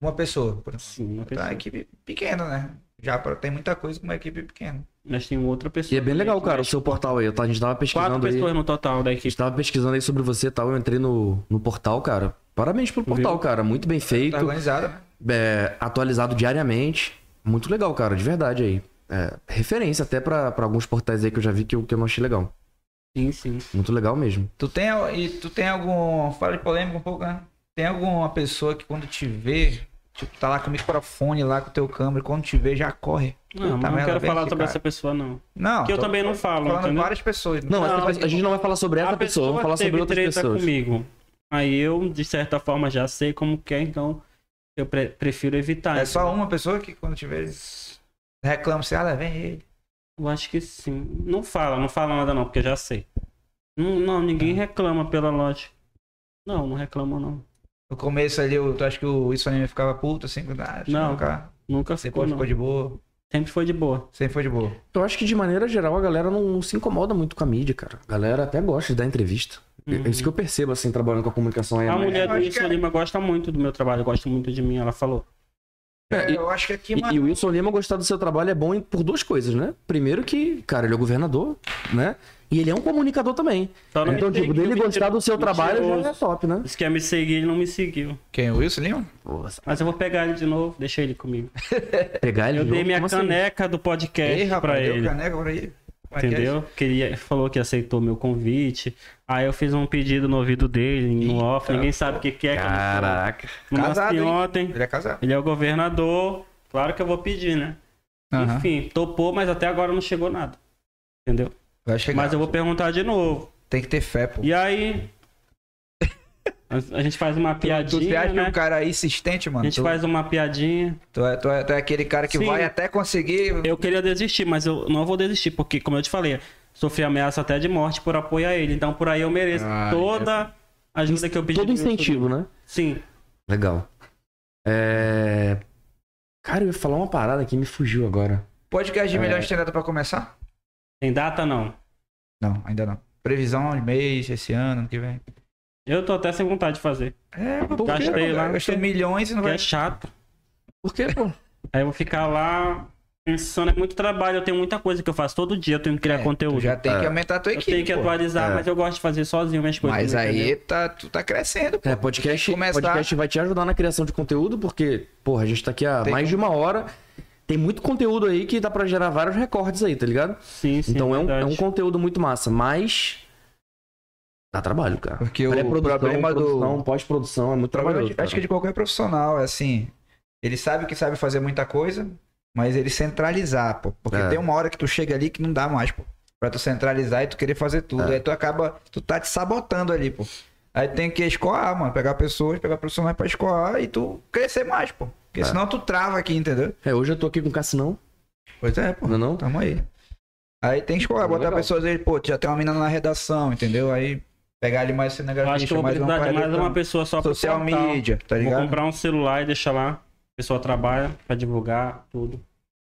Speaker 1: Uma pessoa, por exemplo.
Speaker 4: Sim, uma
Speaker 1: Tá,
Speaker 4: pessoa.
Speaker 1: uma equipe pequena, né? Já pra- tem muita coisa com uma equipe pequena.
Speaker 4: Mas tem outra pessoa.
Speaker 3: E é bem legal, cara, o
Speaker 4: Mas
Speaker 3: seu portal aí. tá? A gente tava
Speaker 4: Quatro
Speaker 3: pesquisando aí.
Speaker 4: pessoas
Speaker 3: A
Speaker 4: no total da equipe.
Speaker 3: gente tava pesquisando aí sobre você e tal. Eu entrei no, no portal, cara. Parabéns pelo portal,
Speaker 4: Viu?
Speaker 3: cara. Muito bem feito.
Speaker 1: Tá organizada, né?
Speaker 3: é, atualizado diariamente. Muito legal, cara, de verdade aí. É, referência até pra pra alguns portais aí que eu já vi que eu, que eu não achei legal.
Speaker 4: Sim, sim.
Speaker 3: Muito legal mesmo.
Speaker 1: Tu tem, e tu tem algum. Fala de polêmica um pouco, né? Tem alguma pessoa que quando te vê, tipo, tá lá com o microfone, lá com o teu câmera, quando te vê, já corre. Puta
Speaker 3: tá
Speaker 4: Não, mas não
Speaker 1: merda,
Speaker 4: quero
Speaker 1: vem
Speaker 4: falar
Speaker 1: aqui,
Speaker 4: sobre
Speaker 1: cara.
Speaker 4: essa pessoa, não.
Speaker 1: Não.
Speaker 4: Que eu
Speaker 1: tô
Speaker 4: também não falo,
Speaker 1: falando
Speaker 4: entendeu?
Speaker 1: várias pessoas. né?
Speaker 3: Não,
Speaker 4: Não,
Speaker 3: essa- a gente não vai falar sobre essa
Speaker 4: a
Speaker 3: pessoa,
Speaker 4: pessoa
Speaker 3: vamos falar sobre
Speaker 4: teve
Speaker 3: outras
Speaker 4: treta
Speaker 3: pessoas.
Speaker 4: comigo. Aí eu, de certa forma, já sei como que é, então eu pre- prefiro evitar.
Speaker 1: É só uma pessoa que quando te vê, reclama assim, ah, lá vem ele.
Speaker 4: Eu acho que sim. Não fala, não fala nada não, porque eu já sei. Não, não,
Speaker 3: É.
Speaker 4: ninguém reclama pela lógica. Não, não reclama não.
Speaker 1: No começo ali, eu, tu acha que o isso anime ficava puto, assim, ah, deixa eu
Speaker 4: Não.
Speaker 1: colocar.
Speaker 4: Nunca ficou,
Speaker 1: Depois
Speaker 4: não.
Speaker 1: ficou de boa.
Speaker 4: Sempre foi de boa.
Speaker 1: Sempre foi de boa.
Speaker 3: Eu acho que de maneira geral a galera não, não se incomoda muito com a mídia, cara. A galera até gosta de dar entrevista.
Speaker 4: Uhum.
Speaker 3: É isso que eu percebo, assim, trabalhando com a comunicação aí. né?
Speaker 4: A
Speaker 3: mas-
Speaker 4: mulher
Speaker 1: eu
Speaker 4: do
Speaker 1: acho
Speaker 4: Wilson
Speaker 1: que é-
Speaker 4: Lima gosta muito do meu trabalho, gosta muito de mim, ela falou.
Speaker 3: É, e-
Speaker 1: eu acho que aqui,
Speaker 3: E, e o Wilson Lima gostar do seu trabalho é bom em- por duas coisas, né? Primeiro que, cara, ele é governador, né? E ele é um comunicador também.
Speaker 4: Só não me
Speaker 3: Então, tipo,
Speaker 4: seguiu,
Speaker 3: dele
Speaker 4: mentiro-
Speaker 3: gostar do seu trabalho já é
Speaker 4: mentiroso.
Speaker 3: top, né?
Speaker 4: Disse que ia me seguir, ele não me seguiu.
Speaker 1: Quem? O Wilson Lima?
Speaker 4: Mas eu vou pegar ele de novo, deixa ele comigo.
Speaker 3: pegar ele
Speaker 4: Eu
Speaker 3: de novo,
Speaker 4: dei minha
Speaker 3: Tá como assim?
Speaker 4: caneca do podcast
Speaker 1: Ei,
Speaker 4: É, pra
Speaker 1: rapaz, deu
Speaker 4: ele.
Speaker 1: caneca pra ele. Como é que é
Speaker 4: Entendeu? Que ele falou que aceitou meu convite. Aí eu fiz um pedido no ouvido dele, no off. Ninguém sabe o que, que é. que eu não sei.
Speaker 3: Caraca.
Speaker 4: No
Speaker 1: Casado,
Speaker 4: Nasci
Speaker 1: hein?
Speaker 4: ontem.
Speaker 1: Ele é casado.
Speaker 4: Ele é o governador. Claro que eu vou pedir, né?
Speaker 1: Aham.
Speaker 4: Enfim, topou, mas até agora não chegou nada. Entendeu?
Speaker 1: Vai chegar.
Speaker 4: Mas eu vou perguntar de novo.
Speaker 1: Tem que ter fé, pô.
Speaker 4: E aí. a- A gente faz uma
Speaker 1: Tu, tu
Speaker 4: piadinha.
Speaker 1: acha
Speaker 4: né?
Speaker 1: um cara insistente,
Speaker 4: A
Speaker 1: mano?
Speaker 4: gente
Speaker 1: Tu,
Speaker 4: faz uma piadinha.
Speaker 1: tu é, tu é- tu é aquele cara que
Speaker 4: Sim.
Speaker 1: vai até conseguir.
Speaker 4: Eu queria desistir, mas eu não vou desistir, porque, como eu te falei, sofri ameaça até de morte por apoio a ele. Então, por aí eu mereço toda a ajuda que eu pedi.
Speaker 3: Todo
Speaker 4: pro meu
Speaker 3: incentivo,
Speaker 4: sobrinho.
Speaker 3: né?
Speaker 4: Sim.
Speaker 3: Legal. É... Cara, eu ia falar uma parada que me fugiu agora.
Speaker 1: Podcast de
Speaker 3: É.
Speaker 1: melhor stand-up pra começar?
Speaker 4: Tem data, não.
Speaker 1: Não, ainda não. Previsão de mês, esse ano, ano que vem.
Speaker 4: Eu tô até sem vontade de fazer.
Speaker 1: É,
Speaker 3: Por quê?
Speaker 4: Gastei lá.
Speaker 1: gastou
Speaker 4: porque-
Speaker 1: milhões e não
Speaker 4: porque
Speaker 1: vai.
Speaker 4: é chato.
Speaker 3: Por quê, pô?
Speaker 4: Aí eu vou ficar lá pensando, é muito trabalho, eu tenho muita coisa que eu faço todo dia, eu tenho que criar
Speaker 1: É,
Speaker 4: conteúdo.
Speaker 1: tu já tem
Speaker 3: É.
Speaker 1: que aumentar a tua
Speaker 4: Eu
Speaker 1: equipe.
Speaker 4: tenho que
Speaker 1: pô.
Speaker 4: atualizar,
Speaker 3: É.
Speaker 4: mas eu gosto de fazer sozinho minhas coisas.
Speaker 1: Mas aí
Speaker 4: entendeu?
Speaker 1: tá, tu tá crescendo, pô.
Speaker 3: É, podcast,
Speaker 1: Começar-
Speaker 3: podcast vai te ajudar na criação de conteúdo, porque, porra, a gente tá aqui há
Speaker 1: Tem-
Speaker 3: mais de uma hora. Tem muito conteúdo aí que dá pra gerar vários recordes aí, tá ligado?
Speaker 4: Sim, sim.
Speaker 3: então é um, é
Speaker 4: verdade.
Speaker 3: um conteúdo muito massa, mas. Dá trabalho, cara.
Speaker 1: Porque o
Speaker 3: Pré-produção,
Speaker 1: problema do-
Speaker 3: produção, pós-produção, é muito
Speaker 1: Problema
Speaker 3: trabalhoso.
Speaker 1: de- acho que de qualquer profissional, é assim. Ele sabe que sabe fazer muita coisa, mas ele centralizar, pô. Porque
Speaker 3: É.
Speaker 1: tem uma hora que tu chega ali que não dá mais, pô. Pra tu centralizar e tu querer fazer
Speaker 3: É.
Speaker 1: tudo. Aí tu acaba. Tu tá te sabotando ali, pô. Aí tem que escoar, mano. Pegar pessoas, pegar profissionais pra escoar e tu crescer mais, pô. Porque
Speaker 3: É.
Speaker 1: senão tu trava aqui, entendeu?
Speaker 3: É, hoje eu tô aqui com o Cassinão,
Speaker 1: Pois é, pô.
Speaker 3: não é não?
Speaker 1: Tamo aí. Aí tem que escolher,
Speaker 3: Tá
Speaker 1: botar
Speaker 3: legal.
Speaker 1: pessoas aí, pô, já tem uma mina na redação, entendeu? Aí pegar ali mais
Speaker 4: Eu Acho que
Speaker 1: cinegrafista,
Speaker 4: eu vou
Speaker 1: é mais uma
Speaker 4: precisar de mais
Speaker 1: redação.
Speaker 4: uma pessoa só pro
Speaker 1: social
Speaker 4: portal.
Speaker 1: media, tá
Speaker 4: Vou
Speaker 1: ligado?
Speaker 4: comprar um celular e deixar lá. A pessoa trabalha pra divulgar tudo.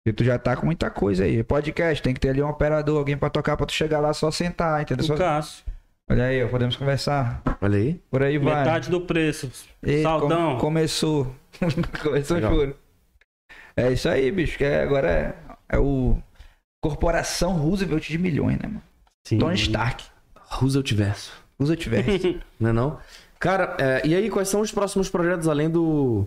Speaker 1: E tu já tá com muita coisa aí. Podcast, tem que ter ali um operador, alguém pra tocar, pra tu chegar lá só sentar, entendeu? Só-
Speaker 4: O Cássio.
Speaker 1: Olha aí, ó, podemos conversar.
Speaker 3: Olha aí.
Speaker 1: Por aí vai.
Speaker 4: Metade do preço.
Speaker 1: Ei,
Speaker 4: Saldão.
Speaker 1: com- começou. começou
Speaker 3: Legal.
Speaker 1: juro. É isso aí, bicho. Que é- agora é, é o Corporação Roosevelt de milhões, né, mano?
Speaker 4: Sim.
Speaker 1: Tony Stark.
Speaker 3: Roosevelt Verso.
Speaker 1: Roosevelt Verso.
Speaker 3: Não é não? Cara, é, e aí, quais são os próximos projetos além do,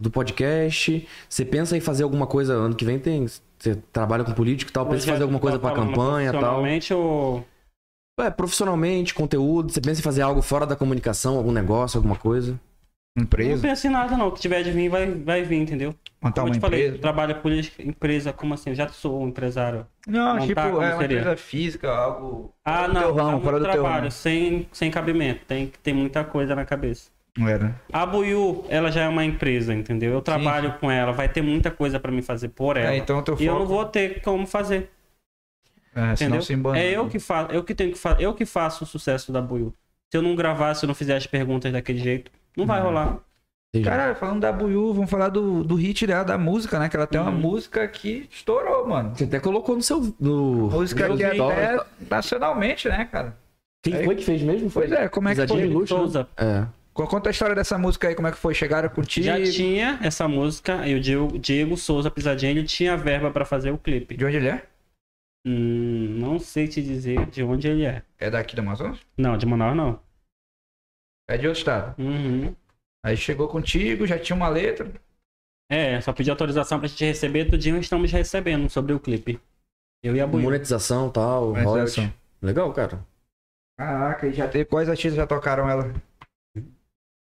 Speaker 3: do podcast? Você pensa em fazer alguma coisa ano que vem? Tem, você trabalha com político e tal, pensa em fazer alguma coisa pra campanha e tal?
Speaker 4: Normalmente eu.
Speaker 3: É, profissionalmente, conteúdo, você pensa em fazer algo fora da comunicação, algum negócio, alguma coisa?
Speaker 4: Não
Speaker 1: Empresa.
Speaker 4: penso em nada, não. O que tiver de vir, vai, vai vir, entendeu?
Speaker 1: Montar
Speaker 4: Como
Speaker 1: Tá uma
Speaker 4: eu te falei,
Speaker 1: empresa.
Speaker 4: trabalho por empresa, como assim? Eu já sou um empresário.
Speaker 1: Não,
Speaker 4: Montar,
Speaker 1: tipo, é
Speaker 4: como
Speaker 1: uma
Speaker 4: seria?
Speaker 1: empresa física, algo.
Speaker 4: Ah,
Speaker 1: do
Speaker 4: não,
Speaker 1: teu
Speaker 4: dá
Speaker 1: ramo,
Speaker 4: muito
Speaker 1: fora do teu
Speaker 4: trabalho,
Speaker 1: ramo.
Speaker 4: sem, sem cabimento, tem, tem muita coisa na cabeça.
Speaker 1: Não era.
Speaker 4: A Buiu, ela já é uma empresa, entendeu? Eu trabalho com ela, vai ter muita coisa pra me fazer por ela.
Speaker 1: É, então teu
Speaker 4: E eu não
Speaker 1: foco.
Speaker 4: vou ter como fazer,
Speaker 1: É, senão
Speaker 4: entendeu?
Speaker 1: se embana.
Speaker 4: é eu que faço, eu que tenho que fa- eu que faço o sucesso da Buiu. Se eu não gravar, se eu não fizer as perguntas daquele jeito, não vai rolar.
Speaker 3: Entendi.
Speaker 1: Caralho, falando da Buiú, vamos falar do, do hit dela, da música, né? Que ela tem
Speaker 4: Uhum.
Speaker 1: uma música que estourou, mano.
Speaker 3: você até colocou no seu. No,
Speaker 1: Música
Speaker 3: no
Speaker 1: que é
Speaker 3: stories e
Speaker 1: até
Speaker 3: tal.
Speaker 1: nacionalmente, né, cara?
Speaker 3: Quem foi que fez mesmo? Foi
Speaker 1: Pois é, como é que
Speaker 3: Pisadinha
Speaker 1: foi?
Speaker 3: de luz, né?
Speaker 4: Souza.
Speaker 3: É.
Speaker 1: Co- Conta a história dessa música aí, como é que foi? Chegaram contigo?
Speaker 4: Já tinha essa música, e o Diego, Diego Souza Pisadinha, ele tinha verba pra fazer o clipe.
Speaker 1: De onde ele é?
Speaker 4: Hum, não sei te dizer de onde ele é.
Speaker 1: É daqui do Amazonas?
Speaker 4: Não, de Manaus não.
Speaker 1: É de outro estado.
Speaker 4: Uhum.
Speaker 1: Aí chegou contigo, já tinha uma letra.
Speaker 4: É, só pedi autorização pra gente receber, tudinho estamos recebendo sobre o clipe. Eu e
Speaker 1: É
Speaker 4: a Buiu.
Speaker 3: Monetização e tal,
Speaker 1: Mas
Speaker 3: royalty.
Speaker 1: é,
Speaker 3: Legal, cara.
Speaker 1: Caraca, e já teve. Quais artistas já tocaram ela?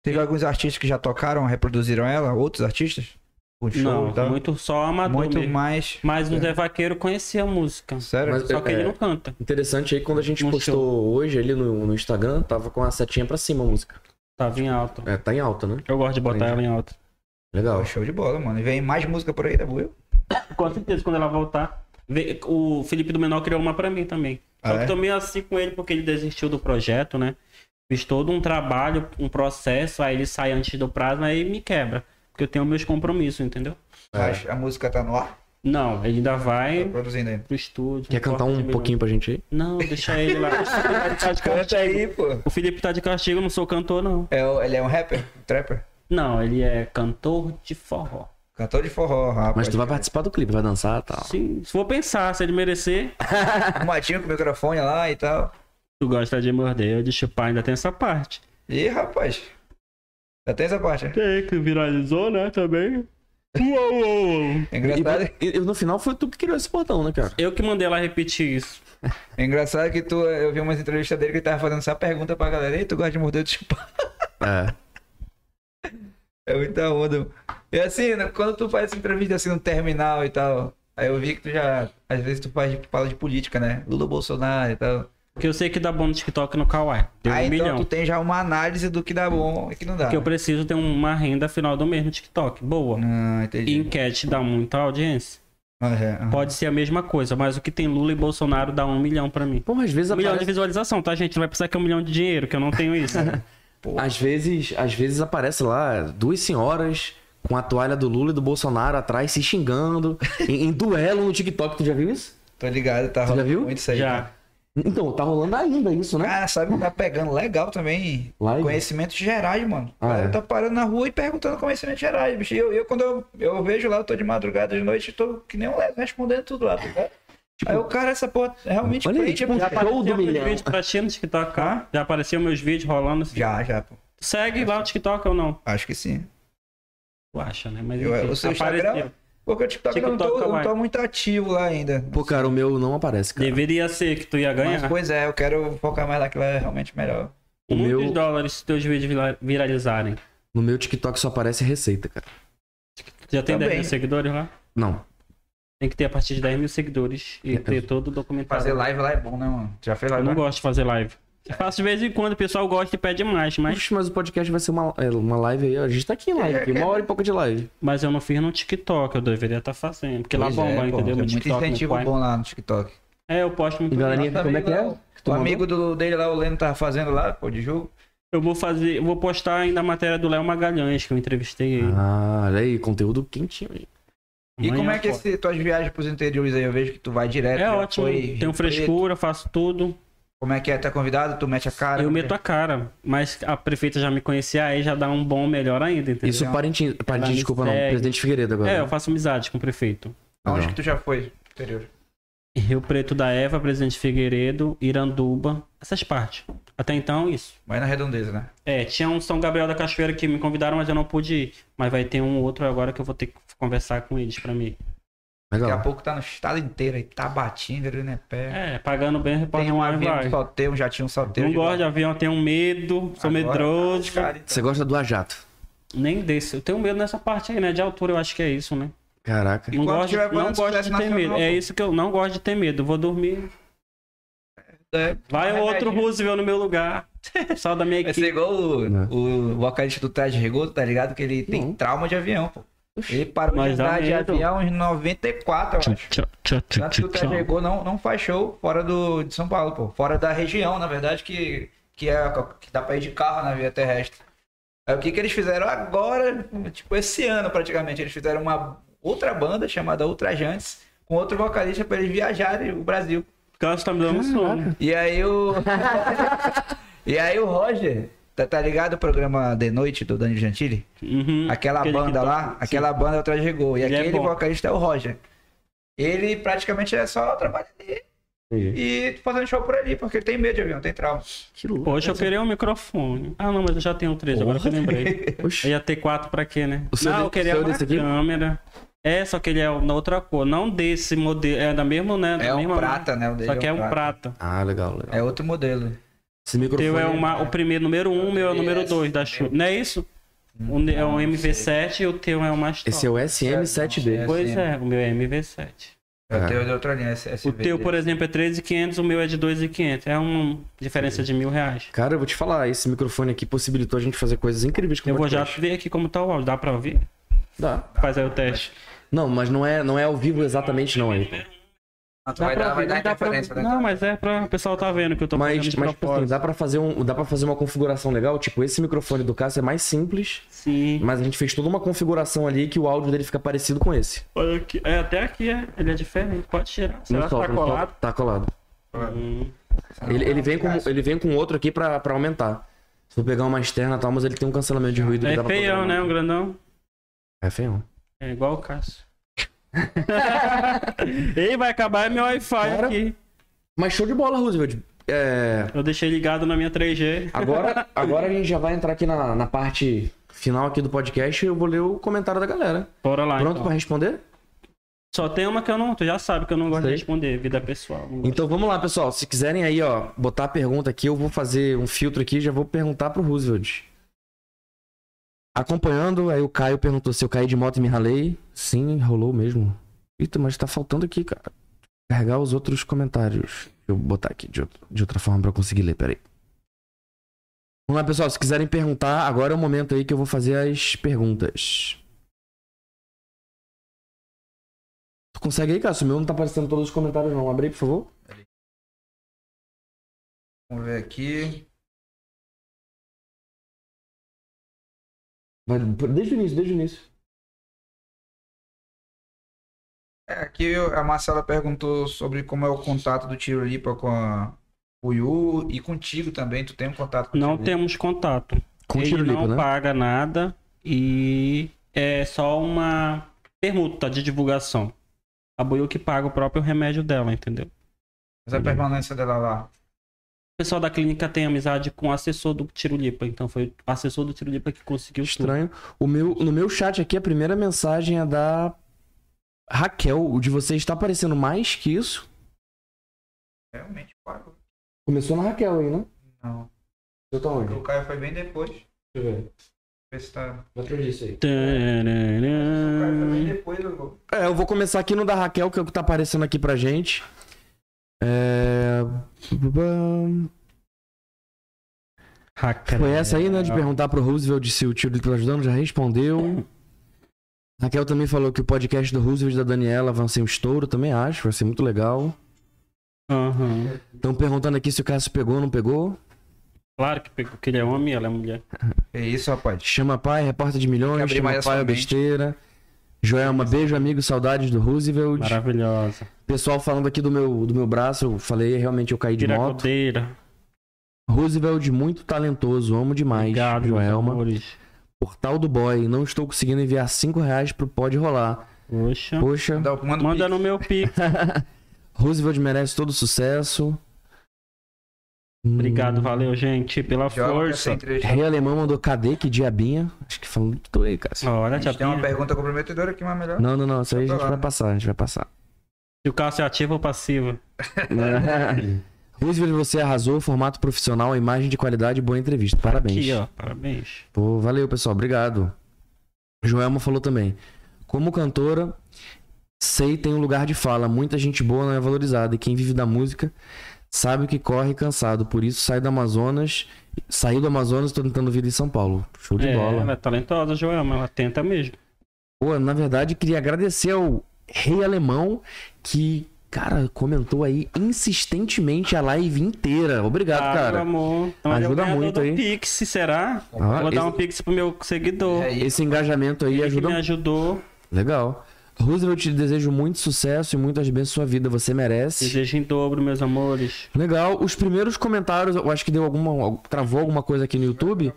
Speaker 1: Teve alguns artistas que já tocaram, reproduziram ela? Outros artistas? Com show
Speaker 4: Não,
Speaker 1: e tal?
Speaker 4: muito só amador
Speaker 1: Muito É.
Speaker 4: mesmo.
Speaker 1: mais.
Speaker 4: Mas o Zé Vaqueiro conhecia a música.
Speaker 1: Sério?
Speaker 3: Mas-
Speaker 4: Só que ele
Speaker 3: É.
Speaker 4: não canta.
Speaker 3: Interessante aí, quando a gente
Speaker 4: Não
Speaker 3: postou hoje ali no, no Instagram, tava com a setinha pra cima a música.
Speaker 4: Tava em alto.
Speaker 3: É, tá em alta, né?
Speaker 4: Eu gosto de botar
Speaker 3: Entendi.
Speaker 4: ela em alto.
Speaker 3: Legal.
Speaker 1: Pô, show de bola, mano. E vem mais música por aí, né, da Buiu?
Speaker 4: Com certeza, quando ela voltar. vê- O Felipe do Menor criou uma pra mim também. Só
Speaker 1: Ah,
Speaker 4: que
Speaker 1: é?
Speaker 4: eu tô meio assim com ele porque ele desistiu do projeto, né? Fiz todo um trabalho, um processo, aí ele sai antes do prazo, aí me quebra. Porque eu tenho meus compromissos, entendeu?
Speaker 3: É.
Speaker 1: Mas a música tá no ar?
Speaker 4: Não, ele ainda vai
Speaker 1: Tá produzindo ainda.
Speaker 4: pro estúdio.
Speaker 3: Quer cantar um
Speaker 4: corta,
Speaker 3: pouquinho pra gente aí?
Speaker 4: Não, deixa ele lá. O Felipe tá de
Speaker 1: Canta
Speaker 4: castigo.
Speaker 1: aí, pô.
Speaker 4: O Felipe tá de castigo, eu não sou cantor, não.
Speaker 1: É, o- ele é um rapper? Um Trapper?
Speaker 4: Não, ele é cantor de forró.
Speaker 1: Cantor de forró, rapaz.
Speaker 3: Mas tu vai participar do clipe, vai dançar e tal.
Speaker 4: Sim, se for pensar, se ele merecer.
Speaker 1: Arrumadinho com o microfone lá e tal.
Speaker 4: Tu gosta de morder ou de chupar, ainda tem essa parte.
Speaker 1: Ih, rapaz. Já tem essa parte, né?
Speaker 4: Tem, que viralizou, né, também.
Speaker 1: É engraçado,
Speaker 3: E, e- e no final foi tu que criou esse portão, né, cara?
Speaker 4: Eu que mandei ela repetir isso.
Speaker 1: é engraçado que tu, eu vi umas entrevistas dele que ele tava fazendo essa pergunta pra galera. Ei, tu gosta de morder de chupar?
Speaker 3: É.
Speaker 1: É muita onda. mano. E assim, né, quando tu faz essa entrevista assim no terminal e tal, aí eu vi que tu já, às vezes tu faz, fala de política, né? Lula, Bolsonaro e tal.
Speaker 4: Porque eu sei que dá bom no TikTok e no Kawaii. Deu
Speaker 1: aí
Speaker 4: um
Speaker 1: então
Speaker 4: milhão.
Speaker 1: tu tem já uma análise do que dá bom e que não dá.
Speaker 4: Porque eu
Speaker 1: né?
Speaker 4: preciso ter uma renda final do mês no TikTok. Boa.
Speaker 1: Ah,
Speaker 4: E
Speaker 1: entendi.
Speaker 4: enquete dá muita audiência.
Speaker 1: Aham, aham.
Speaker 4: Pode ser a mesma coisa, mas o que tem Lula e Bolsonaro dá um milhão pra mim.
Speaker 3: Porra, às vezes
Speaker 4: Um milhão de
Speaker 3: aparece...
Speaker 4: visualização, tá, gente? Não vai precisar que é um milhão de dinheiro, que eu não tenho isso.
Speaker 3: Às vezes, às vezes aparece lá duas senhoras com a toalha do Lula e do Bolsonaro atrás se xingando em, em duelo no TikTok. Tu já viu isso?
Speaker 1: Tô ligado, tá
Speaker 3: Você já
Speaker 1: rolando
Speaker 3: viu?
Speaker 1: muito isso aí. cara.
Speaker 4: Já.
Speaker 3: Então, tá rolando ainda isso, né?
Speaker 1: Cara, sabe o que tá pegando legal também?
Speaker 3: Live?
Speaker 1: Conhecimentos gerais, mano.
Speaker 3: Ah,
Speaker 1: O cara
Speaker 3: é.
Speaker 1: Tá parando na rua e perguntando conhecimentos gerais, bicho. E Eu, eu quando eu, eu vejo lá, eu tô de madrugada, de noite, tô que nem um leve respondendo tudo lá, tá ligado?
Speaker 4: Tipo,
Speaker 1: Aí o cara, essa porra, realmente
Speaker 3: olha aí,
Speaker 1: prende,
Speaker 3: tipo,
Speaker 1: é
Speaker 3: já
Speaker 1: muito-
Speaker 3: parou- Ou do
Speaker 4: Tem meus
Speaker 3: milhão.
Speaker 4: vídeos pra ti no TikTok, cara. Já apareciam meus vídeos rolando. assim.
Speaker 1: Já, já, pô.
Speaker 4: Segue lá o TikTok ou não?
Speaker 1: Acho que sim.
Speaker 4: Tu acha, né? Mas
Speaker 1: Eu-
Speaker 4: enfim,
Speaker 1: o seu Instagram? Porque o TikTok, eu não tô,
Speaker 4: TikTok
Speaker 1: eu não tô
Speaker 4: Kawaii.
Speaker 1: muito ativo lá ainda.
Speaker 3: Pô, cara, o meu não aparece, cara.
Speaker 4: Deveria ser que tu ia
Speaker 1: Mas,
Speaker 4: ganhar.
Speaker 1: pois é, eu quero focar mais naquilo é realmente melhor.
Speaker 3: O
Speaker 4: Muitos
Speaker 3: meu-
Speaker 4: dólares se teus vídeos vira- viralizarem.
Speaker 3: No meu TikTok só aparece receita, cara.
Speaker 4: Tu já tem
Speaker 1: Também.
Speaker 4: 10 mil seguidores lá?
Speaker 3: Não.
Speaker 4: Tem que ter a partir de 10 mil seguidores e
Speaker 3: Eu-
Speaker 4: ter todo o documentado.
Speaker 1: Fazer live lá é bom, né, mano? Já fez
Speaker 4: Eu
Speaker 1: live
Speaker 4: não
Speaker 1: lá?
Speaker 4: gosto de fazer live. Eu faço de vez em quando, o pessoal gosta e pede mais, mas,
Speaker 3: Mas, mas o podcast vai ser uma, é, uma live aí. ó. A gente tá aqui em live.
Speaker 1: É,
Speaker 3: aqui, Uma
Speaker 1: é.
Speaker 3: hora e pouco de live.
Speaker 4: mas eu não fiz no TikTok, eu deveria estar fazendo. Porque
Speaker 1: Pois
Speaker 4: lá bomba,
Speaker 1: é, pô,
Speaker 4: entendeu?
Speaker 1: Tem
Speaker 4: No
Speaker 1: muito
Speaker 4: TikTok, no
Speaker 1: incentivo
Speaker 4: Quai.
Speaker 1: bom lá no TikTok.
Speaker 4: É, eu posto muito.
Speaker 3: Galerinha,
Speaker 1: Nosso
Speaker 3: como é
Speaker 1: amigo
Speaker 3: que é?
Speaker 1: lá,
Speaker 3: Que tu
Speaker 1: O
Speaker 3: mandou?
Speaker 1: amigo do, dele lá, o Leno, tava fazendo lá, pô, de jogo.
Speaker 4: Eu vou fazer, eu vou postar ainda a matéria do Léo Magalhães, que eu entrevistei ele.
Speaker 3: Ah, olha aí, conteúdo quentinho aí.
Speaker 1: E
Speaker 4: Amanhã
Speaker 1: como é que
Speaker 4: eu posto.
Speaker 1: esse, tuas viagens pros interiores aí? Eu vejo que tu vai direto.
Speaker 4: É
Speaker 1: já
Speaker 4: ótimo,
Speaker 1: foi,
Speaker 4: tem
Speaker 1: Rio
Speaker 4: tenho frescura, faço tudo.
Speaker 1: Preto. Como é que é? Tu é convidado? Tu mete a cara? é
Speaker 4: eu meto a cara, mas a prefeita já me conhecia, aí já dá um bom melhor ainda, entendeu?
Speaker 3: Isso, Parintins, Parintins,
Speaker 4: me
Speaker 3: desculpa, não.
Speaker 4: segue.
Speaker 3: Presidente Figueiredo agora.
Speaker 4: É, eu faço amizade com o prefeito.
Speaker 1: Aonde
Speaker 3: Legal.
Speaker 1: que tu já foi? Interior.
Speaker 4: Rio Preto da Eva, Presidente Figueiredo, Iranduba, essas partes. Até então, isso.
Speaker 1: Mas na redondeza, né?
Speaker 4: É, tinha um São Gabriel da Cachoeira que me convidaram, mas eu não pude ir. Mas vai ter um outro agora que eu vou ter que conversar com eles pra mim.
Speaker 1: Daqui
Speaker 3: Legal.
Speaker 1: a pouco tá no estado inteiro aí. Tabatinga, Irinepé.
Speaker 4: É, pagando bem, repórter
Speaker 1: Tem um
Speaker 4: vai.
Speaker 1: avião
Speaker 4: vai.
Speaker 1: de solteiro, um jatinho solteiro.
Speaker 4: Não
Speaker 1: de
Speaker 4: gosto de avião, tenho medo, sou
Speaker 1: Agora,
Speaker 4: medroso.
Speaker 1: cara, então.
Speaker 3: Você gosta do Ajato?
Speaker 4: Nem desse. Eu tenho medo nessa parte aí, né? De altura, eu acho que é isso, né?
Speaker 3: Caraca.
Speaker 4: Não
Speaker 1: quando
Speaker 4: gosto,
Speaker 1: tiver
Speaker 4: não
Speaker 1: falando de
Speaker 4: gosto de ter
Speaker 1: sucesso nacional,
Speaker 4: medo. É
Speaker 1: pô.
Speaker 4: isso que eu não gosto de ter medo. Vou dormir.
Speaker 1: É,
Speaker 4: Vai
Speaker 1: um
Speaker 4: outro
Speaker 1: remedinho.
Speaker 4: Roosevelt no meu lugar. Só da minha
Speaker 1: Vai ser
Speaker 4: equipe.
Speaker 1: igual
Speaker 3: Né?
Speaker 1: o, o vocalista do Traje Rigor, tá ligado? Que ele tem
Speaker 3: Não.
Speaker 1: trauma de avião, pô. Ele parou de
Speaker 4: Mas dá
Speaker 1: andar de
Speaker 4: medo.
Speaker 1: avião em 94, eu acho. Tanto que é o Tajegô não, não faz show fora do, de São Paulo, pô. Fora da região, na verdade, que, que, é, que dá pra ir de carro na via terrestre. Aí o que, que eles fizeram agora, tipo, esse ano praticamente, eles fizeram uma outra banda chamada Ultrajantes, com outro vocalista pra eles viajarem o Brasil.
Speaker 4: Cássio tá me dando sono.
Speaker 1: E aí o. e aí o Roger, tá, tá ligado o programa de noite do Danilo Gentili?
Speaker 4: Uhum.
Speaker 1: Aquela
Speaker 4: Aquele que
Speaker 1: banda
Speaker 4: toca-
Speaker 1: lá, aquela banda é o Traje Gol. E
Speaker 4: Ele é
Speaker 1: aquele
Speaker 4: bom.
Speaker 1: vocalista é o Roger. Ele praticamente é só o trabalho dele e fazendo show por ali, porque ele tem medo de avião, tem trauma.
Speaker 3: Que louco.
Speaker 4: Poxa, eu queria um microfone. Ah, não, mas eu já tenho três, agora que eu lembrei. Eu
Speaker 3: Oxi.
Speaker 4: ia ter quatro pra quê, né?
Speaker 3: O seu
Speaker 4: não,
Speaker 3: de-
Speaker 4: eu queria
Speaker 3: o seu
Speaker 4: uma
Speaker 3: desse aqui?
Speaker 4: câmera. É, só que ele é na outra cor. Não desse modelo. É da mesma, né? Da
Speaker 1: É um
Speaker 4: mesma
Speaker 1: prata, né? O
Speaker 4: marca.
Speaker 1: dele
Speaker 4: Só que é um prata.
Speaker 3: Ah, legal, legal.
Speaker 1: É outro modelo.
Speaker 3: Esse
Speaker 4: O
Speaker 3: microfone.
Speaker 4: teu
Speaker 1: um
Speaker 4: é uma- o primeiro número um, o meu é o número
Speaker 1: Esse,
Speaker 4: dois da Xuxa. Não é isso? O ne- é um MV7 e o teu é o mais top.
Speaker 3: Esse é o SM7B.
Speaker 4: Pois
Speaker 1: assim.
Speaker 4: é, o meu é MV7.
Speaker 1: É o
Speaker 3: É.
Speaker 1: teu de outra linha, esse, esse
Speaker 4: O teu, por exemplo, é 13,500, o meu é de 2,500. É uma diferença de mil reais.
Speaker 3: Cara, eu vou te falar, esse microfone aqui possibilitou a gente fazer coisas incríveis com
Speaker 4: Eu
Speaker 3: o
Speaker 4: vou já
Speaker 3: podcast.
Speaker 4: ver aqui como tá o áudio. Dá pra ouvir?
Speaker 3: Dá.
Speaker 4: Faz aí o teste.
Speaker 3: Não, mas não é, não é ao vivo exatamente, não, aí.
Speaker 1: Ah, tu vai dar, vai dar
Speaker 4: dá pra
Speaker 1: interferência,
Speaker 4: ouvir.
Speaker 1: né?
Speaker 4: Não, mas é pra... O pessoal tá vendo que eu tô fazendo
Speaker 3: Mas,
Speaker 4: de
Speaker 3: mas tipo assim,
Speaker 4: propósito.
Speaker 3: dá pra, fazer um, dá pra fazer uma configuração legal. Tipo, esse microfone do Cássio é mais simples,
Speaker 4: Sim.
Speaker 3: mas a gente fez toda uma configuração ali que o áudio dele fica parecido com esse.
Speaker 4: Olha aqui. É, até aqui, é. Ele é diferente. Pode tirar. Será que
Speaker 3: solta,
Speaker 4: tá
Speaker 3: não solta.
Speaker 4: colado?
Speaker 3: Tá colado.
Speaker 4: Hum.
Speaker 3: Ele, ele vem com, ele vem com outro aqui pra, pra aumentar. Se eu pegar uma externa e tal, mas ele tem um cancelamento de ruído que
Speaker 4: É
Speaker 3: dá pra
Speaker 4: feião,
Speaker 3: programar.
Speaker 4: né? Um grandão.
Speaker 3: É feião.
Speaker 4: É igual o Cássio. Ei, vai acabar meu Wi-Fi
Speaker 3: Cara.
Speaker 4: aqui.
Speaker 3: Mas show de bola, Roosevelt. É,
Speaker 4: Eu deixei ligado na minha 3G.
Speaker 3: Agora, agora a gente já vai entrar aqui na, na parte final aqui do podcast, eu vou ler o comentário da galera.
Speaker 4: Bora lá,
Speaker 3: Pronto pra
Speaker 4: então.
Speaker 3: responder?
Speaker 4: Só tem uma que eu não... Tu já sabe que eu não gosto
Speaker 3: Sei.
Speaker 4: de responder. Vida pessoal. não gosto.
Speaker 3: Então vamos lá, pessoal. Se quiserem aí, ó, botar a pergunta aqui, eu vou fazer um filtro aqui e já vou perguntar pro Roosevelt. Acompanhando, aí o Caio perguntou se eu caí de moto e me ralei. Sim, rolou mesmo. Eita, mas tá faltando aqui, cara. Carregar os outros comentários. Deixa eu botar aqui de, outro- de outra forma pra eu conseguir ler, peraí. Vamos lá, pessoal. Se quiserem perguntar, agora é o momento aí que eu vou fazer as perguntas. Tu consegue aí, Cássio? O meu não tá aparecendo todos os comentários, não. Abre aí, por favor.
Speaker 1: Vamos ver aqui.
Speaker 3: Vai, desde o início, desde o início.
Speaker 1: É, aqui eu- a Marcela perguntou sobre como é o contato do Tiro Lipa com a o Yu e contigo também. Tu tem um contato com o
Speaker 4: Não
Speaker 1: Tiro Lipa?
Speaker 4: temos contato.
Speaker 3: Com
Speaker 4: ele
Speaker 3: tiro
Speaker 4: não
Speaker 3: limpo, né?
Speaker 4: paga nada e é só uma permuta de divulgação. A Buiu que paga o próprio remédio dela, entendeu? O
Speaker 1: Mas a permanência dela lá.
Speaker 4: pessoal da clínica tem amizade com o assessor do Tiro Lipa, então foi o assessor do Tiro Lipa que conseguiu tudo.
Speaker 3: Estranho. O meu, no meu chat aqui, a primeira mensagem é da Raquel. O de vocês tá aparecendo mais que isso.
Speaker 1: Realmente parou.
Speaker 3: Começou na Raquel aí, né?
Speaker 1: Não.
Speaker 3: Eu tô onde?
Speaker 1: O Caio foi bem depois.
Speaker 3: Deixa eu ver.
Speaker 1: Vê se tá.
Speaker 3: Vai pra isso aí.
Speaker 1: O Caio foi bem
Speaker 4: Tararã.
Speaker 1: depois, eu vou.
Speaker 3: É, eu vou começar aqui no da Raquel, que é o que tá aparecendo aqui pra gente. É... Foi essa aí, né? De perguntar pro Roosevelt se o tio dele tá ajudando, já respondeu. Raquel também falou que o podcast do Roosevelt e da Daniela vai ser um estouro, também acho, vai ser muito legal.
Speaker 4: Aham.
Speaker 3: Estão perguntando aqui se o Cássio pegou ou não pegou.
Speaker 4: Claro que pegou, que ele é homem e ela é mulher.
Speaker 1: É isso, rapaz.
Speaker 3: Chama pai, repórter de
Speaker 1: Quer
Speaker 3: milhões,
Speaker 1: abrir
Speaker 3: chama
Speaker 1: mais a
Speaker 3: pai,
Speaker 1: sua
Speaker 3: é
Speaker 1: mente.
Speaker 3: besteira. Joelma, beijo, amigo, saudades do Roosevelt.
Speaker 4: Maravilhosa.
Speaker 3: Pessoal falando aqui do meu, do meu braço, eu falei, realmente eu caí de moto.
Speaker 4: Piracodeira.
Speaker 3: Roosevelt, muito talentoso, amo demais.
Speaker 4: Obrigado, meus
Speaker 3: Joelma.
Speaker 4: amores.
Speaker 3: Portal do Boy, não estou conseguindo enviar 5 reais pro Pode Rolar.
Speaker 4: Poxa.
Speaker 3: Poxa.
Speaker 1: Manda, manda,
Speaker 4: Manda no meu pix.
Speaker 3: Roosevelt merece todo o sucesso.
Speaker 4: Obrigado,
Speaker 3: Hum,
Speaker 4: valeu, gente, pela força.
Speaker 3: Rei Alemão mandou cadê? Que diabinha? Acho que falando tudo aí, cara.
Speaker 4: Olha,
Speaker 1: assim. Tem uma
Speaker 4: Chapinha.
Speaker 1: pergunta comprometedora aqui, mas melhor.
Speaker 3: Não, não, não. Isso aí a
Speaker 1: Só pra
Speaker 3: gente
Speaker 1: lá,
Speaker 3: vai
Speaker 1: né?
Speaker 3: passar, a gente vai passar.
Speaker 4: Se o Cássio é ativo ou passivo?
Speaker 3: Roosevelt, É. você arrasou, formato profissional, imagem de qualidade, boa entrevista. Parabéns.
Speaker 4: Tá Aqui, ó. Parabéns.
Speaker 3: Pô, valeu, pessoal. Obrigado. Joelma falou também. Como cantora, sei tem um lugar de fala. Muita gente boa não é valorizada. E quem vive da música sabe que corre cansado. Por isso sai do Amazonas. Saiu do Amazonas e tô tentando vir em São Paulo. Show de
Speaker 4: É,
Speaker 3: bola.
Speaker 4: ela é talentosa, Joelma. Ela tenta mesmo.
Speaker 3: Pô, na verdade, queria agradecer ao Rei Alemão que, cara, comentou aí insistentemente a live inteira. Obrigado,
Speaker 4: Ah, meu
Speaker 3: cara.
Speaker 4: amor. Então, ele é o
Speaker 3: ajuda
Speaker 4: ganhador
Speaker 3: muito
Speaker 4: do
Speaker 3: aí.
Speaker 4: Pix, será?
Speaker 3: Ah,
Speaker 4: Vou dar um
Speaker 3: esse-
Speaker 4: Pix pro meu seguidor.
Speaker 1: É isso.
Speaker 3: Esse engajamento aí
Speaker 4: Ele que
Speaker 3: ajuda
Speaker 4: me ajudou.
Speaker 3: Legal. Roosevelt, te desejo muito sucesso e muitas bênçãos à sua vida. Você merece.
Speaker 4: Desejo em dobro, meus amores.
Speaker 3: Legal. Os primeiros comentários, eu acho que deu alguma. Travou alguma coisa aqui no YouTube.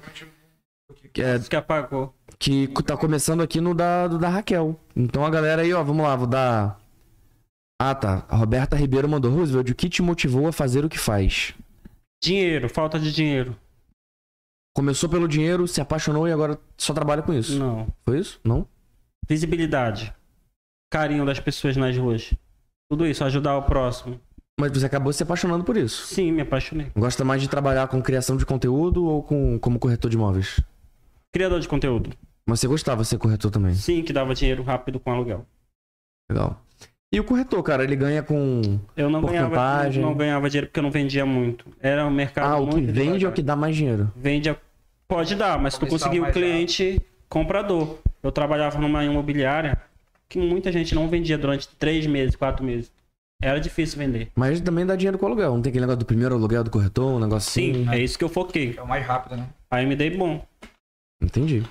Speaker 3: Que, é,
Speaker 4: Isso que apagou.
Speaker 3: que tá começando aqui no da, do da Raquel. Então a galera aí, ó, vamos lá, vou dar. Ah, tá. A Roberta Ribeiro mandou. Roosevelt, o que te motivou a fazer o que faz?
Speaker 4: Dinheiro, falta de dinheiro.
Speaker 3: Começou pelo dinheiro, se apaixonou e agora só trabalha com isso.
Speaker 4: Não.
Speaker 3: Foi isso? Não?
Speaker 4: Visibilidade. Carinho das pessoas nas ruas. Tudo isso, ajudar o próximo.
Speaker 3: Mas você acabou se apaixonando por isso.
Speaker 4: Sim, me apaixonei.
Speaker 3: Gosta mais de trabalhar com criação de conteúdo ou com, como corretor de imóveis?
Speaker 4: Criador de conteúdo.
Speaker 3: Mas você gostava de ser corretor também?
Speaker 4: Sim, que dava dinheiro rápido com aluguel.
Speaker 3: Legal. E o corretor, cara, ele ganha com.
Speaker 4: Eu não ganhava,
Speaker 3: Porcentagem.
Speaker 4: não ganhava dinheiro porque eu não vendia muito. Era um mercado
Speaker 3: Ah, o que
Speaker 4: muito
Speaker 3: vende é o
Speaker 4: devagar.
Speaker 3: que dá mais dinheiro.
Speaker 4: Vende a- pode dar, mas se tu
Speaker 1: Comissão
Speaker 4: conseguir o
Speaker 1: mais
Speaker 4: cliente comprador. Eu trabalhava numa imobiliária que muita gente não vendia durante três meses, quatro meses. Era difícil vender.
Speaker 3: Mas também dá dinheiro com aluguel. Não tem aquele negócio do primeiro aluguel do corretor, um negócio
Speaker 4: Sim,
Speaker 3: assim.
Speaker 4: é isso que eu foquei.
Speaker 1: É o mais rápido, né?
Speaker 4: Aí me dei bom.
Speaker 3: Entendi.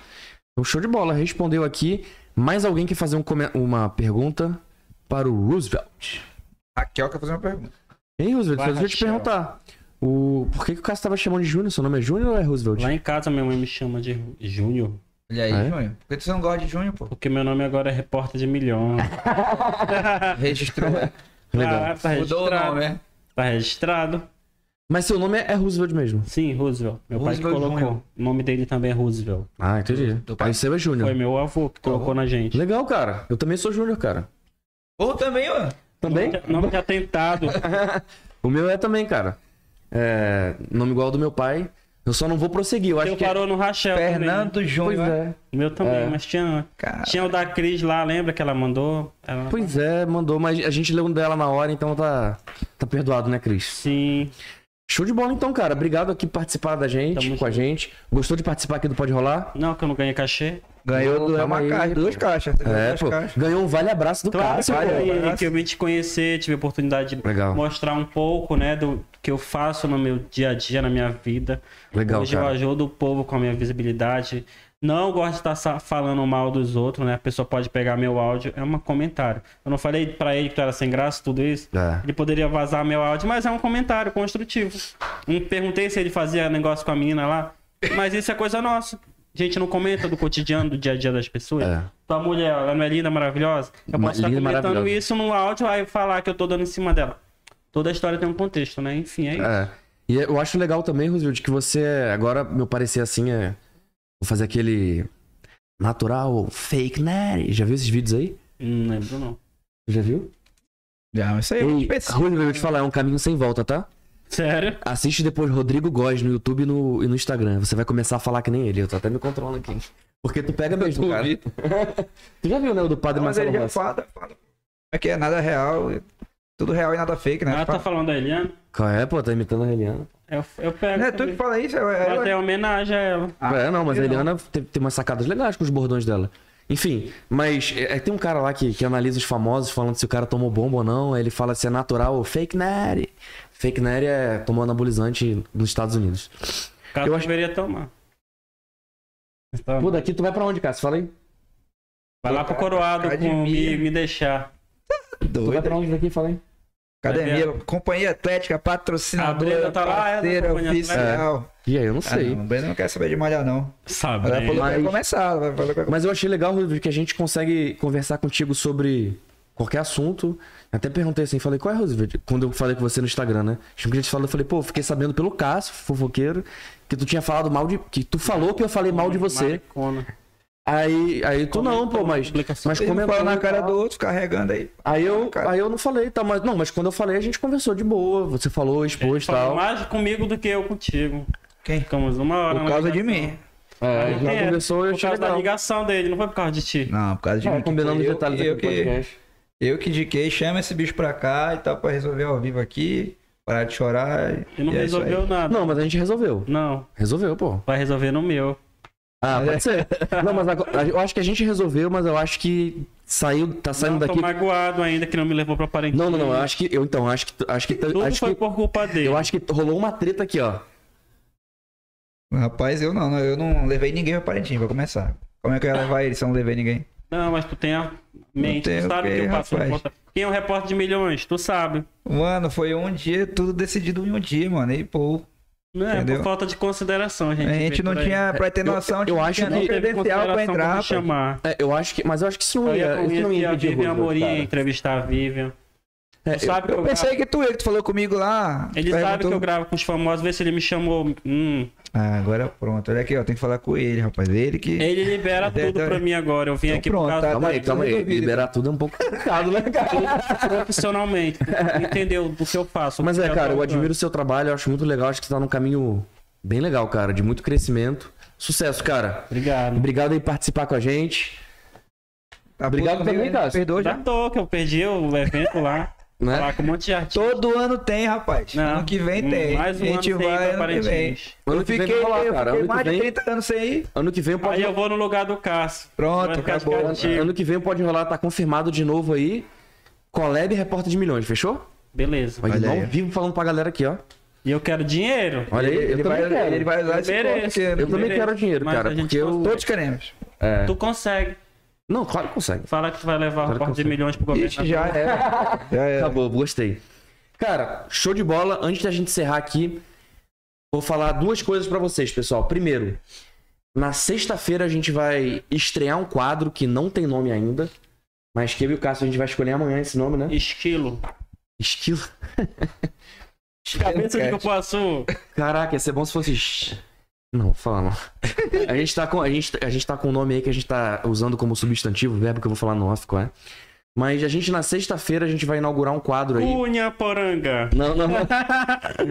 Speaker 3: Então, show de bola. Respondeu aqui. Mais alguém quer fazer um come- uma pergunta para o Roosevelt?
Speaker 1: Raquel quer fazer uma pergunta.
Speaker 3: Hein, Roosevelt?
Speaker 4: Vai,
Speaker 3: Deixa eu te
Speaker 4: Rachel.
Speaker 3: perguntar. O... Por que, que o Cássio tava chamando de Júnior? Seu nome é Júnior ou é Roosevelt?
Speaker 4: Lá em casa minha mãe me chama de Júnior,
Speaker 1: Olha aí,
Speaker 3: Ah, é?
Speaker 1: Júnior. Por que você não gosta de Júnior, pô?
Speaker 4: porque meu nome agora é repórter de milhões.
Speaker 1: Registrou. né?
Speaker 3: Legal.
Speaker 4: Ah, tá
Speaker 1: Mudou o
Speaker 4: registrado.
Speaker 1: nome, né?
Speaker 4: Tá registrado.
Speaker 3: Mas seu nome é é Roosevelt mesmo.
Speaker 4: Sim, Roosevelt. Meu pai que
Speaker 1: Roosevelt
Speaker 4: colocou.
Speaker 1: Júnior.
Speaker 4: O nome dele também é Roosevelt.
Speaker 3: Ah, entendi.
Speaker 1: Do pai.
Speaker 3: Aí seu é
Speaker 4: Foi
Speaker 3: Júnior.
Speaker 4: meu avô que colocou na gente.
Speaker 3: Legal, cara. Eu também sou Júnior, cara.
Speaker 1: Ou também,
Speaker 4: É
Speaker 1: ó.
Speaker 3: Também?
Speaker 4: Nome de atentado.
Speaker 3: o meu é também, cara. É, nome igual ao do meu pai. Eu só não vou prosseguir. Eu acho
Speaker 4: Eu
Speaker 3: que. é-
Speaker 4: parou no Rachel. também, né?
Speaker 1: Fernando
Speaker 3: Pois
Speaker 1: Júnior.
Speaker 3: é.
Speaker 4: O Meu também,
Speaker 3: É.
Speaker 4: mas tinha.
Speaker 1: Cara.
Speaker 4: Tinha o da Cris lá, lembra que ela mandou? Ela-
Speaker 3: Pois é, mandou, mas a gente leu um dela na hora, então tá, tá perdoado, né, Cris?
Speaker 4: Sim.
Speaker 3: Show de bola então, cara. Obrigado aqui por participar da gente,
Speaker 4: Tamo
Speaker 3: com
Speaker 4: junto.
Speaker 3: a gente. Gostou de participar aqui do Pode Rolar?
Speaker 4: Não, que eu não ganhei cachê.
Speaker 1: Ganhou
Speaker 3: Não,
Speaker 1: do-
Speaker 3: calma
Speaker 1: tá uma
Speaker 3: aí,
Speaker 1: caixa,
Speaker 3: pô.
Speaker 1: duas caixas. Você ganhou
Speaker 3: É,
Speaker 1: duas
Speaker 3: pô.
Speaker 1: caixas.
Speaker 3: Ganhou um vale abraço do
Speaker 4: Claro,
Speaker 3: Cássio,
Speaker 4: que,
Speaker 3: pô.
Speaker 4: eu, que eu vim te conhecer, tive a oportunidade
Speaker 3: é
Speaker 4: de
Speaker 3: um Legal.
Speaker 4: mostrar um pouco, né, do que eu faço no meu dia a dia, na minha vida.
Speaker 3: Legal,
Speaker 4: Hoje eu
Speaker 3: cara.
Speaker 4: ajudo o povo com a minha visibilidade. Não gosto de estar sa- falando mal dos outros, né? A pessoa pode pegar meu áudio, é um comentário. Eu não falei pra ele que tu era sem graça, tudo isso.
Speaker 3: É.
Speaker 4: Ele poderia vazar meu áudio, mas é um comentário construtivo. Um, perguntei se ele fazia negócio com a menina lá, mas isso é coisa nossa. A gente não comenta do cotidiano, do dia a dia das pessoas.
Speaker 3: É.
Speaker 4: Tua mulher, ela não é linda, maravilhosa? Eu
Speaker 3: Ma-
Speaker 4: posso estar
Speaker 3: linda,
Speaker 4: comentando
Speaker 3: maravilhosa.
Speaker 4: isso no áudio, aí falar que eu tô dando em cima dela. Toda história tem um contexto, né? Enfim, é isso.
Speaker 3: É. E eu acho legal também, Roosevelt, que você. é, Agora, meu parecer assim é. Vou fazer aquele. Natural, fake, né? Já viu esses vídeos aí?
Speaker 1: É.
Speaker 4: Não lembro, não.
Speaker 3: Já viu?
Speaker 1: Já, mas isso aí é
Speaker 3: Ei,
Speaker 1: específico.
Speaker 3: Roosevelt, eu vou te falar, é um caminho sem volta, tá?
Speaker 4: Sério?
Speaker 3: Assiste depois Rodrigo Góes no YouTube e no, e no Instagram. Você vai começar a falar que nem ele. Eu tô até me controlando aqui. Porque tu pega mesmo, cara. tu já viu, né, o do Padre
Speaker 1: Mas
Speaker 3: Marcelo
Speaker 1: ele já
Speaker 3: Rossi?
Speaker 1: fala, fala. É que é nada real. Tudo real e nada fake, né?
Speaker 4: Ela tá falando da Eliana?
Speaker 3: Qual é, pô? Tá imitando a Eliana.
Speaker 4: Eu, eu pego.
Speaker 1: Não é tu que
Speaker 4: também.
Speaker 1: fala isso, é,
Speaker 4: Mas
Speaker 1: é,
Speaker 4: é homenagem a ela.
Speaker 1: Ah,
Speaker 3: é, não, mas a
Speaker 1: eu não.
Speaker 3: Eliana tem, tem umas sacadas legais com os bordões dela. Enfim, mas é, é, tem um cara lá que, que analisa os famosos falando se o cara tomou bomba ou não. Aí ele fala se é natural ou fake Neri. Fake Neri é tomou anabolizante nos Estados Unidos.
Speaker 4: O cara
Speaker 3: Eu
Speaker 4: eu
Speaker 3: acho-
Speaker 4: deveria tomar. Então,
Speaker 3: Pô, daqui tu vai pra onde, cara? Fala aí.
Speaker 4: vai lá pro coroado
Speaker 1: Academia.
Speaker 4: com me, me deixar.
Speaker 3: Tu vai
Speaker 1: doido.
Speaker 3: pra onde daqui? Fala aí.
Speaker 1: Academia, companhia atlética, patrocinadora,
Speaker 4: A Brenda tá lá, é, da
Speaker 1: parceira
Speaker 4: companhia
Speaker 1: oficial.
Speaker 3: E aí, eu não
Speaker 1: Ah,
Speaker 3: sei.
Speaker 1: não, o Brenda não quer saber de malhar, não.
Speaker 4: Sabe?
Speaker 1: Ela falou que vai
Speaker 3: Mas-
Speaker 1: começar, ela vai falar que vai
Speaker 3: Mas eu achei legal, Rodrigo, que a gente consegue conversar contigo sobre qualquer assunto. Até perguntei assim, falei, qual é, Roosevelt? Quando eu falei com você no Instagram, né? Acho que a gente falou, eu falei, pô, fiquei sabendo pelo Cássio, fofoqueiro, que tu tinha falado mal de. Que tu falou que eu falei mal de você.
Speaker 4: Maricona.
Speaker 3: Aí, aí tu não, pô, mas.
Speaker 4: Publicação.
Speaker 3: Mas
Speaker 1: Ele não fala
Speaker 3: comentou
Speaker 1: na cara do outro, carregando aí.
Speaker 3: Aí eu,
Speaker 1: cara.
Speaker 3: aí eu não falei, tá, mas não, mas quando eu falei, a gente conversou de boa, você falou, expôs e
Speaker 4: Falou
Speaker 3: tal.
Speaker 4: mais comigo do que eu contigo.
Speaker 1: Quem?
Speaker 4: Ficamos uma hora.
Speaker 1: Por
Speaker 4: na
Speaker 1: causa de
Speaker 4: ligação.
Speaker 1: mim.
Speaker 3: É, a gente
Speaker 4: É,
Speaker 3: conversou e
Speaker 4: Por
Speaker 3: achei
Speaker 4: causa da
Speaker 3: legal.
Speaker 4: ligação dele, não foi por causa de ti.
Speaker 1: Não, por causa de
Speaker 3: É,
Speaker 1: mim.
Speaker 3: combinando os
Speaker 1: Eu-
Speaker 3: detalhes
Speaker 1: eu,
Speaker 3: aqui do
Speaker 1: que,
Speaker 3: podcast.
Speaker 1: eu que indiquei, chama esse bicho pra cá e tal, pra resolver ao vivo aqui, parar de chorar. E,
Speaker 4: E não
Speaker 1: e é isso aí.
Speaker 4: resolveu nada.
Speaker 3: Não, mas a gente resolveu.
Speaker 4: Não,
Speaker 3: Resolveu, pô.
Speaker 4: vai resolver no meu.
Speaker 3: Ah, pode ser. Não, mas agora- eu acho que a gente resolveu, mas eu acho que saiu, tá saindo
Speaker 4: não,
Speaker 3: daqui.
Speaker 4: tô magoado ainda que não me levou pra Parintins.
Speaker 3: Não, não, não. Eu acho que eu então acho que acho que
Speaker 4: Tudo
Speaker 3: acho
Speaker 4: foi
Speaker 3: que
Speaker 4: por culpa dele.
Speaker 3: eu acho que rolou uma treta aqui, ó.
Speaker 1: Rapaz, eu não, não, eu não levei ninguém pra Parintins, vou começar. Como é que eu ia levar ele se eu não levei ninguém?
Speaker 4: Não, mas tu tem a mente,
Speaker 1: tenho
Speaker 4: tu
Speaker 1: o
Speaker 4: sabe
Speaker 1: quê,
Speaker 4: que eu faço
Speaker 1: rapaz?
Speaker 4: repórter. Quem é um repórter de milhões? Tu sabe.
Speaker 1: Mano, foi um dia, tudo decidido em um dia, mano. E pô,
Speaker 4: Não é
Speaker 1: Entendeu?
Speaker 4: por falta de consideração, gente.
Speaker 1: a gente
Speaker 4: vê
Speaker 1: não
Speaker 4: por aí. É,
Speaker 1: tinha, pra ter
Speaker 3: Eu-
Speaker 1: noção, a gente
Speaker 3: eu
Speaker 1: não
Speaker 3: acho
Speaker 1: tinha
Speaker 3: que-
Speaker 1: nem
Speaker 4: Não teve
Speaker 1: credencial pra
Speaker 4: consideração
Speaker 1: entrar,
Speaker 4: me
Speaker 1: rapaz.
Speaker 4: chamar.
Speaker 3: É, eu acho que, mas eu acho que isso não
Speaker 4: Eu ia
Speaker 3: ia, isso não
Speaker 4: conhecer
Speaker 3: ia
Speaker 4: a
Speaker 3: impedir
Speaker 4: Vivian
Speaker 3: Roosevelt,
Speaker 4: Amorim,
Speaker 3: cara.
Speaker 4: entrevistar a Vivian.
Speaker 3: É,
Speaker 4: Tu sabe que
Speaker 1: Eu
Speaker 4: eu
Speaker 1: pensei
Speaker 4: gravo-
Speaker 1: que tu, ele que falou comigo lá.
Speaker 4: Ele sabe que eu
Speaker 1: perguntou-
Speaker 4: gravo com os famosos, vê se ele me chamou. Hum.
Speaker 1: Ah, agora pronto. Olha aqui, ó, tem que falar com ele, rapaz. Ele que.
Speaker 4: Ele libera tudo pra mim agora. Eu vim
Speaker 1: Então
Speaker 4: aqui
Speaker 1: pronto,
Speaker 4: por
Speaker 1: tá
Speaker 4: causa
Speaker 3: Calma aí, calma aí.
Speaker 1: Resolvido.
Speaker 3: Liberar tudo é um pouco complicado, né, cara?
Speaker 4: profissionalmente. Entendeu do que eu faço.
Speaker 3: Mas
Speaker 4: do
Speaker 3: é,
Speaker 4: que
Speaker 3: cara, eu
Speaker 4: tô
Speaker 3: admiro o seu trabalho, eu acho muito legal, acho que você tá num caminho bem legal, cara, de muito crescimento. Sucesso, cara.
Speaker 4: Obrigado.
Speaker 3: Obrigado aí por participar com a gente,
Speaker 1: Tá
Speaker 3: Obrigado
Speaker 1: puto
Speaker 3: também,
Speaker 1: comigo,
Speaker 3: Cássio.
Speaker 1: Perdoa
Speaker 4: Já
Speaker 1: já.
Speaker 4: tô, Tá que eu perdi o evento lá.
Speaker 3: né?
Speaker 4: Lá com um monte de artista.
Speaker 1: Todo ano tem, rapaz.
Speaker 4: Não,
Speaker 1: ano que vem tem.
Speaker 4: Mais um
Speaker 1: a gente
Speaker 4: ano sem ir
Speaker 1: vai
Speaker 4: pra
Speaker 1: ano que vem.
Speaker 4: Parintins.
Speaker 3: Ano
Speaker 1: Eu
Speaker 3: que vem
Speaker 1: fiquei,
Speaker 3: vai rolar,
Speaker 1: eu
Speaker 3: cara.
Speaker 1: fiquei
Speaker 3: Ano que
Speaker 1: mais de
Speaker 3: vem-
Speaker 1: 30 anos sem ir.
Speaker 3: Ano que vem o
Speaker 4: Aí
Speaker 3: Pode
Speaker 4: eu vou no lugar do Cássio.
Speaker 1: Pronto,
Speaker 4: Vai ficar de
Speaker 1: acabou.
Speaker 4: cara de-
Speaker 3: Ano que vem o Pode Rolar tá confirmado de novo aí. Collab e Repórter de Milhões, fechou?
Speaker 4: Beleza.
Speaker 3: Mas
Speaker 1: Olha
Speaker 3: não
Speaker 1: aí.
Speaker 3: vivo falando pra galera aqui, ó.
Speaker 4: E eu quero dinheiro.
Speaker 3: Olha aí, eu
Speaker 1: Ele
Speaker 3: também
Speaker 1: vai,
Speaker 3: quero.
Speaker 1: ele vai usar
Speaker 4: Eu
Speaker 1: esse
Speaker 4: mereço.
Speaker 1: ponto, porque
Speaker 3: Eu também
Speaker 4: Merece,
Speaker 3: quero dinheiro,
Speaker 4: mas
Speaker 3: cara,
Speaker 4: a gente
Speaker 3: porque eu...
Speaker 4: consegue.
Speaker 1: todos queremos.
Speaker 3: É.
Speaker 4: Tu consegue.
Speaker 3: Não, claro que consegue.
Speaker 4: Fala que tu vai levar
Speaker 3: Claro
Speaker 4: um
Speaker 3: que eu
Speaker 4: porte de
Speaker 3: sei.
Speaker 4: milhões pro
Speaker 1: Ixi,
Speaker 4: governo.
Speaker 1: já é. Já é.
Speaker 3: Acabou, gostei. Cara, show de bola. Antes da gente encerrar aqui, vou falar duas coisas pra vocês, pessoal. Primeiro, na sexta-feira a gente vai estrear um quadro que não tem nome ainda. Mas que eu e o Cássio a gente vai escolher amanhã esse nome, né?
Speaker 4: Esquilo.
Speaker 3: Esquilo.
Speaker 4: Cabeça de
Speaker 5: Quero.
Speaker 4: cupuaçu.
Speaker 3: Caraca, ia ser bom se fosse. Shhh. Não, fala não. A gente, tá com, a, gente, a gente tá com um nome aí que a gente tá usando como substantivo, verbo que eu vou falar no off, qual é? Mas a gente, na sexta-feira, a gente vai inaugurar um quadro aí.
Speaker 4: Cunha poranga.
Speaker 3: Não, não.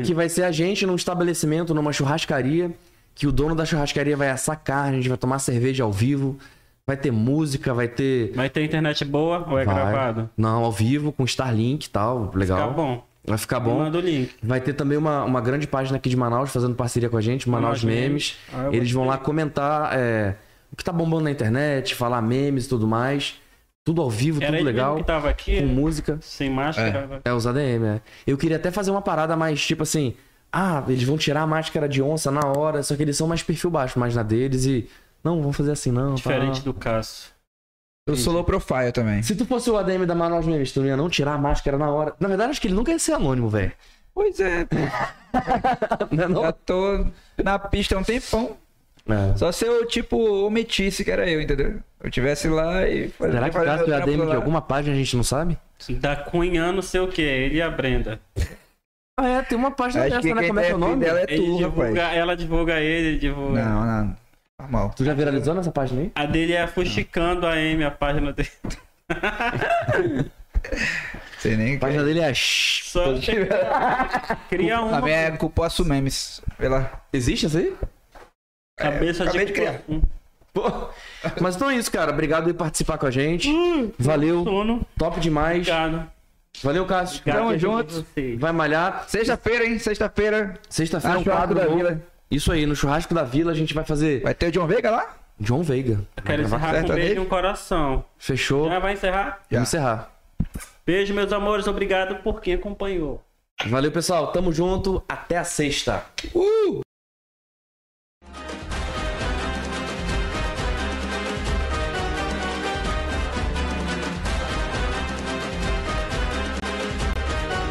Speaker 3: que vai ser a gente num estabelecimento, numa churrascaria, que o dono da churrascaria vai assar carne, a gente vai tomar cerveja ao vivo, vai ter música, vai ter.
Speaker 4: Vai ter internet boa ou é
Speaker 3: Vai.
Speaker 4: gravado?
Speaker 3: Não, ao vivo, com Starlink e tal, legal.
Speaker 4: Tá bom.
Speaker 3: Vai ficar
Speaker 4: Bom.
Speaker 3: bom.
Speaker 4: Manda o link.
Speaker 3: Vai ter também uma, uma grande página aqui de Manaus fazendo parceria com a gente, Manaus
Speaker 4: Manaus
Speaker 3: Memes.
Speaker 4: Memes. Ah, eu
Speaker 3: Eles vão lá comentar é, o que tá bombando na internet, falar memes e tudo mais. Tudo ao vivo,
Speaker 4: Era
Speaker 3: tudo
Speaker 4: ele mesmo
Speaker 3: legal,
Speaker 4: que tá né? tava aqui,
Speaker 3: com música.
Speaker 4: sem máscara.
Speaker 3: É, os ADM, é. Eu queria até fazer uma parada mais tipo assim. Ah, eles vão tirar a máscara de onça na hora, só que eles são mais perfil baixo, mais na deles e. Não, vão fazer assim não. pá.
Speaker 4: Diferente do Cássio.
Speaker 5: Eu sou low profile também.
Speaker 3: Se tu fosse o ADM da Manaus Memes, tu não ia não tirar a máscara na hora. Na verdade, acho que ele nunca ia ser anônimo, velho.
Speaker 5: Pois é, pô,
Speaker 3: Não é não?
Speaker 5: já tô na pista há um tempão.
Speaker 3: É.
Speaker 5: Só se eu, tipo, omitisse que era eu, entendeu? Eu tivesse lá e...
Speaker 3: Será que o
Speaker 5: fazia
Speaker 3: caso do
Speaker 5: meu
Speaker 3: ADM
Speaker 5: trampo
Speaker 3: de
Speaker 5: lá.
Speaker 3: alguma página a gente não sabe?
Speaker 4: Da Cunha não sei o que, ele e a Brenda.
Speaker 3: Ah, é, tem uma página
Speaker 5: Acho
Speaker 3: dessa,
Speaker 5: que
Speaker 3: né?
Speaker 5: quem
Speaker 3: Como é que é o
Speaker 5: deve
Speaker 3: nome?
Speaker 5: dela é
Speaker 4: Ele
Speaker 5: tu, rapaz.
Speaker 4: divulga, ela divulga ele, ele divulga.
Speaker 5: Não, não. Normal.
Speaker 3: Tu já viralizou nessa página aí?
Speaker 4: A dele é fuxicando a M, a página dele.
Speaker 5: Sei nem...
Speaker 3: A página dele é. Shhh.
Speaker 4: Só
Speaker 1: é.
Speaker 4: cria
Speaker 5: A
Speaker 4: uma
Speaker 5: minha é Cupuaçu Memes. Sei lá.
Speaker 3: Existe essa aí?
Speaker 4: cabeça
Speaker 5: acabei
Speaker 4: de um
Speaker 5: de criar.
Speaker 3: Pô. Mas então é isso, cara. Obrigado por participar com a gente. Valeu.
Speaker 4: Sono.
Speaker 3: Top demais.
Speaker 4: Obrigado.
Speaker 3: Valeu, Cássio.
Speaker 4: Obrigado
Speaker 3: Tamo
Speaker 4: a
Speaker 3: junto.
Speaker 4: vocês.
Speaker 3: Vai malhar.
Speaker 5: Sexta-feira, hein? Sexta-feira.
Speaker 3: Sexta-feira é um
Speaker 5: Ah, churrasco
Speaker 3: quadro
Speaker 5: da
Speaker 3: novo.
Speaker 5: Vila.
Speaker 3: Isso aí, no churrasco da vila a gente vai fazer
Speaker 5: Vai ter o John Veiga lá?
Speaker 3: John Veiga.
Speaker 4: Quero encerrar com um
Speaker 5: Certo,
Speaker 4: beijo e
Speaker 5: amigo?
Speaker 4: um coração.
Speaker 3: Fechou.
Speaker 4: Já vai encerrar?
Speaker 5: Já.
Speaker 3: Vamos encerrar.
Speaker 4: Beijo, meus amores. Obrigado por quem acompanhou.
Speaker 3: Valeu, pessoal. Tamo junto. Até a sexta.